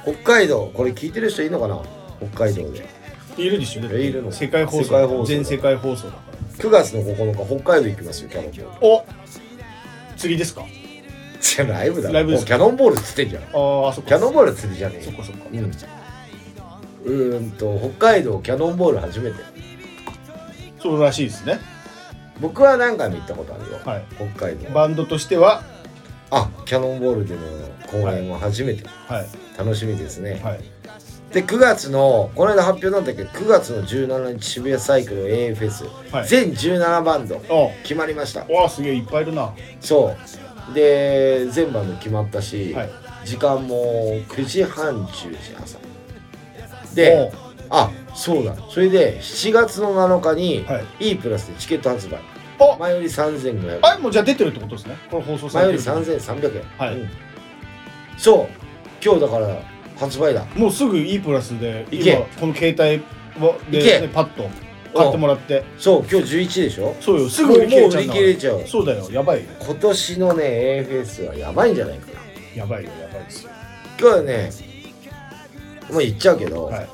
[SPEAKER 1] 北海道これ聞いてる人いいのかな北海道で
[SPEAKER 2] いるでしょだって
[SPEAKER 1] いるの
[SPEAKER 2] 世界放送
[SPEAKER 1] 世界放送
[SPEAKER 2] 全世界放送だか
[SPEAKER 1] 9月の9日北海道行きますよキャノンボール
[SPEAKER 2] らお釣りですか
[SPEAKER 1] [LAUGHS] じゃライブだ
[SPEAKER 2] ライブ
[SPEAKER 1] ろも
[SPEAKER 2] で
[SPEAKER 1] う
[SPEAKER 2] す
[SPEAKER 1] キャノンボールっつってんじゃん
[SPEAKER 2] あーあそっか
[SPEAKER 1] キャノンボール釣りじゃねえ
[SPEAKER 2] そっ
[SPEAKER 1] よ
[SPEAKER 2] かそっか、
[SPEAKER 1] うんうーんと北海道キャノンボール初めて
[SPEAKER 2] そうらしいですね
[SPEAKER 1] 僕は何回も行ったことあるよ、
[SPEAKER 2] はい
[SPEAKER 1] 北海道
[SPEAKER 2] バンドとしては
[SPEAKER 1] あキャノンボールでの公演は初めて、
[SPEAKER 2] はい
[SPEAKER 1] 楽しみですね、
[SPEAKER 2] はい
[SPEAKER 1] で9月のこの間発表なんだけど9月の17日渋谷サイクル AA フェス、
[SPEAKER 2] はい
[SPEAKER 1] 全17バンド
[SPEAKER 2] お
[SPEAKER 1] 決まりました
[SPEAKER 2] おすげえいっぱいいるなは
[SPEAKER 1] そうで全バンド決まったし、
[SPEAKER 2] い
[SPEAKER 1] 時間も9時半10時朝であそうだそれで7月の7日に
[SPEAKER 2] はい
[SPEAKER 1] E プラスでチケット発売
[SPEAKER 2] お
[SPEAKER 1] 前より3500円
[SPEAKER 2] おあもうじゃあ出てるってことですねこれ放送さ
[SPEAKER 1] 前よ
[SPEAKER 2] れ
[SPEAKER 1] り
[SPEAKER 2] てる
[SPEAKER 1] 3300円、
[SPEAKER 2] はい
[SPEAKER 1] うんそう今日だから発売だ
[SPEAKER 2] もうすぐ E プラスで
[SPEAKER 1] いけ
[SPEAKER 2] 今この携帯をで、
[SPEAKER 1] いけ
[SPEAKER 2] ね、パッと買ってもらって
[SPEAKER 1] そう今日11でしょ
[SPEAKER 2] そうよすぐ売り切れち
[SPEAKER 1] も
[SPEAKER 2] ゃうん
[SPEAKER 1] う
[SPEAKER 2] だ
[SPEAKER 1] 売り切れちゃう
[SPEAKER 2] そうだよやばいよ
[SPEAKER 1] 今年のね AFS はやばいんじゃないかな
[SPEAKER 2] やばいよやばいですよ
[SPEAKER 1] 今日はねもう言っちゃうけど、
[SPEAKER 2] はい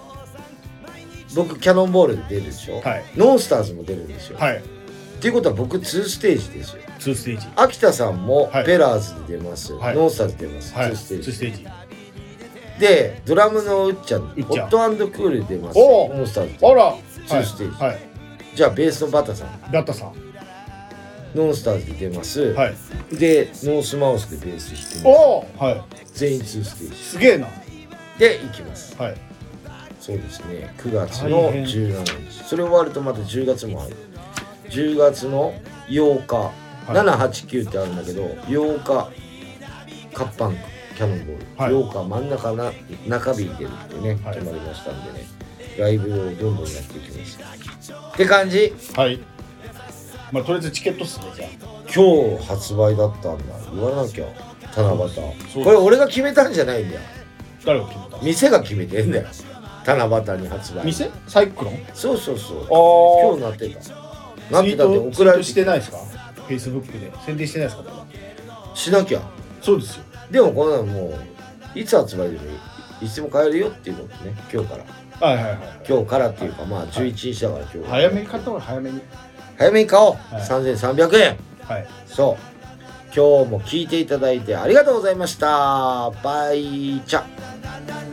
[SPEAKER 1] 僕キャノンボールで出るでしょ、
[SPEAKER 2] はい
[SPEAKER 1] ノンスターズも出るんですよ、
[SPEAKER 2] はい
[SPEAKER 1] っていうことは僕2ステージですよ
[SPEAKER 2] 2ステージ
[SPEAKER 1] 秋田さんも
[SPEAKER 2] はい
[SPEAKER 1] ペラーズで出ます、
[SPEAKER 2] はい
[SPEAKER 1] ノンスターズ出ます、
[SPEAKER 2] はい
[SPEAKER 1] 2
[SPEAKER 2] 2
[SPEAKER 1] ステージ
[SPEAKER 2] ステージ
[SPEAKER 1] でドラムのうっちゃん
[SPEAKER 2] うっ
[SPEAKER 1] ホ
[SPEAKER 2] ちゃ
[SPEAKER 1] ッ
[SPEAKER 2] ん
[SPEAKER 1] トクール出ます
[SPEAKER 2] おー
[SPEAKER 1] ノンスターズ
[SPEAKER 2] あ
[SPEAKER 1] で
[SPEAKER 2] らは
[SPEAKER 1] ツーステージ
[SPEAKER 2] いはい
[SPEAKER 1] じゃあベースのバタさん
[SPEAKER 2] ラッタさん
[SPEAKER 1] ノンスターズで出ます、
[SPEAKER 2] はい
[SPEAKER 1] でノースマウスでベース弾いて
[SPEAKER 2] お
[SPEAKER 1] ます
[SPEAKER 2] おはい
[SPEAKER 1] 全員2ステージ
[SPEAKER 2] すげえな
[SPEAKER 1] で行きます
[SPEAKER 2] はい
[SPEAKER 1] そうですね9月の
[SPEAKER 2] 大変
[SPEAKER 1] 17日それ終わるとまた10月も入る10月の8日、
[SPEAKER 2] い
[SPEAKER 1] 789ってあるんだけど8日カッパンクキャノンボール、
[SPEAKER 2] はい
[SPEAKER 1] 8日真ん中な中日に出るってね
[SPEAKER 2] はい
[SPEAKER 1] 決まりましたんでね、ライブをどんどんやっていきますって感じ
[SPEAKER 2] はいまあとりあえずチケットっすねじゃ
[SPEAKER 1] 今日発売だったんだ言わなきゃ七
[SPEAKER 2] そ
[SPEAKER 1] 夕
[SPEAKER 2] う
[SPEAKER 1] これ俺が決めたんじゃないんだよ
[SPEAKER 2] あ誰が決めた
[SPEAKER 1] 店が決めてんだよ七夕に発売
[SPEAKER 2] 店サイクロン
[SPEAKER 1] そうそうそう今日な
[SPEAKER 2] あ
[SPEAKER 1] ってた。な
[SPEAKER 2] あ
[SPEAKER 1] っ
[SPEAKER 2] ツ
[SPEAKER 1] て
[SPEAKER 2] イー
[SPEAKER 1] たって
[SPEAKER 2] ト
[SPEAKER 1] 送られて
[SPEAKER 2] してないですかフェイスブックで宣伝してないですか
[SPEAKER 1] しなきゃ。
[SPEAKER 2] そうですよ
[SPEAKER 1] でもこんなのもういつ発売でもいいつでも買えるよっていうことね今日から
[SPEAKER 2] はいはいはい
[SPEAKER 1] 今日からっていうかまあ11日だから今日、
[SPEAKER 2] 早めに買った方が早めに
[SPEAKER 1] 早めに買おう、
[SPEAKER 2] はい
[SPEAKER 1] 3300円
[SPEAKER 2] はい
[SPEAKER 1] そう今日も聞いていただいてありがとうございましたバイチャ
[SPEAKER 3] 「